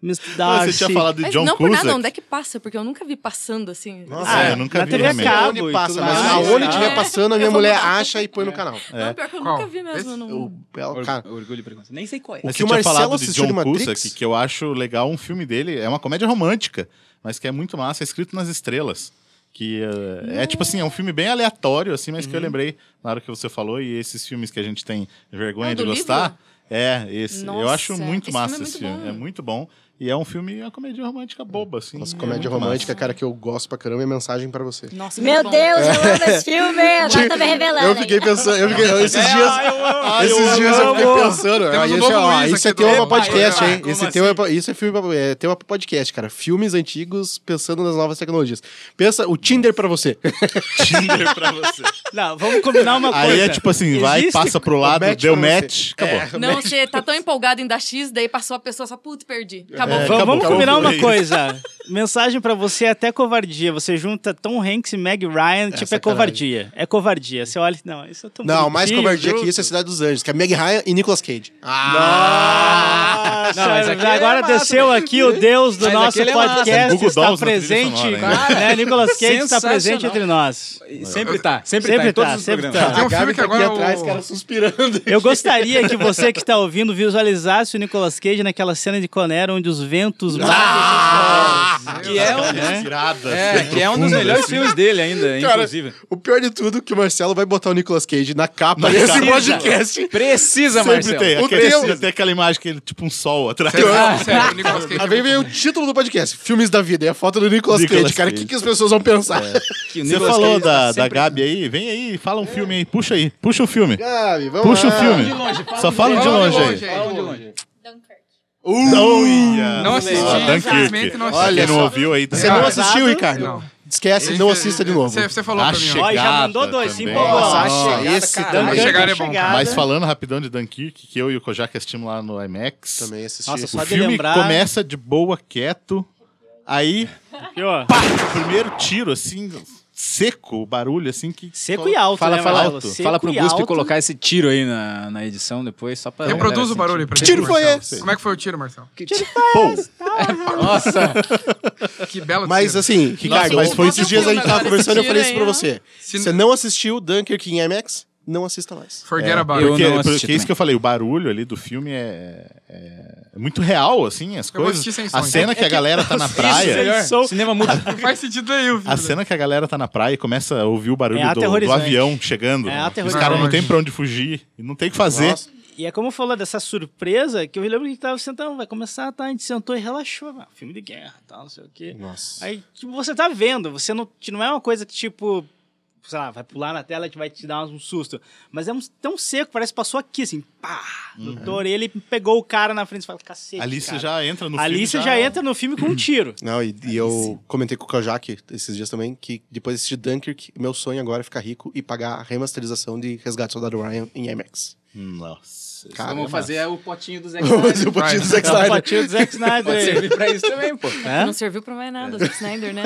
[SPEAKER 4] Mr. Darcy.
[SPEAKER 2] Você tinha falado de
[SPEAKER 7] Tá, Mas
[SPEAKER 2] John
[SPEAKER 7] não por nada,
[SPEAKER 2] Cusack.
[SPEAKER 7] onde é que passa? Porque eu nunca vi passando assim.
[SPEAKER 5] Nossa,
[SPEAKER 2] Ah,
[SPEAKER 4] Ah,
[SPEAKER 2] eu nunca
[SPEAKER 4] na
[SPEAKER 2] vi
[SPEAKER 4] TV
[SPEAKER 2] também.
[SPEAKER 4] Cabo
[SPEAKER 5] Onde
[SPEAKER 4] e
[SPEAKER 5] passa,
[SPEAKER 4] tudo
[SPEAKER 5] mas
[SPEAKER 4] mais.
[SPEAKER 5] aonde
[SPEAKER 4] É.
[SPEAKER 6] Ah,
[SPEAKER 5] estiver passando, a minha
[SPEAKER 7] Eu vou
[SPEAKER 5] mulher
[SPEAKER 7] mudar.
[SPEAKER 5] acha e
[SPEAKER 6] É.
[SPEAKER 5] põe no canal.
[SPEAKER 7] Não, pior que eu
[SPEAKER 6] Qual?
[SPEAKER 7] nunca vi mesmo.
[SPEAKER 6] Esse?
[SPEAKER 7] não-
[SPEAKER 5] é O Bel,
[SPEAKER 3] Or-
[SPEAKER 5] cara.
[SPEAKER 3] Orgulho e preconceito. Nem sei qual é.
[SPEAKER 5] O
[SPEAKER 2] Mas
[SPEAKER 5] que
[SPEAKER 2] você
[SPEAKER 5] o
[SPEAKER 2] tinha
[SPEAKER 5] Marcelo
[SPEAKER 2] falado de
[SPEAKER 5] assistiu
[SPEAKER 2] John
[SPEAKER 5] de Matrix?
[SPEAKER 2] Cusack, que eu acho legal um filme dele. É uma comédia romântica, mas que é muito massa. É escrito nas estrelas. Que eh, é tipo assim, é um filme bem aleatório, assim, mas que eu
[SPEAKER 5] Uhum.
[SPEAKER 2] lembrei na hora que você falou. E esses filmes que a gente tem vergonha
[SPEAKER 7] Ah,
[SPEAKER 2] de
[SPEAKER 7] do
[SPEAKER 2] gostar.
[SPEAKER 7] livro?
[SPEAKER 2] É, esse. eu
[SPEAKER 7] Nossa,
[SPEAKER 2] acho muito
[SPEAKER 7] esse
[SPEAKER 2] massa
[SPEAKER 7] filme é
[SPEAKER 2] esse
[SPEAKER 7] muito
[SPEAKER 2] filme.
[SPEAKER 7] bom.
[SPEAKER 2] É muito bom. E é um filme, é uma comédia romântica boba, assim.
[SPEAKER 5] Nossa,
[SPEAKER 2] é
[SPEAKER 5] comédia
[SPEAKER 2] muito
[SPEAKER 5] romântica, cara, que eu gosto pra caramba, é mensagem pra você.
[SPEAKER 7] Nossa,
[SPEAKER 8] Meu
[SPEAKER 7] muito bom.
[SPEAKER 8] Deus, eu amo esse filme! Agora tá me revelando.
[SPEAKER 5] Eu fiquei
[SPEAKER 8] hein?
[SPEAKER 5] pensando, eu fiquei, esses
[SPEAKER 6] É,
[SPEAKER 5] dias,
[SPEAKER 2] massa.
[SPEAKER 5] esses dias Ah, eu fiquei pensando,
[SPEAKER 6] Temos
[SPEAKER 5] aí
[SPEAKER 6] um
[SPEAKER 5] esse,
[SPEAKER 6] novo
[SPEAKER 5] ó,
[SPEAKER 6] Luiz
[SPEAKER 5] isso é
[SPEAKER 6] aqui do-
[SPEAKER 5] tema pra
[SPEAKER 6] Epa,
[SPEAKER 5] podcast,
[SPEAKER 3] olha lá,
[SPEAKER 5] hein? Esse
[SPEAKER 3] como
[SPEAKER 5] tema é
[SPEAKER 3] assim?
[SPEAKER 5] pra- isso é filme pra- é tema pra podcast, cara. Filmes antigos pensando nas novas tecnologias. Pensa o Tinder pra você. é
[SPEAKER 2] Tinder pra você.
[SPEAKER 4] Não, vamos combinar uma coisa.
[SPEAKER 2] Aí é tipo assim, vai,
[SPEAKER 4] Existe-
[SPEAKER 2] passa pro lado,
[SPEAKER 5] match
[SPEAKER 2] deu
[SPEAKER 5] pra você. É,
[SPEAKER 2] match, acabou.
[SPEAKER 7] Não, você tá tão empolgado em dar X, daí passou a pessoa só, putz, perdi. Acabou.
[SPEAKER 2] É,
[SPEAKER 4] Vamos
[SPEAKER 2] acabou,
[SPEAKER 4] combinar
[SPEAKER 2] acabou,
[SPEAKER 4] uma
[SPEAKER 2] é isso.
[SPEAKER 4] coisa. Mensagem pra você é até covardia. Você junta Tom Hanks e Meg Ryan, tipo, é
[SPEAKER 5] sacanagem.
[SPEAKER 4] covardia. É covardia. Você olha, e- não, isso é tão
[SPEAKER 5] Não, mais
[SPEAKER 4] bonitinho,
[SPEAKER 5] covardia que
[SPEAKER 4] junto.
[SPEAKER 5] isso é Cidade dos Anjos, que é Meg Ryan e Nicolas Cage.
[SPEAKER 4] Nossa,
[SPEAKER 3] Não, mas aqui
[SPEAKER 4] agora
[SPEAKER 3] é massa,
[SPEAKER 4] desceu aqui o deus do
[SPEAKER 3] Mas
[SPEAKER 4] nosso
[SPEAKER 3] aquele é massa.
[SPEAKER 4] podcast.
[SPEAKER 2] Google
[SPEAKER 4] está
[SPEAKER 2] Dolls na trilha
[SPEAKER 4] presente.
[SPEAKER 2] sonora, hein?
[SPEAKER 4] né? Nicolas Cage está presente
[SPEAKER 3] Sensacional.
[SPEAKER 4] entre nós.
[SPEAKER 3] Sempre tá, sempre,
[SPEAKER 4] Sempre
[SPEAKER 3] tá, em todos
[SPEAKER 4] tá,
[SPEAKER 3] os
[SPEAKER 4] sempre
[SPEAKER 3] programas.
[SPEAKER 4] tá.
[SPEAKER 6] Tem um filme que agora.
[SPEAKER 5] aqui atrás,
[SPEAKER 6] o-
[SPEAKER 5] cara, suspirando.
[SPEAKER 4] Eu gostaria que você que está ouvindo visualizasse o Nicolas Cage naquela cena de Conero onde os
[SPEAKER 3] Ah!
[SPEAKER 4] ventos batem.
[SPEAKER 3] Que é um,
[SPEAKER 2] Tirada.
[SPEAKER 3] é, que é um dos
[SPEAKER 2] Profundo,
[SPEAKER 3] melhores
[SPEAKER 2] assim.
[SPEAKER 3] filmes dele ainda, inclusive.
[SPEAKER 5] O pior de tudo é que o Marcelo vai botar o Nicolas Cage na capa desse
[SPEAKER 3] capa.
[SPEAKER 5] podcast.
[SPEAKER 3] Precisa,
[SPEAKER 2] Sempre
[SPEAKER 3] Marcelo.
[SPEAKER 2] tem.
[SPEAKER 5] O
[SPEAKER 2] Aquele,
[SPEAKER 5] Deus.
[SPEAKER 2] tem aquela imagem que ele, tipo um sol atrás.
[SPEAKER 6] Sério, sério, o Nicolas Cage.
[SPEAKER 5] Aí Ah, vem, vem o título do podcast, Filmes da Vida, e a foto do Nicolas,
[SPEAKER 2] Nicolas
[SPEAKER 5] Cage. Cara, o
[SPEAKER 2] Cage. É.
[SPEAKER 5] que, que as pessoas vão pensar?
[SPEAKER 3] Que o
[SPEAKER 2] Você
[SPEAKER 3] Nicolas
[SPEAKER 2] falou
[SPEAKER 3] Cage
[SPEAKER 2] da,
[SPEAKER 3] tá
[SPEAKER 2] da
[SPEAKER 3] sempre-
[SPEAKER 2] Gabi aí, vem aí, fala um filme aí, puxa aí, puxa o filme.
[SPEAKER 5] Gabi, Ah, vamos
[SPEAKER 2] Puxa o
[SPEAKER 5] lá.
[SPEAKER 2] filme. Só falam de
[SPEAKER 6] Fala
[SPEAKER 2] longe aí.
[SPEAKER 6] aí.
[SPEAKER 8] Dunkirk.
[SPEAKER 2] Uia.
[SPEAKER 6] Não assisti,
[SPEAKER 2] Ah, Dunkirk.
[SPEAKER 6] infelizmente não assisti.
[SPEAKER 5] Olha
[SPEAKER 2] Quem não
[SPEAKER 5] só.
[SPEAKER 2] ouviu aí, tá
[SPEAKER 5] Você não
[SPEAKER 6] Cara,
[SPEAKER 5] assistiu, Ricardo?
[SPEAKER 6] não.
[SPEAKER 5] Esquece, não assista de novo. Tá
[SPEAKER 6] Você você falou pra mim. ó.
[SPEAKER 2] Achei.
[SPEAKER 4] Olha, já mandou dois, se
[SPEAKER 2] Também.
[SPEAKER 4] empolgou.
[SPEAKER 5] Nossa,
[SPEAKER 3] Nossa,
[SPEAKER 5] esse
[SPEAKER 3] chegada,
[SPEAKER 5] Dunkirk.
[SPEAKER 6] Vai chegar, é bom.
[SPEAKER 4] Chegada.
[SPEAKER 2] Mas falando rapidão de Dunkirk, que eu e o Kojak assistimos lá no IMAX.
[SPEAKER 5] Também assisti.
[SPEAKER 4] Nossa, só
[SPEAKER 2] O
[SPEAKER 4] de
[SPEAKER 2] filme
[SPEAKER 4] lembrar.
[SPEAKER 2] começa de boa, quieto. Aí,
[SPEAKER 4] Pior.
[SPEAKER 2] pá, o primeiro tiro, assim, seco, o barulho, assim, que...
[SPEAKER 4] Seco e alto,
[SPEAKER 3] Fala,
[SPEAKER 4] né,
[SPEAKER 3] fala
[SPEAKER 4] Marcelo?
[SPEAKER 3] alto.
[SPEAKER 4] Seco
[SPEAKER 3] Fala pro
[SPEAKER 4] e
[SPEAKER 3] Guspe
[SPEAKER 4] alto.
[SPEAKER 3] colocar esse tiro aí na, na edição depois, só pra.
[SPEAKER 6] Reproduz o barulho aí pra gente.
[SPEAKER 5] Tiro foi
[SPEAKER 6] Marcelo.
[SPEAKER 5] esse?
[SPEAKER 6] Como é que foi o tiro, Marcelo?
[SPEAKER 2] Pou!
[SPEAKER 3] Nossa!
[SPEAKER 6] Que belo
[SPEAKER 5] Tá, Mas
[SPEAKER 6] tiro.
[SPEAKER 5] assim, Ricardo,
[SPEAKER 2] mas foi
[SPEAKER 5] esses
[SPEAKER 2] esse
[SPEAKER 5] dias a
[SPEAKER 7] filme
[SPEAKER 5] gente tava
[SPEAKER 7] agora,
[SPEAKER 5] conversando e eu
[SPEAKER 7] esse
[SPEAKER 5] falei isso pra
[SPEAKER 7] tiro
[SPEAKER 5] você.
[SPEAKER 6] Se-
[SPEAKER 5] Se você não assistiu Dunkirk em IMAX, não assista mais.
[SPEAKER 6] Forget about
[SPEAKER 3] eu-
[SPEAKER 6] it.
[SPEAKER 2] Porque,
[SPEAKER 3] não assisti
[SPEAKER 2] porque
[SPEAKER 3] também.
[SPEAKER 2] isso que eu falei, o barulho ali do filme é, é- é muito real, assim, as
[SPEAKER 6] Eu vou
[SPEAKER 2] coisas.
[SPEAKER 6] assistir sem som,
[SPEAKER 2] a
[SPEAKER 6] então.
[SPEAKER 2] cena que a galera tá na praia.
[SPEAKER 4] Sou-
[SPEAKER 3] Cinema mudo.
[SPEAKER 6] Não faz sentido aí, viu?
[SPEAKER 2] A
[SPEAKER 5] Assim,
[SPEAKER 2] cena que a galera tá na praia e começa a ouvir o barulho
[SPEAKER 4] É
[SPEAKER 2] do, do
[SPEAKER 4] aterrorizante.
[SPEAKER 2] avião chegando.
[SPEAKER 4] É
[SPEAKER 2] Os
[SPEAKER 4] aterrorizante.
[SPEAKER 2] caras não tem pra onde fugir. E não tem o que fazer.
[SPEAKER 5] Nossa.
[SPEAKER 4] E é como falou dessa surpresa, que eu lembro que tava sentando, vai começar, tá? A gente sentou e relaxou, mano. filme de guerra, tal, não sei o quê.
[SPEAKER 5] Nossa.
[SPEAKER 4] Aí, tipo, você tá vendo, você não, não é uma coisa que, tipo, sei lá, vai pular na tela e vai te dar um susto. Mas é um, tão seco, parece que passou aqui, assim, pá, no tua orelha, ele pegou o cara na frente e fala, cacete,
[SPEAKER 2] Ali você
[SPEAKER 4] cara.
[SPEAKER 2] já entra no
[SPEAKER 4] Ali você
[SPEAKER 2] filme.
[SPEAKER 4] já entra no filme com um tiro.
[SPEAKER 5] Não, e, e eu comentei com o Kojak esses dias também que depois de assistir Dunkirk, meu sonho agora é ficar rico e pagar a remasterização de Resgate do Soldado Ryan em IMAX.
[SPEAKER 2] "Hum, Nossa.
[SPEAKER 5] Cara,
[SPEAKER 3] Vamos fazer o potinho do Zé
[SPEAKER 5] Mas o potinho do Zack
[SPEAKER 4] Dá um
[SPEAKER 5] Snyder.
[SPEAKER 4] patinho do Zack
[SPEAKER 3] Pode
[SPEAKER 4] Snyder.
[SPEAKER 3] servir pra isso também, pô.
[SPEAKER 4] Hã?
[SPEAKER 7] Não serviu pra mais nada, Zack Snyder, né?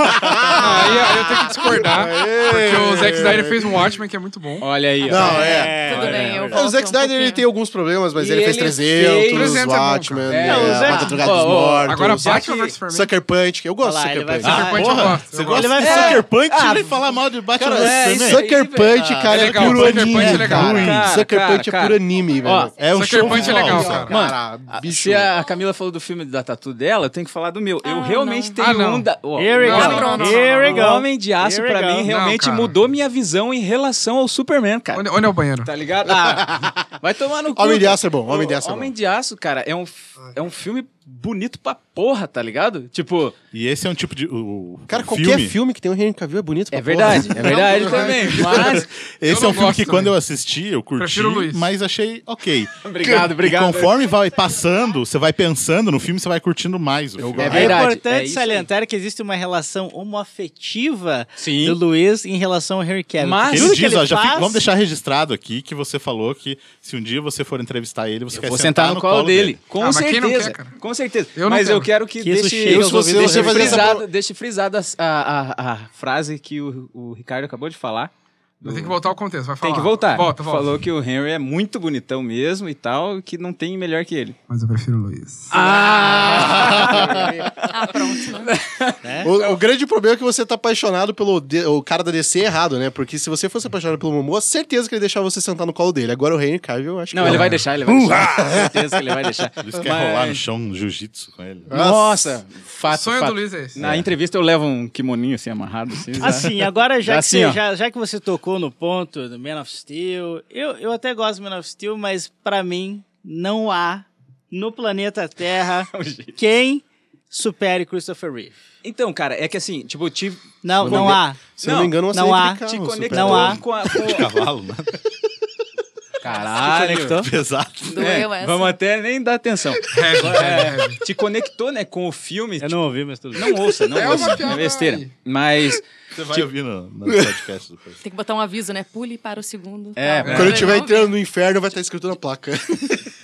[SPEAKER 6] Não, aí, aí eu tenho que discordar. porque o Zack Snyder fez um Watchmen que é muito bom.
[SPEAKER 3] Olha aí, ó.
[SPEAKER 5] Não, é.
[SPEAKER 7] Tudo bem, eu
[SPEAKER 5] O
[SPEAKER 7] volto
[SPEAKER 5] Zack
[SPEAKER 7] um
[SPEAKER 5] Snyder
[SPEAKER 7] pouquinho.
[SPEAKER 5] ele tem alguns problemas, mas
[SPEAKER 3] E
[SPEAKER 5] ele fez
[SPEAKER 3] ele
[SPEAKER 5] 300,
[SPEAKER 3] fez-
[SPEAKER 6] 300 é bom,
[SPEAKER 5] Watchmen,
[SPEAKER 3] cara.
[SPEAKER 5] é,
[SPEAKER 3] É,
[SPEAKER 4] o Zack-
[SPEAKER 5] A Madrugada dos
[SPEAKER 3] Ó, ó,
[SPEAKER 5] Mortos,
[SPEAKER 6] Agora
[SPEAKER 3] só
[SPEAKER 6] Batman
[SPEAKER 3] que-
[SPEAKER 6] vs Superman.
[SPEAKER 5] Sucker Punch. Eu gosto
[SPEAKER 4] Olha lá,
[SPEAKER 5] de
[SPEAKER 4] ele
[SPEAKER 5] Sucker
[SPEAKER 4] vai
[SPEAKER 5] Punch.
[SPEAKER 6] Punch
[SPEAKER 4] falar.
[SPEAKER 6] eu gosto.
[SPEAKER 2] Você
[SPEAKER 6] eu
[SPEAKER 2] gosta
[SPEAKER 4] Ele
[SPEAKER 2] de
[SPEAKER 4] vai-
[SPEAKER 2] Sucker Punch? Ele falar mal de Batman
[SPEAKER 5] Cara,
[SPEAKER 2] é,
[SPEAKER 3] isso
[SPEAKER 2] também.
[SPEAKER 3] aí.
[SPEAKER 5] Sucker Punch, cara,
[SPEAKER 6] é
[SPEAKER 5] é,
[SPEAKER 6] legal,
[SPEAKER 5] puro
[SPEAKER 6] Sucker
[SPEAKER 5] anime,
[SPEAKER 6] Punch é legal.
[SPEAKER 5] cara.
[SPEAKER 3] Cara,
[SPEAKER 5] Sucker
[SPEAKER 3] cara,
[SPEAKER 5] Punch é
[SPEAKER 3] cara.
[SPEAKER 5] puro anime,
[SPEAKER 3] Ó,
[SPEAKER 5] velho.
[SPEAKER 2] É um
[SPEAKER 6] Sucker
[SPEAKER 2] show
[SPEAKER 6] Punch é
[SPEAKER 2] visual,
[SPEAKER 6] legal,
[SPEAKER 2] só.
[SPEAKER 6] cara.
[SPEAKER 5] Cara,
[SPEAKER 3] Mano,
[SPEAKER 5] bicho.
[SPEAKER 3] se a Camila falou do filme da tatu dela, eu tenho que falar do meu. eu
[SPEAKER 7] Ah,
[SPEAKER 3] realmente
[SPEAKER 7] não.
[SPEAKER 3] tenho
[SPEAKER 6] Ah, não.
[SPEAKER 3] um da. ó,
[SPEAKER 4] Here we
[SPEAKER 6] Não, não,
[SPEAKER 4] go,
[SPEAKER 6] não,
[SPEAKER 4] here we
[SPEAKER 6] não,
[SPEAKER 4] go.
[SPEAKER 6] não.
[SPEAKER 3] o Homem de Aço,
[SPEAKER 4] Here we
[SPEAKER 3] pra
[SPEAKER 4] go.
[SPEAKER 3] mim, realmente
[SPEAKER 6] cara.
[SPEAKER 3] mudou minha visão em relação ao Superman, cara.
[SPEAKER 6] Onde, onde é o banheiro?
[SPEAKER 3] Tá ligado? Ah, vai tomar no cu.
[SPEAKER 5] Homem de
[SPEAKER 3] cara.
[SPEAKER 5] Aço é bom, Homem de Aço é
[SPEAKER 3] Homem
[SPEAKER 5] bom.
[SPEAKER 3] de Aço, cara, é um, f- é um filme bonito pra porra, tá ligado? Tipo,
[SPEAKER 2] E esse é um tipo de. O, o
[SPEAKER 5] Cara,
[SPEAKER 2] filme,
[SPEAKER 5] qualquer filme. que tem o Henry Cavill é bonito pra
[SPEAKER 3] é verdade,
[SPEAKER 5] porra.
[SPEAKER 3] é verdade
[SPEAKER 6] Não,
[SPEAKER 3] também. Mas.
[SPEAKER 2] Esse
[SPEAKER 6] não
[SPEAKER 2] é um filme
[SPEAKER 6] gosto
[SPEAKER 2] que quando
[SPEAKER 6] também.
[SPEAKER 2] eu assisti, eu curti,
[SPEAKER 6] Prefiro o Luiz.
[SPEAKER 2] mas achei ok.
[SPEAKER 3] Obrigado, obrigado.
[SPEAKER 2] E conforme vai passando, você vai pensando no filme, você vai curtindo mais. O filme.
[SPEAKER 3] É
[SPEAKER 4] É
[SPEAKER 3] verdade, é
[SPEAKER 4] importante
[SPEAKER 3] isso aí.
[SPEAKER 4] salientar que existe uma relação homoafetiva
[SPEAKER 3] Sim.
[SPEAKER 4] do Luiz em relação ao Harry Cavill.
[SPEAKER 3] Mas-
[SPEAKER 4] Porque
[SPEAKER 2] Ele
[SPEAKER 4] tudo
[SPEAKER 2] diz,
[SPEAKER 4] que
[SPEAKER 2] ó, já
[SPEAKER 4] faz-
[SPEAKER 2] fica- vamos deixar registrado aqui que você falou que se um dia você for entrevistar ele, você
[SPEAKER 3] Eu
[SPEAKER 2] quer
[SPEAKER 3] vou sentar no, colo dele. Com
[SPEAKER 6] Ah, mas quem
[SPEAKER 3] certeza.
[SPEAKER 6] não quer, cara?
[SPEAKER 3] Com certeza.
[SPEAKER 6] Eu não
[SPEAKER 3] mas
[SPEAKER 6] quero.
[SPEAKER 3] eu quero que,
[SPEAKER 4] Que isso
[SPEAKER 3] deixe,
[SPEAKER 4] chegue aos
[SPEAKER 3] eu-
[SPEAKER 5] ouvidos
[SPEAKER 3] deixe
[SPEAKER 5] do Fernando.
[SPEAKER 3] frisado, deixe frisado a, a- a- a frase que o, o Ricardo acabou de falar.
[SPEAKER 6] Mas Tem que voltar ao contexto, vai falar.
[SPEAKER 3] Tem que voltar.
[SPEAKER 6] Volta, volta.
[SPEAKER 3] Falou que o Henry é muito bonitão mesmo e tal, que não tem melhor que ele.
[SPEAKER 6] Mas eu prefiro o Luiz.
[SPEAKER 7] Ah, pronto. né?
[SPEAKER 5] O, o grande problema é que você tá apaixonado pelo de- o cara da DC errado, né? Porque se você fosse apaixonado pelo Momoa, certeza que ele deixava você sentar no colo dele. Agora o Henry Cavill, eu acho
[SPEAKER 3] Não,
[SPEAKER 5] que
[SPEAKER 3] ele vai deixar, ele vai deixar. Com certeza que ele vai deixar.
[SPEAKER 2] Por isso quer
[SPEAKER 3] Mas-
[SPEAKER 2] rolar no chão um jiu-jitsu com
[SPEAKER 5] Ah,
[SPEAKER 2] ele.
[SPEAKER 3] Nossa, Ah, fato,
[SPEAKER 6] sonho
[SPEAKER 3] fato.
[SPEAKER 6] do Luiz é esse.
[SPEAKER 3] Na entrevista eu levo um kimoninho assim amarrado. Assim, já.
[SPEAKER 4] Assim, agora já,
[SPEAKER 3] Já
[SPEAKER 4] que
[SPEAKER 3] assim, ó.
[SPEAKER 4] você, já, já que você tocou no ponto do Man of Steel, eu, eu até gosto do Man of Steel, mas pra mim não há no planeta Terra
[SPEAKER 3] Oh,
[SPEAKER 4] quem supere Christopher Reeve.
[SPEAKER 3] Então, cara, é que assim, tipo, eu tive.
[SPEAKER 4] Não, não há.
[SPEAKER 5] Se eu não me engano, um acidente
[SPEAKER 4] não há.
[SPEAKER 5] de carro,
[SPEAKER 3] Te
[SPEAKER 5] super-
[SPEAKER 3] conectou
[SPEAKER 4] Não há.
[SPEAKER 3] com a. com-
[SPEAKER 2] Cavalo, né?
[SPEAKER 3] Caralho.
[SPEAKER 2] Pesado.
[SPEAKER 7] Doeu
[SPEAKER 3] É,
[SPEAKER 7] essa.
[SPEAKER 3] vamos até nem dar atenção. é,
[SPEAKER 6] Heavy, heavy, heavy.
[SPEAKER 3] Te conectou, né, com o filme.
[SPEAKER 4] Eu não ouvi, mas tudo bem.
[SPEAKER 3] Não ouça, não
[SPEAKER 6] É uma
[SPEAKER 3] ouça.
[SPEAKER 6] piada
[SPEAKER 3] É besteira.
[SPEAKER 6] aí.
[SPEAKER 3] Mas.
[SPEAKER 2] Você
[SPEAKER 3] Tipo-
[SPEAKER 2] vai ouvir no, no podcast depois.
[SPEAKER 7] Tem que botar um aviso, né? Pule para o segundo.
[SPEAKER 3] É,
[SPEAKER 7] Tá,
[SPEAKER 3] é.
[SPEAKER 5] Quando eu
[SPEAKER 7] vamos
[SPEAKER 5] estiver
[SPEAKER 7] ver.
[SPEAKER 5] entrando no inferno, vai estar escrito na tá placa.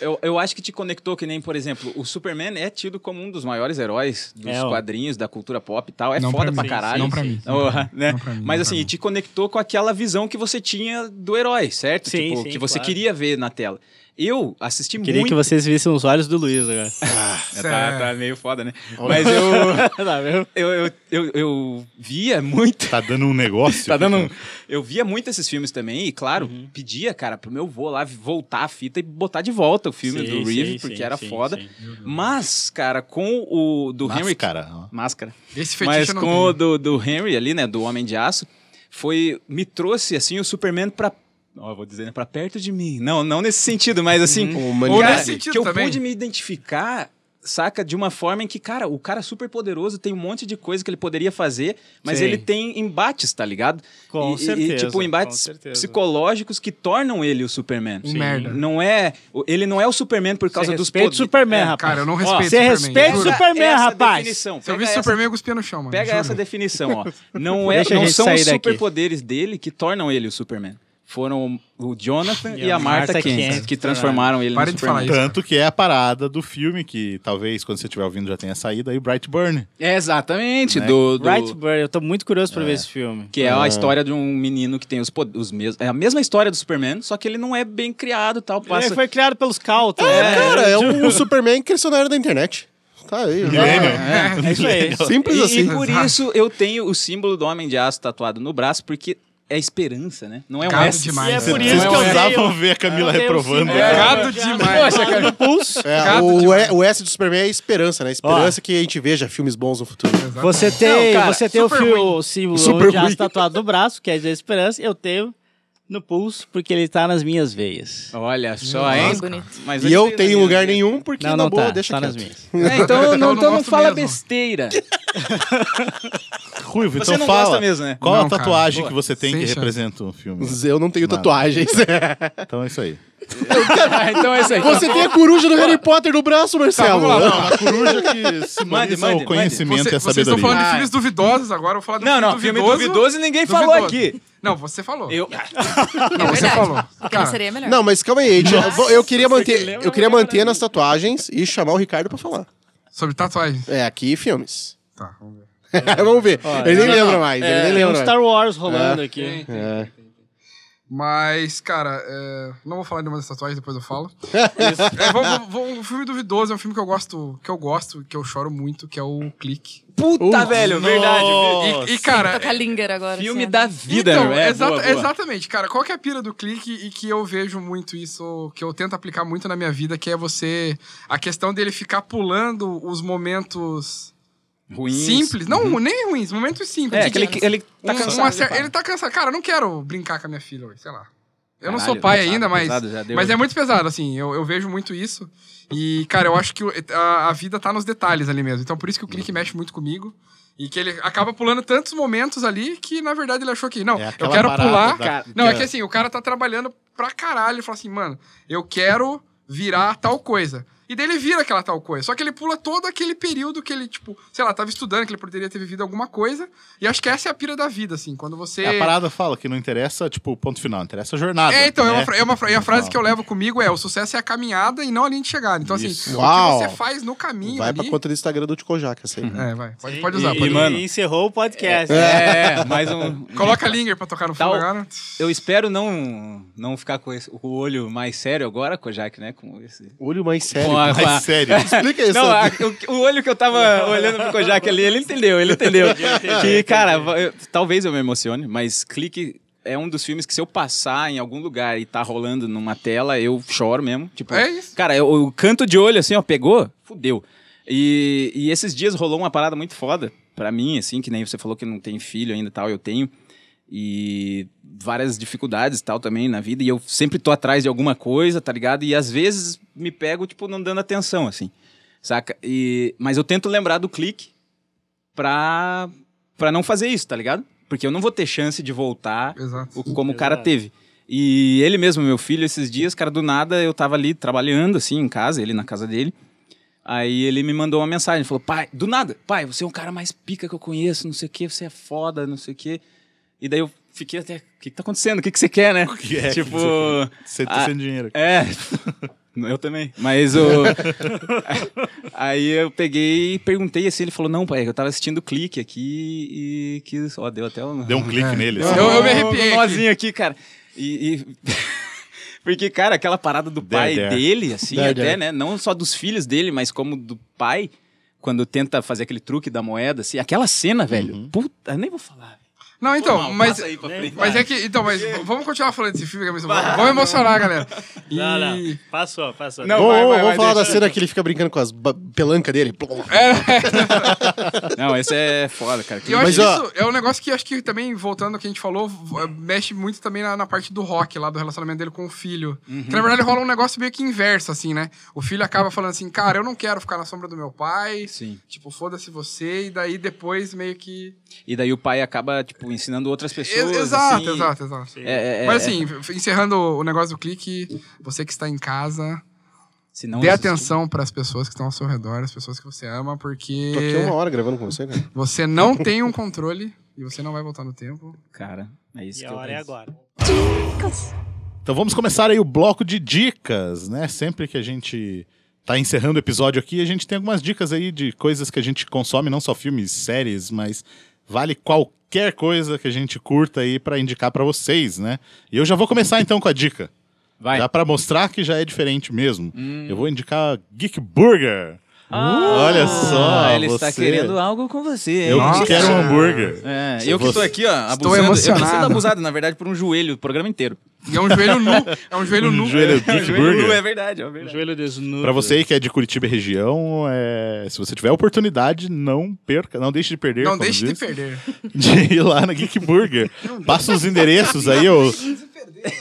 [SPEAKER 3] Eu, eu acho que te conectou que nem, por exemplo, o Superman é tido como um dos maiores heróis dos
[SPEAKER 4] É, ó.
[SPEAKER 3] quadrinhos, da cultura pop e tal. É
[SPEAKER 6] Não
[SPEAKER 3] foda
[SPEAKER 6] pra
[SPEAKER 3] pra
[SPEAKER 6] mim,
[SPEAKER 3] caralho.
[SPEAKER 6] não pra mim, não
[SPEAKER 3] Oh,
[SPEAKER 6] pra mim,
[SPEAKER 3] né?
[SPEAKER 6] não pra mim,
[SPEAKER 3] Mas
[SPEAKER 6] não
[SPEAKER 3] assim,
[SPEAKER 6] pra mim.
[SPEAKER 3] te conectou com aquela visão que você tinha do herói, certo?
[SPEAKER 4] Sim,
[SPEAKER 3] tipo,
[SPEAKER 4] sim,
[SPEAKER 3] que você
[SPEAKER 4] claro.
[SPEAKER 3] queria ver na tela. Eu assisti
[SPEAKER 4] Queria
[SPEAKER 3] muito.
[SPEAKER 4] que vocês vissem os olhos do Luiz agora.
[SPEAKER 3] É,
[SPEAKER 6] Sério.
[SPEAKER 3] tá, tá meio foda, né? Mas eu,
[SPEAKER 4] Tá, meu?
[SPEAKER 3] eu, eu, eu, eu via muito.
[SPEAKER 2] Tá dando um negócio.
[SPEAKER 3] Tá dando um- Eu via muito esses filmes também, e claro, pedia, cara, pro meu vô lá voltar a fita e botar de volta o filme
[SPEAKER 4] Sim,
[SPEAKER 3] do
[SPEAKER 4] sim,
[SPEAKER 3] Reeve,
[SPEAKER 4] sim,
[SPEAKER 3] porque era
[SPEAKER 4] sim,
[SPEAKER 3] foda.
[SPEAKER 4] sim.
[SPEAKER 3] Mas, cara, com o do
[SPEAKER 2] Nossa,
[SPEAKER 3] Henry.
[SPEAKER 2] cara. ó.
[SPEAKER 3] Máscara.
[SPEAKER 6] Esse fetiche
[SPEAKER 3] Mas
[SPEAKER 6] eu não
[SPEAKER 3] com o
[SPEAKER 6] tenho.
[SPEAKER 3] do, do Henry ali, né? Do Homem de Aço, foi. Me trouxe, assim, o Superman pra. Ó, eu vou dizer, né? Pra perto de mim. Não, não nesse sentido, mas assim.
[SPEAKER 4] Uhum.
[SPEAKER 5] Ou
[SPEAKER 3] Ou
[SPEAKER 5] humanidade.
[SPEAKER 3] nesse
[SPEAKER 6] Cara, nesse
[SPEAKER 3] sentido
[SPEAKER 6] sentido
[SPEAKER 3] que eu
[SPEAKER 6] também.
[SPEAKER 3] pude me identificar, saca, de uma forma em que, cara, o cara é super poderoso, tem um monte de coisa que ele poderia fazer, mas
[SPEAKER 4] Sim.
[SPEAKER 3] ele tem embates, tá ligado?
[SPEAKER 4] Com
[SPEAKER 3] E- e,
[SPEAKER 4] certeza,
[SPEAKER 3] E, tipo,
[SPEAKER 4] com
[SPEAKER 3] embates
[SPEAKER 4] certeza.
[SPEAKER 3] psicológicos que tornam ele o Superman.
[SPEAKER 6] Um merda.
[SPEAKER 3] Não é. Ele não é o Superman por causa
[SPEAKER 4] Você
[SPEAKER 3] dos
[SPEAKER 4] respeita o Superman,
[SPEAKER 3] É,
[SPEAKER 4] rapaz.
[SPEAKER 6] cara, eu não
[SPEAKER 4] Ó,
[SPEAKER 6] respeito
[SPEAKER 4] Você
[SPEAKER 6] Superman,
[SPEAKER 4] respeita o
[SPEAKER 6] juro.
[SPEAKER 3] Pega
[SPEAKER 4] Superman,
[SPEAKER 3] essa
[SPEAKER 4] rapaz.
[SPEAKER 3] definição,
[SPEAKER 6] Se eu
[SPEAKER 3] pega
[SPEAKER 6] vi
[SPEAKER 3] essa-
[SPEAKER 6] Superman, eu cuspia no chão, mano.
[SPEAKER 3] Pega
[SPEAKER 6] juro.
[SPEAKER 3] essa definição, ó. Não, é,
[SPEAKER 4] Deixa a
[SPEAKER 3] não
[SPEAKER 4] gente
[SPEAKER 3] são
[SPEAKER 4] sair
[SPEAKER 3] os
[SPEAKER 4] daqui.
[SPEAKER 3] superpoderes dele que tornam ele o Superman. Foram o Jonathan e, a Martha, Kent, que transformaram ele
[SPEAKER 6] Para
[SPEAKER 3] no
[SPEAKER 6] de
[SPEAKER 3] Superman.
[SPEAKER 6] falar isso.
[SPEAKER 2] Tanto que é a parada do filme, que talvez quando você estiver ouvindo já tenha saído aí, Bright Burn.
[SPEAKER 3] É, exatamente, do, do-
[SPEAKER 4] Right Bird, eu tô muito curioso pra ver esse filme.
[SPEAKER 3] que é
[SPEAKER 5] Ah.
[SPEAKER 3] a história de um menino que tem os, pod- os mesmos... É a mesma história do Superman, só que ele não é bem É, criado e tal. Passa...
[SPEAKER 4] Ele É, foi criado pelos Calton.
[SPEAKER 5] Cara, é um Superman questionário da internet. Tá aí.
[SPEAKER 4] É isso aí.
[SPEAKER 5] Simples
[SPEAKER 3] e,
[SPEAKER 5] assim.
[SPEAKER 3] e por isso eu tenho o símbolo do Homem de Aço tatuado no braço, porque é esperança, né? Não é um
[SPEAKER 6] Caro
[SPEAKER 3] S.
[SPEAKER 6] demais.
[SPEAKER 4] E é
[SPEAKER 6] Você
[SPEAKER 4] por
[SPEAKER 6] não
[SPEAKER 4] isso que eu
[SPEAKER 2] precisava
[SPEAKER 4] dei o-
[SPEAKER 2] ver a Camila
[SPEAKER 4] eu dei o
[SPEAKER 3] um
[SPEAKER 2] reprovando.
[SPEAKER 4] símbolo.
[SPEAKER 2] É.
[SPEAKER 6] Gado um demais.
[SPEAKER 4] Poxa, cara, no pulso.
[SPEAKER 5] É,
[SPEAKER 6] Gado
[SPEAKER 5] o,
[SPEAKER 6] demais.
[SPEAKER 5] E- o S do Superman é esperança, né? Esperança que a gente veja filmes bons no futuro.
[SPEAKER 4] Você tem,
[SPEAKER 3] Não, cara,
[SPEAKER 4] você tem o
[SPEAKER 6] super
[SPEAKER 4] fio,
[SPEAKER 6] ruim.
[SPEAKER 4] o símbolo
[SPEAKER 5] Super
[SPEAKER 4] de aço
[SPEAKER 5] ruim.
[SPEAKER 4] tatuado no braço, que é a esperança. Eu tenho no pulso, porque ele tá nas minhas veias.
[SPEAKER 3] Olha só, hein?
[SPEAKER 7] Nossa, bonito.
[SPEAKER 3] Mas
[SPEAKER 5] E
[SPEAKER 3] ele
[SPEAKER 5] eu
[SPEAKER 3] tem né?
[SPEAKER 5] tenho
[SPEAKER 3] na
[SPEAKER 5] lugar
[SPEAKER 3] minha-
[SPEAKER 5] nenhum, porque
[SPEAKER 4] Não,
[SPEAKER 5] na
[SPEAKER 4] não
[SPEAKER 5] boa,
[SPEAKER 4] tá.
[SPEAKER 5] deixa
[SPEAKER 4] tá
[SPEAKER 5] quieto.
[SPEAKER 4] nas minhas.
[SPEAKER 3] É, então não,
[SPEAKER 6] não
[SPEAKER 3] então não
[SPEAKER 6] gosto
[SPEAKER 3] fala
[SPEAKER 6] mesmo.
[SPEAKER 3] besteira.
[SPEAKER 2] Ruivo,
[SPEAKER 3] Você
[SPEAKER 2] então
[SPEAKER 3] não
[SPEAKER 2] fala.
[SPEAKER 3] gosta mesmo, né?
[SPEAKER 2] Qual
[SPEAKER 6] Não,
[SPEAKER 2] a
[SPEAKER 6] cara.
[SPEAKER 2] tatuagem
[SPEAKER 3] Boa.
[SPEAKER 2] que você tem
[SPEAKER 6] Sem
[SPEAKER 2] que
[SPEAKER 6] chance.
[SPEAKER 2] representa o filme?
[SPEAKER 5] Eu não tenho tatuagens.
[SPEAKER 2] Então é isso aí.
[SPEAKER 3] Ah, então é isso aí.
[SPEAKER 5] Você tem a coruja do Harry Potter no braço, Marcelo.
[SPEAKER 2] a coruja que
[SPEAKER 3] Mande,
[SPEAKER 2] simboliza
[SPEAKER 3] mande,
[SPEAKER 2] o conhecimento
[SPEAKER 6] Você-
[SPEAKER 2] e a
[SPEAKER 6] vocês estão
[SPEAKER 2] sabedoria.
[SPEAKER 6] falando de filmes duvidosos agora, eu vou falar de um
[SPEAKER 3] Ah. Não, não, filme
[SPEAKER 6] filme duvidoso.
[SPEAKER 3] duvidoso ninguém falou aqui.
[SPEAKER 6] Não, você falou.
[SPEAKER 3] Eu... É
[SPEAKER 6] Não, você
[SPEAKER 7] é Verdade.
[SPEAKER 6] falou.
[SPEAKER 7] O que
[SPEAKER 6] Cara,
[SPEAKER 7] não seria melhor?
[SPEAKER 5] Não, mas calma aí. gente. Eu, vou- eu queria manter, eu queria manter nas tatuagens e chamar o Ricardo pra falar.
[SPEAKER 6] Sobre tatuagem.
[SPEAKER 5] É, aqui filmes.
[SPEAKER 6] Tá, vamos ver.
[SPEAKER 5] Vamos ver. ele nem
[SPEAKER 4] não,
[SPEAKER 5] lembra mais. ele nem
[SPEAKER 4] Tem um
[SPEAKER 5] lembra mais.
[SPEAKER 4] Star Wars rolando aqui.
[SPEAKER 5] É.
[SPEAKER 6] Mas, cara, é, não vou falar de uma das tatuagens, depois eu falo. É, vou- vou- vou- um filme duvidoso é um filme que eu gosto, que eu gosto, que eu choro muito, que é o Clique.
[SPEAKER 3] Puta, velho, verdade.
[SPEAKER 6] E, e, cara,
[SPEAKER 7] Tocar Linger agora.
[SPEAKER 3] Filme
[SPEAKER 7] assim, ó.
[SPEAKER 3] da vida,
[SPEAKER 6] então,
[SPEAKER 3] é,
[SPEAKER 6] exata-
[SPEAKER 3] boa, boa.
[SPEAKER 6] Exatamente, cara. Qual que é a pira do clique e que eu vejo muito isso, que eu tento aplicar muito na minha vida, que é você. A questão dele ficar pulando os momentos
[SPEAKER 3] Ruins. uhum.
[SPEAKER 6] simples. Não, nem ruins, momentos simples.
[SPEAKER 3] É,
[SPEAKER 6] De
[SPEAKER 3] aquele
[SPEAKER 6] que-
[SPEAKER 3] que ele tá
[SPEAKER 6] um-
[SPEAKER 3] cansado.
[SPEAKER 6] uma
[SPEAKER 3] de
[SPEAKER 6] cer-
[SPEAKER 3] falar.
[SPEAKER 6] ele tá cansado. Cara, eu não quero brincar com a minha filha hoje, sei lá. Eu não
[SPEAKER 3] Caralho,
[SPEAKER 6] sou pai
[SPEAKER 3] pesado,
[SPEAKER 6] ainda, mas.
[SPEAKER 3] pesado, já deu. né?
[SPEAKER 6] mas é muito pesado, assim. Eu, eu vejo muito isso. E, cara, eu acho que o- a, a vida tá nos detalhes ali mesmo. Então, por isso que o
[SPEAKER 3] Uhum.
[SPEAKER 6] clique mexe muito comigo. E que ele acaba pulando tantos momentos ali que, na verdade, ele achou que. Não,
[SPEAKER 2] É
[SPEAKER 6] eu
[SPEAKER 2] aquela
[SPEAKER 6] quero
[SPEAKER 2] parada
[SPEAKER 6] pular.
[SPEAKER 2] da-
[SPEAKER 6] Cara,
[SPEAKER 2] que
[SPEAKER 6] Não, é
[SPEAKER 2] é-
[SPEAKER 6] que assim, o cara tá trabalhando pra caralho. Ele fala assim, mano, eu quero virar tal coisa. E daí ele vira aquela tal coisa. Só que ele pula todo aquele período que ele, tipo, sei lá, tava estudando, que ele poderia ter vivido alguma coisa. E acho que essa é a pira da vida, assim. Quando você.
[SPEAKER 2] É, a parada fala que não interessa, tipo, o ponto final, interessa a jornada.
[SPEAKER 6] É, então, é,
[SPEAKER 2] né?
[SPEAKER 6] uma, fra- é uma fra- e a frase
[SPEAKER 2] Não.
[SPEAKER 6] que eu levo comigo é: o sucesso é a caminhada e não a linha de chegada. Então, assim,
[SPEAKER 2] Isso.
[SPEAKER 6] o
[SPEAKER 5] Uau.
[SPEAKER 6] que você faz no caminho.
[SPEAKER 5] Vai
[SPEAKER 6] ali...
[SPEAKER 5] pra conta do Instagram do assim. Tikojac, essa aí.
[SPEAKER 6] É, vai. Pode, pode usar.
[SPEAKER 3] E-
[SPEAKER 6] pode
[SPEAKER 4] E,
[SPEAKER 6] usar.
[SPEAKER 3] mano-
[SPEAKER 4] encerrou o podcast. né?
[SPEAKER 3] É, mais um.
[SPEAKER 6] Coloca a Linger pra tocar no fundo
[SPEAKER 3] Tal-
[SPEAKER 6] agora.
[SPEAKER 3] Eu espero não, não ficar com, esse- com o olho mais sério agora, Kojak, né? Com esse.
[SPEAKER 5] Olho mais sério.
[SPEAKER 3] Com a- com a-
[SPEAKER 2] Mas sério,
[SPEAKER 5] Explica é isso.
[SPEAKER 3] Não, a- o, o olho que eu tava olhando pro Kojak ali, ele entendeu, ele entendeu. que, cara, va- eu- talvez eu me emocione, mas clique é um dos filmes que se eu passar em algum lugar e tá rolando numa tela, eu choro mesmo. Tipo,
[SPEAKER 6] É isso.
[SPEAKER 3] Cara, eu- o canto de olho, assim, ó, pegou, fudeu. E, e esses dias rolou uma parada muito foda pra mim, assim, que nem você falou que não tem filho ainda e tal, eu tenho. E várias dificuldades e tal também na vida. E eu sempre tô atrás de alguma coisa, tá ligado? E às vezes me pego, tipo, não dando atenção, assim. Saca? E, mas eu tento lembrar do clique pra, pra não fazer isso, tá ligado? Porque eu não vou ter chance de voltar
[SPEAKER 6] Exato.
[SPEAKER 3] o- como o cara teve. E ele mesmo, meu filho, esses dias, cara, do nada eu tava ali trabalhando, assim, em casa, ele na casa dele. Aí ele me mandou uma mensagem, falou, pai, do nada, pai, você é um cara mais pica que eu conheço, não sei o quê, você é foda, não sei o quê. E daí eu fiquei até, o que, que tá acontecendo? O que, que você quer, né?
[SPEAKER 2] que é que
[SPEAKER 3] tipo,
[SPEAKER 2] você quer? você tá
[SPEAKER 3] Ah,
[SPEAKER 2] sem dinheiro.
[SPEAKER 3] é. Eu também. Mas o. aí eu peguei e perguntei assim, ele falou, não, pai, eu tava assistindo o clique aqui e que. Ó, deu até um.
[SPEAKER 2] Deu um clique nele.
[SPEAKER 6] É. Eu- eu me
[SPEAKER 3] um
[SPEAKER 6] arrepiei aqui.
[SPEAKER 3] nozinho aqui, cara. E. e- Porque, cara, aquela parada do pai
[SPEAKER 2] There, there.
[SPEAKER 3] dele, assim,
[SPEAKER 5] There,
[SPEAKER 3] até,
[SPEAKER 5] there.
[SPEAKER 3] né? Não só dos filhos dele, mas como do pai, quando tenta fazer aquele truque da moeda, assim. Aquela cena, velho. Puta, eu nem vou falar.
[SPEAKER 6] Não, então, mas.
[SPEAKER 3] Passa aí pra frente.
[SPEAKER 6] Mas é que. Então, mas vamos continuar falando desse filme, que é mesmo- Vamos emocionar, galera. E-
[SPEAKER 4] Não, não. Passou, passou.
[SPEAKER 3] Não,
[SPEAKER 5] Ô, ô,
[SPEAKER 3] vai, vai,
[SPEAKER 5] vamos
[SPEAKER 3] vai,
[SPEAKER 5] falar da
[SPEAKER 3] deixa.
[SPEAKER 5] cena que ele fica brincando com as ba- pelancas dele.
[SPEAKER 6] É,
[SPEAKER 3] Não, esse é foda, cara.
[SPEAKER 6] E eu
[SPEAKER 5] Mas,
[SPEAKER 6] acho
[SPEAKER 5] ó-
[SPEAKER 6] que isso é um negócio que acho que também, voltando ao que a gente falou, v- mexe muito também na, na parte do rock, lá do relacionamento dele com o filho.
[SPEAKER 3] Uhum.
[SPEAKER 6] Que na verdade rola um negócio meio que inverso, assim, né? O filho acaba falando assim, cara, eu não quero ficar na sombra do meu pai.
[SPEAKER 3] Sim.
[SPEAKER 6] Tipo, foda-se você, e daí depois meio que.
[SPEAKER 3] E daí o pai acaba, tipo, ensinando outras pessoas.
[SPEAKER 6] Ex- exato,
[SPEAKER 3] assim.
[SPEAKER 6] exato, exato.
[SPEAKER 3] É, é, é,
[SPEAKER 6] Mas assim, f- encerrando o negócio do clique, você que está em casa,
[SPEAKER 3] se não
[SPEAKER 6] dê
[SPEAKER 3] assistir-
[SPEAKER 6] atenção para as pessoas que estão ao seu redor, as pessoas que você ama, porque
[SPEAKER 5] Tô aqui uma hora gravando com você, cara.
[SPEAKER 6] você não tem um controle e você não vai voltar no tempo.
[SPEAKER 3] Cara, é isso
[SPEAKER 4] E
[SPEAKER 3] que
[SPEAKER 4] a
[SPEAKER 3] eu
[SPEAKER 4] hora é
[SPEAKER 3] penso.
[SPEAKER 4] agora.
[SPEAKER 2] Então vamos começar aí o bloco de dicas, né? Sempre que a gente tá encerrando o episódio aqui, a gente tem algumas dicas aí de coisas que a gente consome, não só filmes, séries, mas vale qualquer coisa que a gente curta aí pra indicar pra vocês, né? E eu já vou começar então com a dica.
[SPEAKER 3] Vai. Hum.
[SPEAKER 2] Já pra mostrar que já é diferente mesmo. Eu vou indicar Geek Burger. Olha só,
[SPEAKER 3] Ah, ele está
[SPEAKER 2] você-
[SPEAKER 3] querendo algo com você.
[SPEAKER 2] Eu
[SPEAKER 6] Nossa.
[SPEAKER 2] quero um hambúrguer.
[SPEAKER 3] É,
[SPEAKER 2] Se
[SPEAKER 3] eu que
[SPEAKER 2] você-
[SPEAKER 3] tô aqui, ó, abusando.
[SPEAKER 6] Estou
[SPEAKER 3] Eu tô sendo
[SPEAKER 6] emocionado.
[SPEAKER 3] abusado, na verdade, por um joelho o programa inteiro.
[SPEAKER 6] E é um joelho nu. É um joelho nu.
[SPEAKER 2] Joelho
[SPEAKER 3] É um
[SPEAKER 2] Geek
[SPEAKER 3] joelho nu,
[SPEAKER 2] Burger.
[SPEAKER 3] é verdade, é
[SPEAKER 4] O
[SPEAKER 3] verdade.
[SPEAKER 4] joelho desnudo.
[SPEAKER 2] Pra você que é de Curitiba e região, é, se você tiver a oportunidade, não perca, não deixe de perder.
[SPEAKER 6] Não
[SPEAKER 2] como
[SPEAKER 6] deixe de
[SPEAKER 2] diz,
[SPEAKER 6] perder.
[SPEAKER 2] de ir lá na Geek Burger. Passa os endereços aí, eu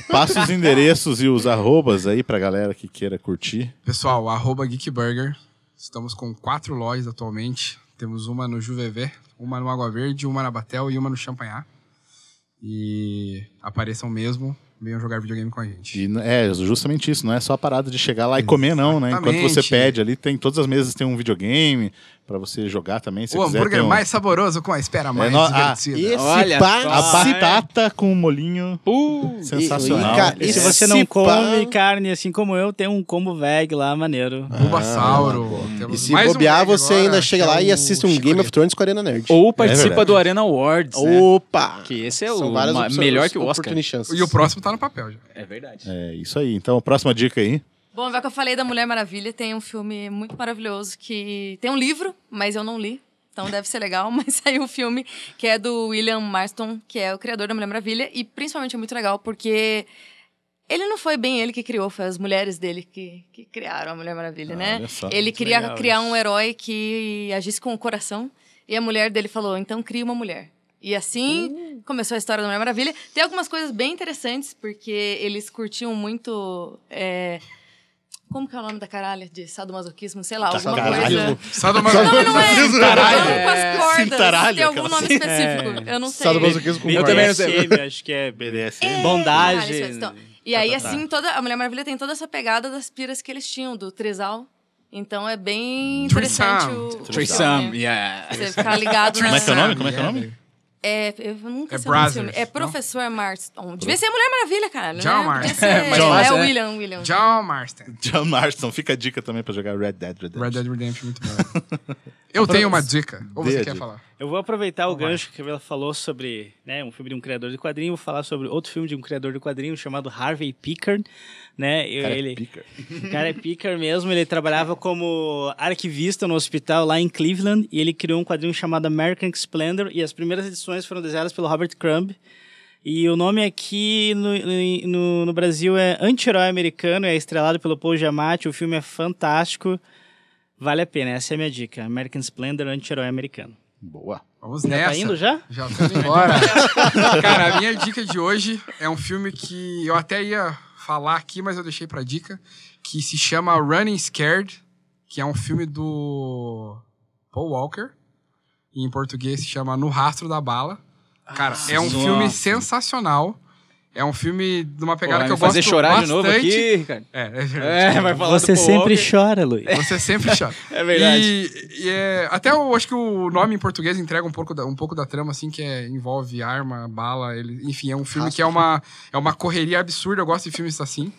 [SPEAKER 2] passa os endereços e os arrobas aí pra galera que queira curtir.
[SPEAKER 6] Pessoal, arroba Geekburger. Estamos com quatro lojas atualmente. Temos uma no Juvevê, uma no Água Verde, uma na Batel e uma no Champanhar. E apareçam mesmo, venham jogar videogame com a gente.
[SPEAKER 2] E, é justamente isso, não é só a parada de chegar lá e comer não, né? Enquanto você
[SPEAKER 6] Exatamente.
[SPEAKER 2] pede ali, tem todas as mesas tem um videogame pra você jogar também, se
[SPEAKER 6] o
[SPEAKER 2] quiser.
[SPEAKER 6] hambúrguer
[SPEAKER 2] tem um-
[SPEAKER 6] mais saboroso com a espera mais
[SPEAKER 2] no- ah,
[SPEAKER 6] divertida.
[SPEAKER 3] Olha só,
[SPEAKER 2] a
[SPEAKER 3] Ah, é.
[SPEAKER 2] batata com um molinho sensacional.
[SPEAKER 5] e, cara,
[SPEAKER 4] E se você
[SPEAKER 5] Se
[SPEAKER 4] não
[SPEAKER 5] pá-
[SPEAKER 4] come carne assim como eu, tem um combo veg lá maneiro.
[SPEAKER 2] Ah,
[SPEAKER 6] Bubasauro.
[SPEAKER 5] E
[SPEAKER 6] Temos
[SPEAKER 5] se
[SPEAKER 6] mais um
[SPEAKER 5] bobear,
[SPEAKER 6] bag
[SPEAKER 5] você
[SPEAKER 6] agora,
[SPEAKER 5] ainda chega
[SPEAKER 6] que é
[SPEAKER 5] lá e
[SPEAKER 6] o
[SPEAKER 5] assiste um
[SPEAKER 6] Chico
[SPEAKER 5] Game
[SPEAKER 6] Neto.
[SPEAKER 5] of Thrones com a Arena Nerd.
[SPEAKER 3] Ou participa
[SPEAKER 2] É verdade.
[SPEAKER 3] do Arena Awards, né?
[SPEAKER 5] Opa!
[SPEAKER 3] Que esse é
[SPEAKER 5] São
[SPEAKER 3] o
[SPEAKER 5] várias
[SPEAKER 3] ma-
[SPEAKER 5] opções,
[SPEAKER 3] melhor que o Oscar.
[SPEAKER 5] opportunity chances.
[SPEAKER 6] E o próximo tá no papel já.
[SPEAKER 3] É verdade.
[SPEAKER 2] É isso aí. Então, a próxima dica aí.
[SPEAKER 7] Bom, já que eu falei da Mulher Maravilha, tem um filme muito maravilhoso que. Tem um livro, mas eu não li. Então deve ser legal, mas saiu um filme que é do William Marston, que é o criador da Mulher Maravilha, e principalmente é muito legal porque ele não foi bem ele que criou, foi as mulheres dele que, que criaram a Mulher Maravilha,
[SPEAKER 2] Ah,
[SPEAKER 7] né?
[SPEAKER 2] olha só.
[SPEAKER 7] Ele queria
[SPEAKER 4] legal
[SPEAKER 7] criar
[SPEAKER 4] isso.
[SPEAKER 7] um herói que agisse com o coração, e a mulher dele falou: então cria uma mulher. E assim
[SPEAKER 3] Hum.
[SPEAKER 7] começou a história da Mulher Maravilha. Tem algumas coisas bem interessantes, porque eles curtiam muito. é, Como que é o nome da caralha? De sadomasoquismo, sei lá, alguma
[SPEAKER 2] Caralho.
[SPEAKER 7] coisa.
[SPEAKER 6] Sadomaso-
[SPEAKER 7] Não, não é.
[SPEAKER 2] Caralho. É,
[SPEAKER 7] Não, com as cordas.
[SPEAKER 2] Cintaralho,
[SPEAKER 7] Tem algum
[SPEAKER 2] aquela É.
[SPEAKER 7] nome específico. Eu não sei.
[SPEAKER 5] Sadomasoquismo com
[SPEAKER 3] Eu
[SPEAKER 5] corda.
[SPEAKER 3] também não sei.
[SPEAKER 4] BDSM, acho que é
[SPEAKER 2] BDSM.
[SPEAKER 7] Ah,
[SPEAKER 4] bondagem.
[SPEAKER 7] isso, isso, então. E aí,
[SPEAKER 2] Tá,
[SPEAKER 7] assim, toda, a Mulher Maravilha tem toda essa pegada das piras que eles tinham, do trisal. Então é bem interessante
[SPEAKER 6] Threesome.
[SPEAKER 7] o. o
[SPEAKER 3] Threesome,
[SPEAKER 7] filme.
[SPEAKER 3] yeah.
[SPEAKER 7] Você ficar ligado
[SPEAKER 2] Como é
[SPEAKER 7] na...
[SPEAKER 2] que é o nome? Como é que é o nome?
[SPEAKER 7] É, eu nunca
[SPEAKER 6] É
[SPEAKER 7] sei o nome do filme.
[SPEAKER 6] Brazzers,
[SPEAKER 7] É
[SPEAKER 6] não?
[SPEAKER 7] Professor Marston. Devia ser a Mulher Maravilha, cara.
[SPEAKER 6] John
[SPEAKER 7] né?
[SPEAKER 6] Marston.
[SPEAKER 7] Podia ser...
[SPEAKER 3] John
[SPEAKER 7] é
[SPEAKER 3] Marston,
[SPEAKER 7] o
[SPEAKER 3] é.
[SPEAKER 7] William, William.
[SPEAKER 6] John Marston.
[SPEAKER 2] John Marston. Fica a dica também pra jogar Red Dead Redemption.
[SPEAKER 6] Red Dead Redemption, é muito bom. Eu tenho uma dica. Ou você
[SPEAKER 2] Dedo.
[SPEAKER 6] quer falar?
[SPEAKER 4] Eu vou aproveitar
[SPEAKER 2] Então
[SPEAKER 4] o gancho que ela falou sobre né, um filme de um criador de quadrinho, vou falar sobre outro filme de um criador de quadrinho chamado Harvey Pickard, né? Eu-
[SPEAKER 2] Cara,
[SPEAKER 4] ele,
[SPEAKER 2] pica.
[SPEAKER 4] O cara é Pickard mesmo, ele trabalhava como arquivista no hospital lá em Cleveland e ele criou um quadrinho chamado American Splendor e as primeiras edições foram desenhadas pelo Robert Crumb. E o nome aqui no, no, no- no Brasil é Anti-Herói Americano, é estrelado pelo Paul Giamatti, o filme é fantástico, vale a pena, essa é a minha dica, American Splendor, Anti-Herói Americano.
[SPEAKER 2] Boa.
[SPEAKER 6] Vamos
[SPEAKER 4] Tá
[SPEAKER 6] nessa.
[SPEAKER 4] indo já?
[SPEAKER 6] Já tô indo embora. Cara, a minha dica de hoje é um filme que eu até ia falar aqui, mas eu deixei pra dica, que se chama Running Scared, que é um filme do Paul Walker. E
[SPEAKER 3] Ah,
[SPEAKER 6] em português se chama No Rastro da Bala. Cara, é um filme sensacional. É um filme de uma
[SPEAKER 3] Pô,
[SPEAKER 6] pegada
[SPEAKER 3] vai
[SPEAKER 6] que
[SPEAKER 3] me
[SPEAKER 6] eu gosto
[SPEAKER 3] fazer chorar
[SPEAKER 6] bastante.
[SPEAKER 3] de novo aqui, Ricardo.
[SPEAKER 6] É, é verdade.
[SPEAKER 3] É, vai falar
[SPEAKER 4] Você
[SPEAKER 3] do Paul
[SPEAKER 4] sempre
[SPEAKER 3] Walker.
[SPEAKER 4] chora, Luiz.
[SPEAKER 6] Você sempre chora.
[SPEAKER 3] É verdade.
[SPEAKER 6] E, e é- até eu acho que o nome em português entrega um pouco da, um pouco da trama, assim, que é- envolve arma, bala, ele, enfim, é um filme que é uma, é uma correria absurda. Eu gosto de filmes assim.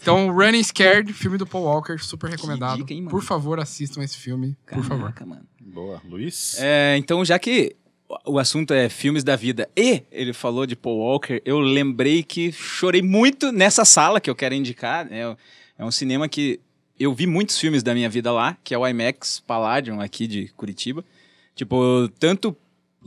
[SPEAKER 6] Então, Running Scared, filme do Paul Walker, super recomendado.
[SPEAKER 3] dica, hein, mano?
[SPEAKER 6] por favor, assistam esse filme, por favor.
[SPEAKER 3] Caraca, mano.
[SPEAKER 2] Boa. Luiz?
[SPEAKER 3] É, então, já que o- o assunto é filmes da vida e ele falou de Paul Walker, eu lembrei que chorei muito nessa sala que eu quero indicar. né? É um cinema que eu vi muitos filmes da minha vida lá, que é o IMAX Palladium aqui de Curitiba. Tipo, tanto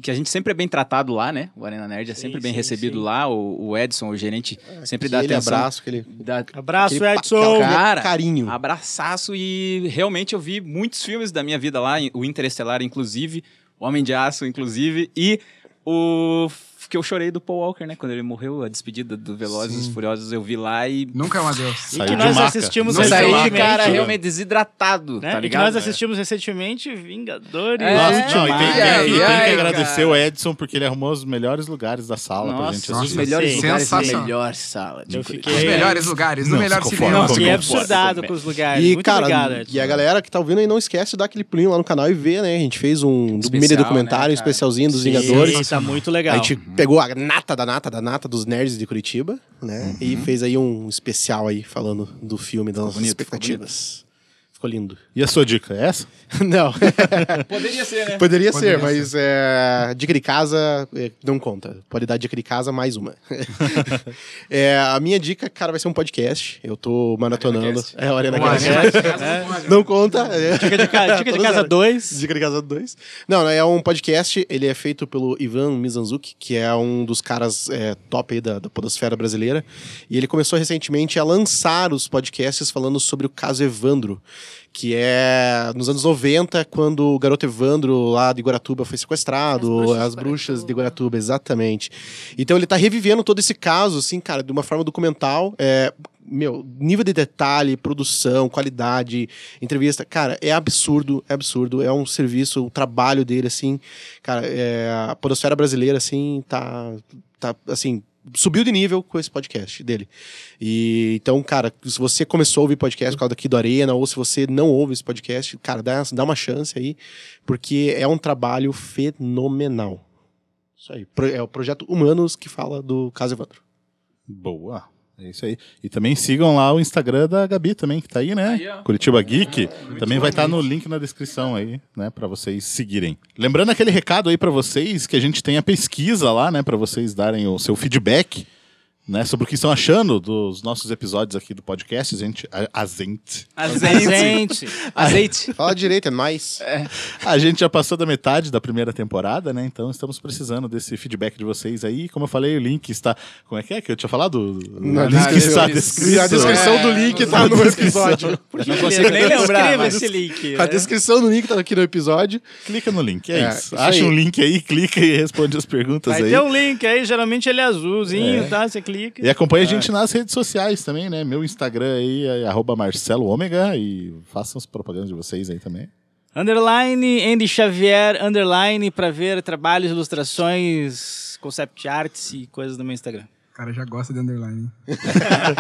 [SPEAKER 3] que a gente sempre é bem tratado lá, né? O Arena Nerd é sempre bem
[SPEAKER 4] sim,
[SPEAKER 3] recebido
[SPEAKER 4] sim. É,
[SPEAKER 3] lá. O, o Edson, o gerente, sempre dá
[SPEAKER 5] aquele
[SPEAKER 3] atenção.
[SPEAKER 5] abraço, aquele...
[SPEAKER 3] dá-
[SPEAKER 4] Abraço, é
[SPEAKER 5] Aquele
[SPEAKER 4] Edson!
[SPEAKER 5] pacão.
[SPEAKER 3] é Cara,
[SPEAKER 5] é carinho.
[SPEAKER 3] Abraçaço e realmente eu vi muitos filmes da minha vida lá, o Interestelar, inclusive, o Homem de Aço, inclusive, e o f- que eu chorei do Paul Walker, né? Quando ele morreu, a despedida do Velozes e Furiosos, eu vi lá e...
[SPEAKER 6] Nunca é um adeus.
[SPEAKER 4] E
[SPEAKER 2] Saiu de
[SPEAKER 4] que nós
[SPEAKER 2] maca.
[SPEAKER 4] assistimos
[SPEAKER 6] Não
[SPEAKER 3] Eu saí
[SPEAKER 6] saiu de
[SPEAKER 3] de
[SPEAKER 4] recentemente.
[SPEAKER 3] então, cara
[SPEAKER 2] né?
[SPEAKER 3] realmente desidratado,
[SPEAKER 4] é né?
[SPEAKER 3] tá
[SPEAKER 4] e que
[SPEAKER 3] ligado?
[SPEAKER 4] nós assistimos recentemente Vingadores.
[SPEAKER 3] É.
[SPEAKER 2] Nossa, não, e tem, tem-
[SPEAKER 6] Ai,
[SPEAKER 2] e tem
[SPEAKER 6] ai,
[SPEAKER 2] que
[SPEAKER 6] cara.
[SPEAKER 2] agradecer o Edson porque ele arrumou os melhores lugares da sala pra gente
[SPEAKER 3] Nossa, os
[SPEAKER 2] assistir.
[SPEAKER 3] melhores
[SPEAKER 4] Sim.
[SPEAKER 3] lugares da
[SPEAKER 6] Sensacional.
[SPEAKER 3] é melhor sala. de
[SPEAKER 4] Eu
[SPEAKER 3] Curitiba.
[SPEAKER 4] fiquei-
[SPEAKER 6] Os
[SPEAKER 4] É.
[SPEAKER 6] melhores lugares, no
[SPEAKER 2] Não,
[SPEAKER 6] melhor
[SPEAKER 2] se
[SPEAKER 6] cinema.
[SPEAKER 2] conforma.
[SPEAKER 4] Não,
[SPEAKER 2] Não,
[SPEAKER 4] fiquei
[SPEAKER 2] não,
[SPEAKER 4] absurdado com os lugares.
[SPEAKER 5] E,
[SPEAKER 4] Ah, Muito
[SPEAKER 5] cara,
[SPEAKER 4] obrigado, Edson.
[SPEAKER 5] e a galera que tá ouvindo aí, não esquece de dar aquele pulinho lá no canal e ver, né? A gente fez um
[SPEAKER 3] Especial,
[SPEAKER 5] mini documentário,
[SPEAKER 3] né,
[SPEAKER 5] um
[SPEAKER 3] cara? Uhum.
[SPEAKER 5] especialzinho dos
[SPEAKER 4] Sim,
[SPEAKER 5] Vingadores.
[SPEAKER 4] Tá muito
[SPEAKER 5] A
[SPEAKER 4] legal.
[SPEAKER 5] gente pegou a nata da nata da nata dos nerds de Curitiba, né? E fez aí um especial aí falando do filme, das nossas
[SPEAKER 3] Uhum. bonito,
[SPEAKER 5] expectativas. Ficou, lindo.
[SPEAKER 2] E a sua dica? É essa?
[SPEAKER 5] Não.
[SPEAKER 3] Poderia ser, né?
[SPEAKER 5] Poderia, ser,
[SPEAKER 6] ser.
[SPEAKER 5] mas é, dica de casa é, não conta. Pode dar dica de casa mais uma. É, a minha dica, cara, vai ser um podcast. Eu tô maratonando.
[SPEAKER 3] ArenaCast.
[SPEAKER 5] É o Arena
[SPEAKER 6] Uma
[SPEAKER 5] Cast. Não conta. É.
[SPEAKER 4] Dica de, ca- dica de
[SPEAKER 5] Todas
[SPEAKER 4] casa
[SPEAKER 5] elas.
[SPEAKER 4] 2.
[SPEAKER 5] Dica de Casa 2. Não, é um podcast, ele é feito pelo Ivan Mizanzuki, que é um dos caras é, top aí da, da podosfera brasileira. E ele começou recentemente a lançar os podcasts falando sobre o caso Evandro, que é nos anos 90, quando o garoto Evandro lá de Guaratuba foi sequestrado,
[SPEAKER 7] As
[SPEAKER 5] as
[SPEAKER 7] bruxas
[SPEAKER 5] bruxas,
[SPEAKER 7] de
[SPEAKER 5] de
[SPEAKER 7] Guaratuba.
[SPEAKER 5] Guaratuba, exatamente. Então ele tá revivendo todo esse caso, assim, cara, de uma forma documental. É, meu, nível de detalhe, produção, qualidade, entrevista, cara, é absurdo, é absurdo. É um serviço, o trabalho dele, assim, cara, é, a podosfera brasileira, assim, tá, tá, assim, subiu de nível com esse podcast dele. E, então, cara, se você começou a ouvir podcast por causa daqui do Arena, ou se você não ouve esse podcast, cara, dá, dá uma chance aí, porque é um trabalho fenomenal. Isso aí. Pro- É o Projeto Humanos que fala do caso Evandro.
[SPEAKER 2] Boa. É isso aí. E também sigam lá o Instagram da Gabi também, que tá aí, né? Curitiba Geek. também vai estar no link na descrição aí, né? Pra vocês seguirem. Lembrando aquele recado aí pra vocês, que a gente tem a pesquisa lá, né? Pra vocês darem o seu feedback, né? Sobre o que estão achando dos nossos episódios aqui do podcast. A gente... A, a gente...
[SPEAKER 3] Azeite. Azeite.
[SPEAKER 5] Fala direito, é mais.
[SPEAKER 2] A gente já passou da metade da primeira temporada, né? Então estamos precisando desse feedback de vocês aí. Como eu falei, o link está. Como é que é que eu tinha falado?
[SPEAKER 5] Na
[SPEAKER 2] o link está
[SPEAKER 5] descrição.
[SPEAKER 2] descrito.
[SPEAKER 5] A descrição do link tá no episódio.
[SPEAKER 3] Não consigo nem lembrar,
[SPEAKER 4] Escreva
[SPEAKER 3] mas...
[SPEAKER 4] esse link.
[SPEAKER 5] A descrição do link tá aqui no episódio.
[SPEAKER 2] Clica no link, é,
[SPEAKER 5] É,
[SPEAKER 2] isso.
[SPEAKER 5] isso
[SPEAKER 2] Acha
[SPEAKER 5] aí.
[SPEAKER 2] um link aí, clica e responde as perguntas
[SPEAKER 4] Vai
[SPEAKER 2] aí.
[SPEAKER 3] é
[SPEAKER 4] ter um link aí, geralmente ele é azulzinho, tá? Você clica.
[SPEAKER 2] E acompanha a gente nas redes sociais também, né? Meu Instagram aí é arroba Marcelo Ômega e façam as propagandas de vocês aí também.
[SPEAKER 4] Underline, Andy Xavier, underline, pra ver trabalhos, ilustrações, concept arts e coisas no meu Instagram.
[SPEAKER 6] O cara já gosta de underline. hein?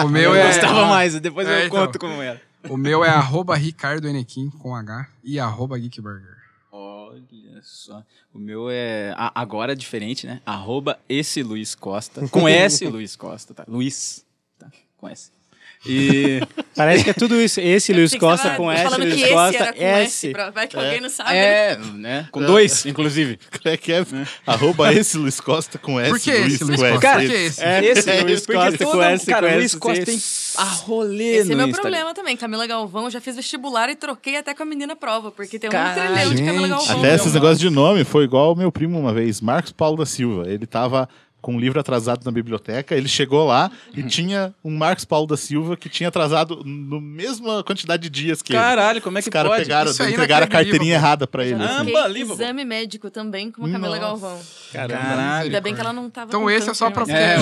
[SPEAKER 6] o meu é.
[SPEAKER 3] Gostava mais, depois
[SPEAKER 6] É,
[SPEAKER 3] eu
[SPEAKER 6] então.
[SPEAKER 3] conto como era.
[SPEAKER 6] O meu é arroba Ricardo Enequim com H e arroba Geekburger.
[SPEAKER 3] Olha só. O meu é. a- agora é diferente, né? Arroba esse Luiz Costa. Com S Luiz Costa, tá? Luiz. Tá? Com S. E.
[SPEAKER 4] Parece que é tudo isso. Esse Luiz
[SPEAKER 7] Tem que falar-
[SPEAKER 4] Costa com
[SPEAKER 7] tô
[SPEAKER 4] S,
[SPEAKER 7] falando que
[SPEAKER 4] Luiz
[SPEAKER 7] esse
[SPEAKER 4] Costa,
[SPEAKER 7] era com
[SPEAKER 4] S.
[SPEAKER 7] S. pra- Vai que alguém não sabe. né?
[SPEAKER 3] É, né? Com dois, inclusive.
[SPEAKER 2] Como é que é? Arroba esse Luiz Costa com S.
[SPEAKER 6] Por que esse Luiz
[SPEAKER 2] com S.
[SPEAKER 6] Costa?
[SPEAKER 3] Cara,
[SPEAKER 6] Por que esse?
[SPEAKER 4] É, é, Luiz
[SPEAKER 3] porque
[SPEAKER 4] Costa,
[SPEAKER 3] todo-
[SPEAKER 4] com S,
[SPEAKER 3] Cara,
[SPEAKER 4] com
[SPEAKER 3] Luiz
[SPEAKER 4] S,
[SPEAKER 3] Costa tem a rolê
[SPEAKER 7] Esse
[SPEAKER 3] no
[SPEAKER 7] é meu
[SPEAKER 3] Instagram.
[SPEAKER 7] problema também. Camila Galvão, eu já fiz vestibular e troquei até com a menina prova, porque tem um
[SPEAKER 3] Caralho.
[SPEAKER 7] trilhão de Camila
[SPEAKER 6] Gente.
[SPEAKER 7] Galvão.
[SPEAKER 2] Até esses negócios de nome foi igual o meu primo uma vez, Marcos Paulo da Silva. Ele tava com um livro atrasado na biblioteca, ele chegou lá e tinha um Marcos Paulo da Silva que tinha atrasado na mesma quantidade de dias que
[SPEAKER 3] Caralho, como é
[SPEAKER 2] ele.
[SPEAKER 3] que
[SPEAKER 2] Os caras
[SPEAKER 3] pode?
[SPEAKER 2] pegaram,
[SPEAKER 6] Isso aí
[SPEAKER 2] entregaram a carteirinha
[SPEAKER 6] inacreditável.
[SPEAKER 2] errada pra ele.
[SPEAKER 3] Ah,
[SPEAKER 2] assim.
[SPEAKER 7] Fiquei
[SPEAKER 3] Unbelievable.
[SPEAKER 7] exame médico também com a Camila Galvão.
[SPEAKER 3] Caralho.
[SPEAKER 7] Ainda bem que ela não tava
[SPEAKER 6] Então
[SPEAKER 7] com
[SPEAKER 6] esse é só
[SPEAKER 7] câncer,
[SPEAKER 6] pra-
[SPEAKER 7] né?
[SPEAKER 3] É,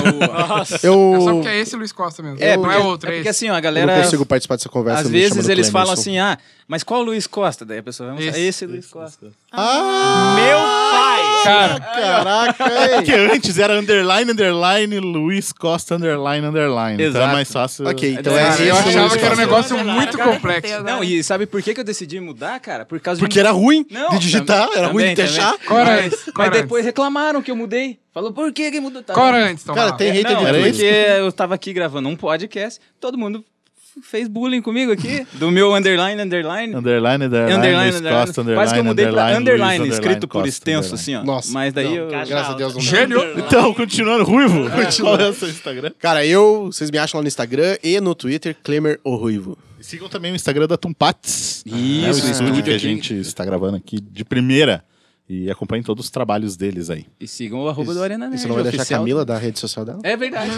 [SPEAKER 3] o...
[SPEAKER 5] Eu,
[SPEAKER 6] É só porque é esse Luiz Costa mesmo.
[SPEAKER 3] é,
[SPEAKER 6] não
[SPEAKER 3] porque,
[SPEAKER 6] é outro, é
[SPEAKER 3] é
[SPEAKER 6] esse.
[SPEAKER 3] porque assim, ó, a
[SPEAKER 5] eu não
[SPEAKER 3] galera...
[SPEAKER 5] consigo participar dessa conversa.
[SPEAKER 3] Às
[SPEAKER 5] me chamando
[SPEAKER 3] vezes eles
[SPEAKER 5] Clemerson.
[SPEAKER 3] falam assim, ah, mas qual o Luiz Costa? Daí a pessoa vai mostrar,
[SPEAKER 6] Esse.
[SPEAKER 3] esse, Luiz Costa.
[SPEAKER 5] Ah,
[SPEAKER 4] Meu pai!
[SPEAKER 6] cara.
[SPEAKER 5] Caraca,
[SPEAKER 2] Porque
[SPEAKER 5] hein?
[SPEAKER 2] É antes era underline, underline, Luiz Costa, underline, underline. Então
[SPEAKER 3] Exato.
[SPEAKER 2] é mais fácil.
[SPEAKER 5] Ok, então
[SPEAKER 3] Cara,
[SPEAKER 5] é
[SPEAKER 6] Cara, eu
[SPEAKER 5] esse o
[SPEAKER 6] achava que era
[SPEAKER 5] espaço.
[SPEAKER 6] um
[SPEAKER 7] É,
[SPEAKER 6] negócio muito complexo.
[SPEAKER 3] Não, e sabe por que, que eu decidi mudar, cara? Por causa
[SPEAKER 5] Porque
[SPEAKER 3] de... um
[SPEAKER 5] era ruim
[SPEAKER 3] Não,
[SPEAKER 5] de digitar,
[SPEAKER 3] também-
[SPEAKER 5] era ruim de
[SPEAKER 3] também,
[SPEAKER 5] deixar.
[SPEAKER 6] Qual era
[SPEAKER 3] Mas-
[SPEAKER 6] antes? Qual
[SPEAKER 3] Mas
[SPEAKER 6] era
[SPEAKER 3] depois
[SPEAKER 6] antes?
[SPEAKER 3] reclamaram que eu mudei. Falou, por que que mudou? Tá
[SPEAKER 6] Qual
[SPEAKER 3] bom.
[SPEAKER 6] era antes, então?
[SPEAKER 5] Cara, tem
[SPEAKER 6] Ah,
[SPEAKER 5] hater
[SPEAKER 3] Não,
[SPEAKER 5] de
[SPEAKER 3] é
[SPEAKER 5] tudo.
[SPEAKER 3] porque eu tava aqui gravando um podcast, todo mundo f- fez bullying comigo aqui, do meu underline, underline.
[SPEAKER 2] Underline, underline,
[SPEAKER 3] Underline,
[SPEAKER 2] Luiz
[SPEAKER 3] underline.
[SPEAKER 2] Costa, underline,
[SPEAKER 3] Quase que eu mudei pra
[SPEAKER 2] underline,
[SPEAKER 3] underline,
[SPEAKER 2] Luiz,
[SPEAKER 3] escrito por
[SPEAKER 2] Costa,
[SPEAKER 3] extenso,
[SPEAKER 2] underline.
[SPEAKER 3] assim, ó.
[SPEAKER 5] Nossa,
[SPEAKER 3] Mas daí
[SPEAKER 5] não,
[SPEAKER 3] eu.
[SPEAKER 4] Caixa
[SPEAKER 5] Graças a
[SPEAKER 4] alta.
[SPEAKER 5] Deus, não
[SPEAKER 6] Gênio.
[SPEAKER 2] Então, continuando, Ruivo. Qual é o seu Instagram?
[SPEAKER 5] Cara, eu, vocês me acham lá no Instagram e no Twitter, Klemer o Ruivo.
[SPEAKER 2] E Sigam também o Instagram da Tumpates. né,
[SPEAKER 3] Isso,
[SPEAKER 2] o estúdio
[SPEAKER 3] estúdio
[SPEAKER 2] que a
[SPEAKER 3] aqui.
[SPEAKER 2] gente está gravando aqui de primeira. E acompanhem todos os trabalhos deles aí.
[SPEAKER 3] E sigam o arroba do
[SPEAKER 7] É,
[SPEAKER 3] Arena
[SPEAKER 5] Você
[SPEAKER 3] Nerd
[SPEAKER 5] não vai deixar a
[SPEAKER 3] oficial.
[SPEAKER 5] Camila da rede social dela?
[SPEAKER 3] É verdade.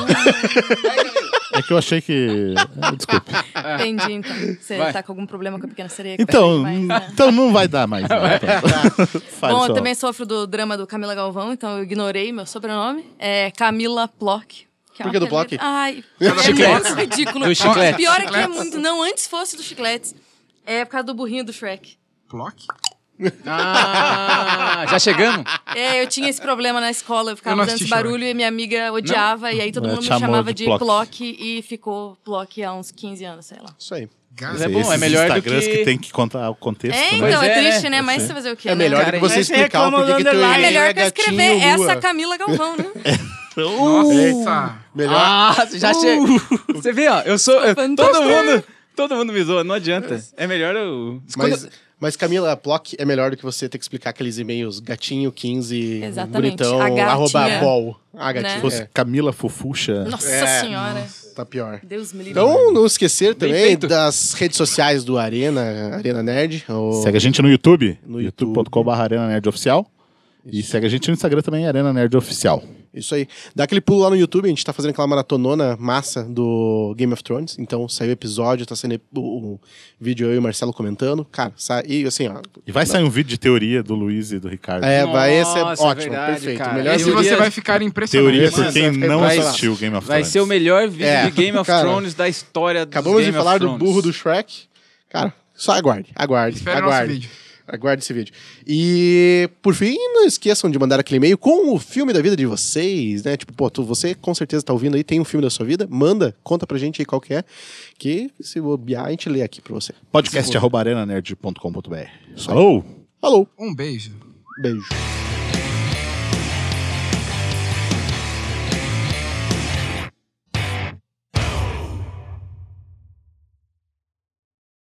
[SPEAKER 2] É que eu achei que. Ah, Desculpe.
[SPEAKER 7] Entendi, então. Você
[SPEAKER 3] Vai.
[SPEAKER 7] tá com algum problema com a pequena sereia? que
[SPEAKER 2] Então,
[SPEAKER 7] vai- vai, né?
[SPEAKER 2] então não vai dar mais. Não, então. Fale
[SPEAKER 7] Bom,
[SPEAKER 2] só.
[SPEAKER 7] eu também sofro do drama do Camila Galvão, então eu ignorei meu sobrenome. É Camila Plock. é
[SPEAKER 5] Por
[SPEAKER 7] uma
[SPEAKER 5] que do Plock?
[SPEAKER 7] apelido- Ai, é
[SPEAKER 6] chiclete.
[SPEAKER 7] muito ridículo.
[SPEAKER 3] Do chiclete.
[SPEAKER 7] Pior é que é
[SPEAKER 6] Chicletes.
[SPEAKER 7] muito... Não, antes fosse do chiclete. É por causa do burrinho do Shrek.
[SPEAKER 6] Block?
[SPEAKER 3] Ah, já chegamos?
[SPEAKER 7] É, eu tinha esse problema na escola, eu
[SPEAKER 6] Eu
[SPEAKER 7] ficava
[SPEAKER 6] não
[SPEAKER 7] fazendo
[SPEAKER 6] assisti
[SPEAKER 7] esse barulho e minha amiga odiava, e aí todo
[SPEAKER 2] Ela
[SPEAKER 7] mundo me
[SPEAKER 2] te chamou
[SPEAKER 7] chamava
[SPEAKER 2] de
[SPEAKER 7] de
[SPEAKER 2] Plock.
[SPEAKER 7] Plock e ficou Plock há uns 15 anos, sei lá.
[SPEAKER 5] Isso aí.
[SPEAKER 3] Mas
[SPEAKER 6] Gaza.
[SPEAKER 3] é bom, é
[SPEAKER 2] Esses
[SPEAKER 3] melhor do
[SPEAKER 2] Instagrams que...
[SPEAKER 3] que...
[SPEAKER 2] tem que contar o contexto.
[SPEAKER 7] É,
[SPEAKER 2] né?
[SPEAKER 7] então, é,
[SPEAKER 3] Pois é,
[SPEAKER 7] triste,
[SPEAKER 3] né?
[SPEAKER 7] né? Mas você fazer o quê?
[SPEAKER 5] É
[SPEAKER 7] né,
[SPEAKER 5] melhor do
[SPEAKER 7] cara?
[SPEAKER 5] que você
[SPEAKER 4] mas você
[SPEAKER 5] explicar o
[SPEAKER 4] reclama
[SPEAKER 5] porquê
[SPEAKER 4] do
[SPEAKER 5] que tu
[SPEAKER 7] É
[SPEAKER 4] underline.
[SPEAKER 7] melhor que eu
[SPEAKER 5] gatinho,
[SPEAKER 7] escrever
[SPEAKER 5] lua.
[SPEAKER 7] essa Camila Galvão, né?
[SPEAKER 6] Nossa.
[SPEAKER 5] Melhor.
[SPEAKER 3] Ah, já chegou. Você vê, ó, eu sou... eu- todo
[SPEAKER 7] fantástico.
[SPEAKER 3] mundo... Todo mundo me zoa, não adianta. É melhor eu...
[SPEAKER 5] Mas,
[SPEAKER 3] Quando-
[SPEAKER 5] mas Camila, Plock é melhor do que você ter que explicar aqueles e-mails gatinho 15,
[SPEAKER 7] Exatamente.
[SPEAKER 5] bonitão,
[SPEAKER 7] A gatinha. Né?
[SPEAKER 5] arroba bol. A gatinha.
[SPEAKER 2] Se fosse
[SPEAKER 5] é,
[SPEAKER 2] Camila Fofuxa.
[SPEAKER 7] Nossa
[SPEAKER 5] É.
[SPEAKER 7] senhora.
[SPEAKER 5] tá pior.
[SPEAKER 7] Deus me livre.
[SPEAKER 5] Então, não esquecer também
[SPEAKER 3] feito.
[SPEAKER 5] das redes sociais do Arena, Arena Nerd. o-
[SPEAKER 2] Segue a gente no YouTube,
[SPEAKER 5] No
[SPEAKER 2] youtube.com.br Arena Nerd Oficial. E segue a gente no Instagram também, Arena Nerd Oficial.
[SPEAKER 5] Isso aí. Dá aquele pulo lá no YouTube, a gente tá fazendo aquela maratonona massa do Game of Thrones. Então saiu o episódio, tá saindo o, o vídeo eu e o Marcelo comentando. Cara, saiu assim, ó.
[SPEAKER 2] E vai sair um vídeo de teoria do Luiz e do Ricardo.
[SPEAKER 5] É, vai
[SPEAKER 3] Nossa,
[SPEAKER 5] ser
[SPEAKER 3] é
[SPEAKER 5] ótimo,
[SPEAKER 3] verdade,
[SPEAKER 5] perfeito.
[SPEAKER 3] cara. Esse
[SPEAKER 5] Melhor
[SPEAKER 6] Esse
[SPEAKER 5] vídeo.
[SPEAKER 3] Teoria-
[SPEAKER 6] você vai ficar impressionado.
[SPEAKER 2] Teoria
[SPEAKER 5] mano,
[SPEAKER 2] por quem
[SPEAKER 5] vai-
[SPEAKER 2] não
[SPEAKER 5] vai-
[SPEAKER 2] assistiu Game of
[SPEAKER 3] Vai
[SPEAKER 2] Thrones.
[SPEAKER 3] ser o melhor vídeo
[SPEAKER 5] É,
[SPEAKER 3] de Game of
[SPEAKER 5] cara.
[SPEAKER 3] Thrones da história dos
[SPEAKER 5] Acabamos
[SPEAKER 3] Game
[SPEAKER 5] de
[SPEAKER 3] of
[SPEAKER 5] falar do
[SPEAKER 3] Thrones.
[SPEAKER 5] burro do Shrek. Cara, só aguarde, aguarde,
[SPEAKER 6] Espera o nosso
[SPEAKER 5] aguarde.
[SPEAKER 6] vídeo.
[SPEAKER 5] Aguarde esse vídeo. E, por fim, não esqueçam de mandar aquele e-mail com o filme da vida de vocês, né? Tipo, pô, tu- você com certeza tá ouvindo aí, tem um filme da sua vida, manda, conta pra gente aí qual que é, que se bobear, a gente lê aqui pra você.
[SPEAKER 2] Podcast arroba arenanerd.com.br. Falou!
[SPEAKER 5] Falou,
[SPEAKER 6] Um beijo.
[SPEAKER 5] beijo.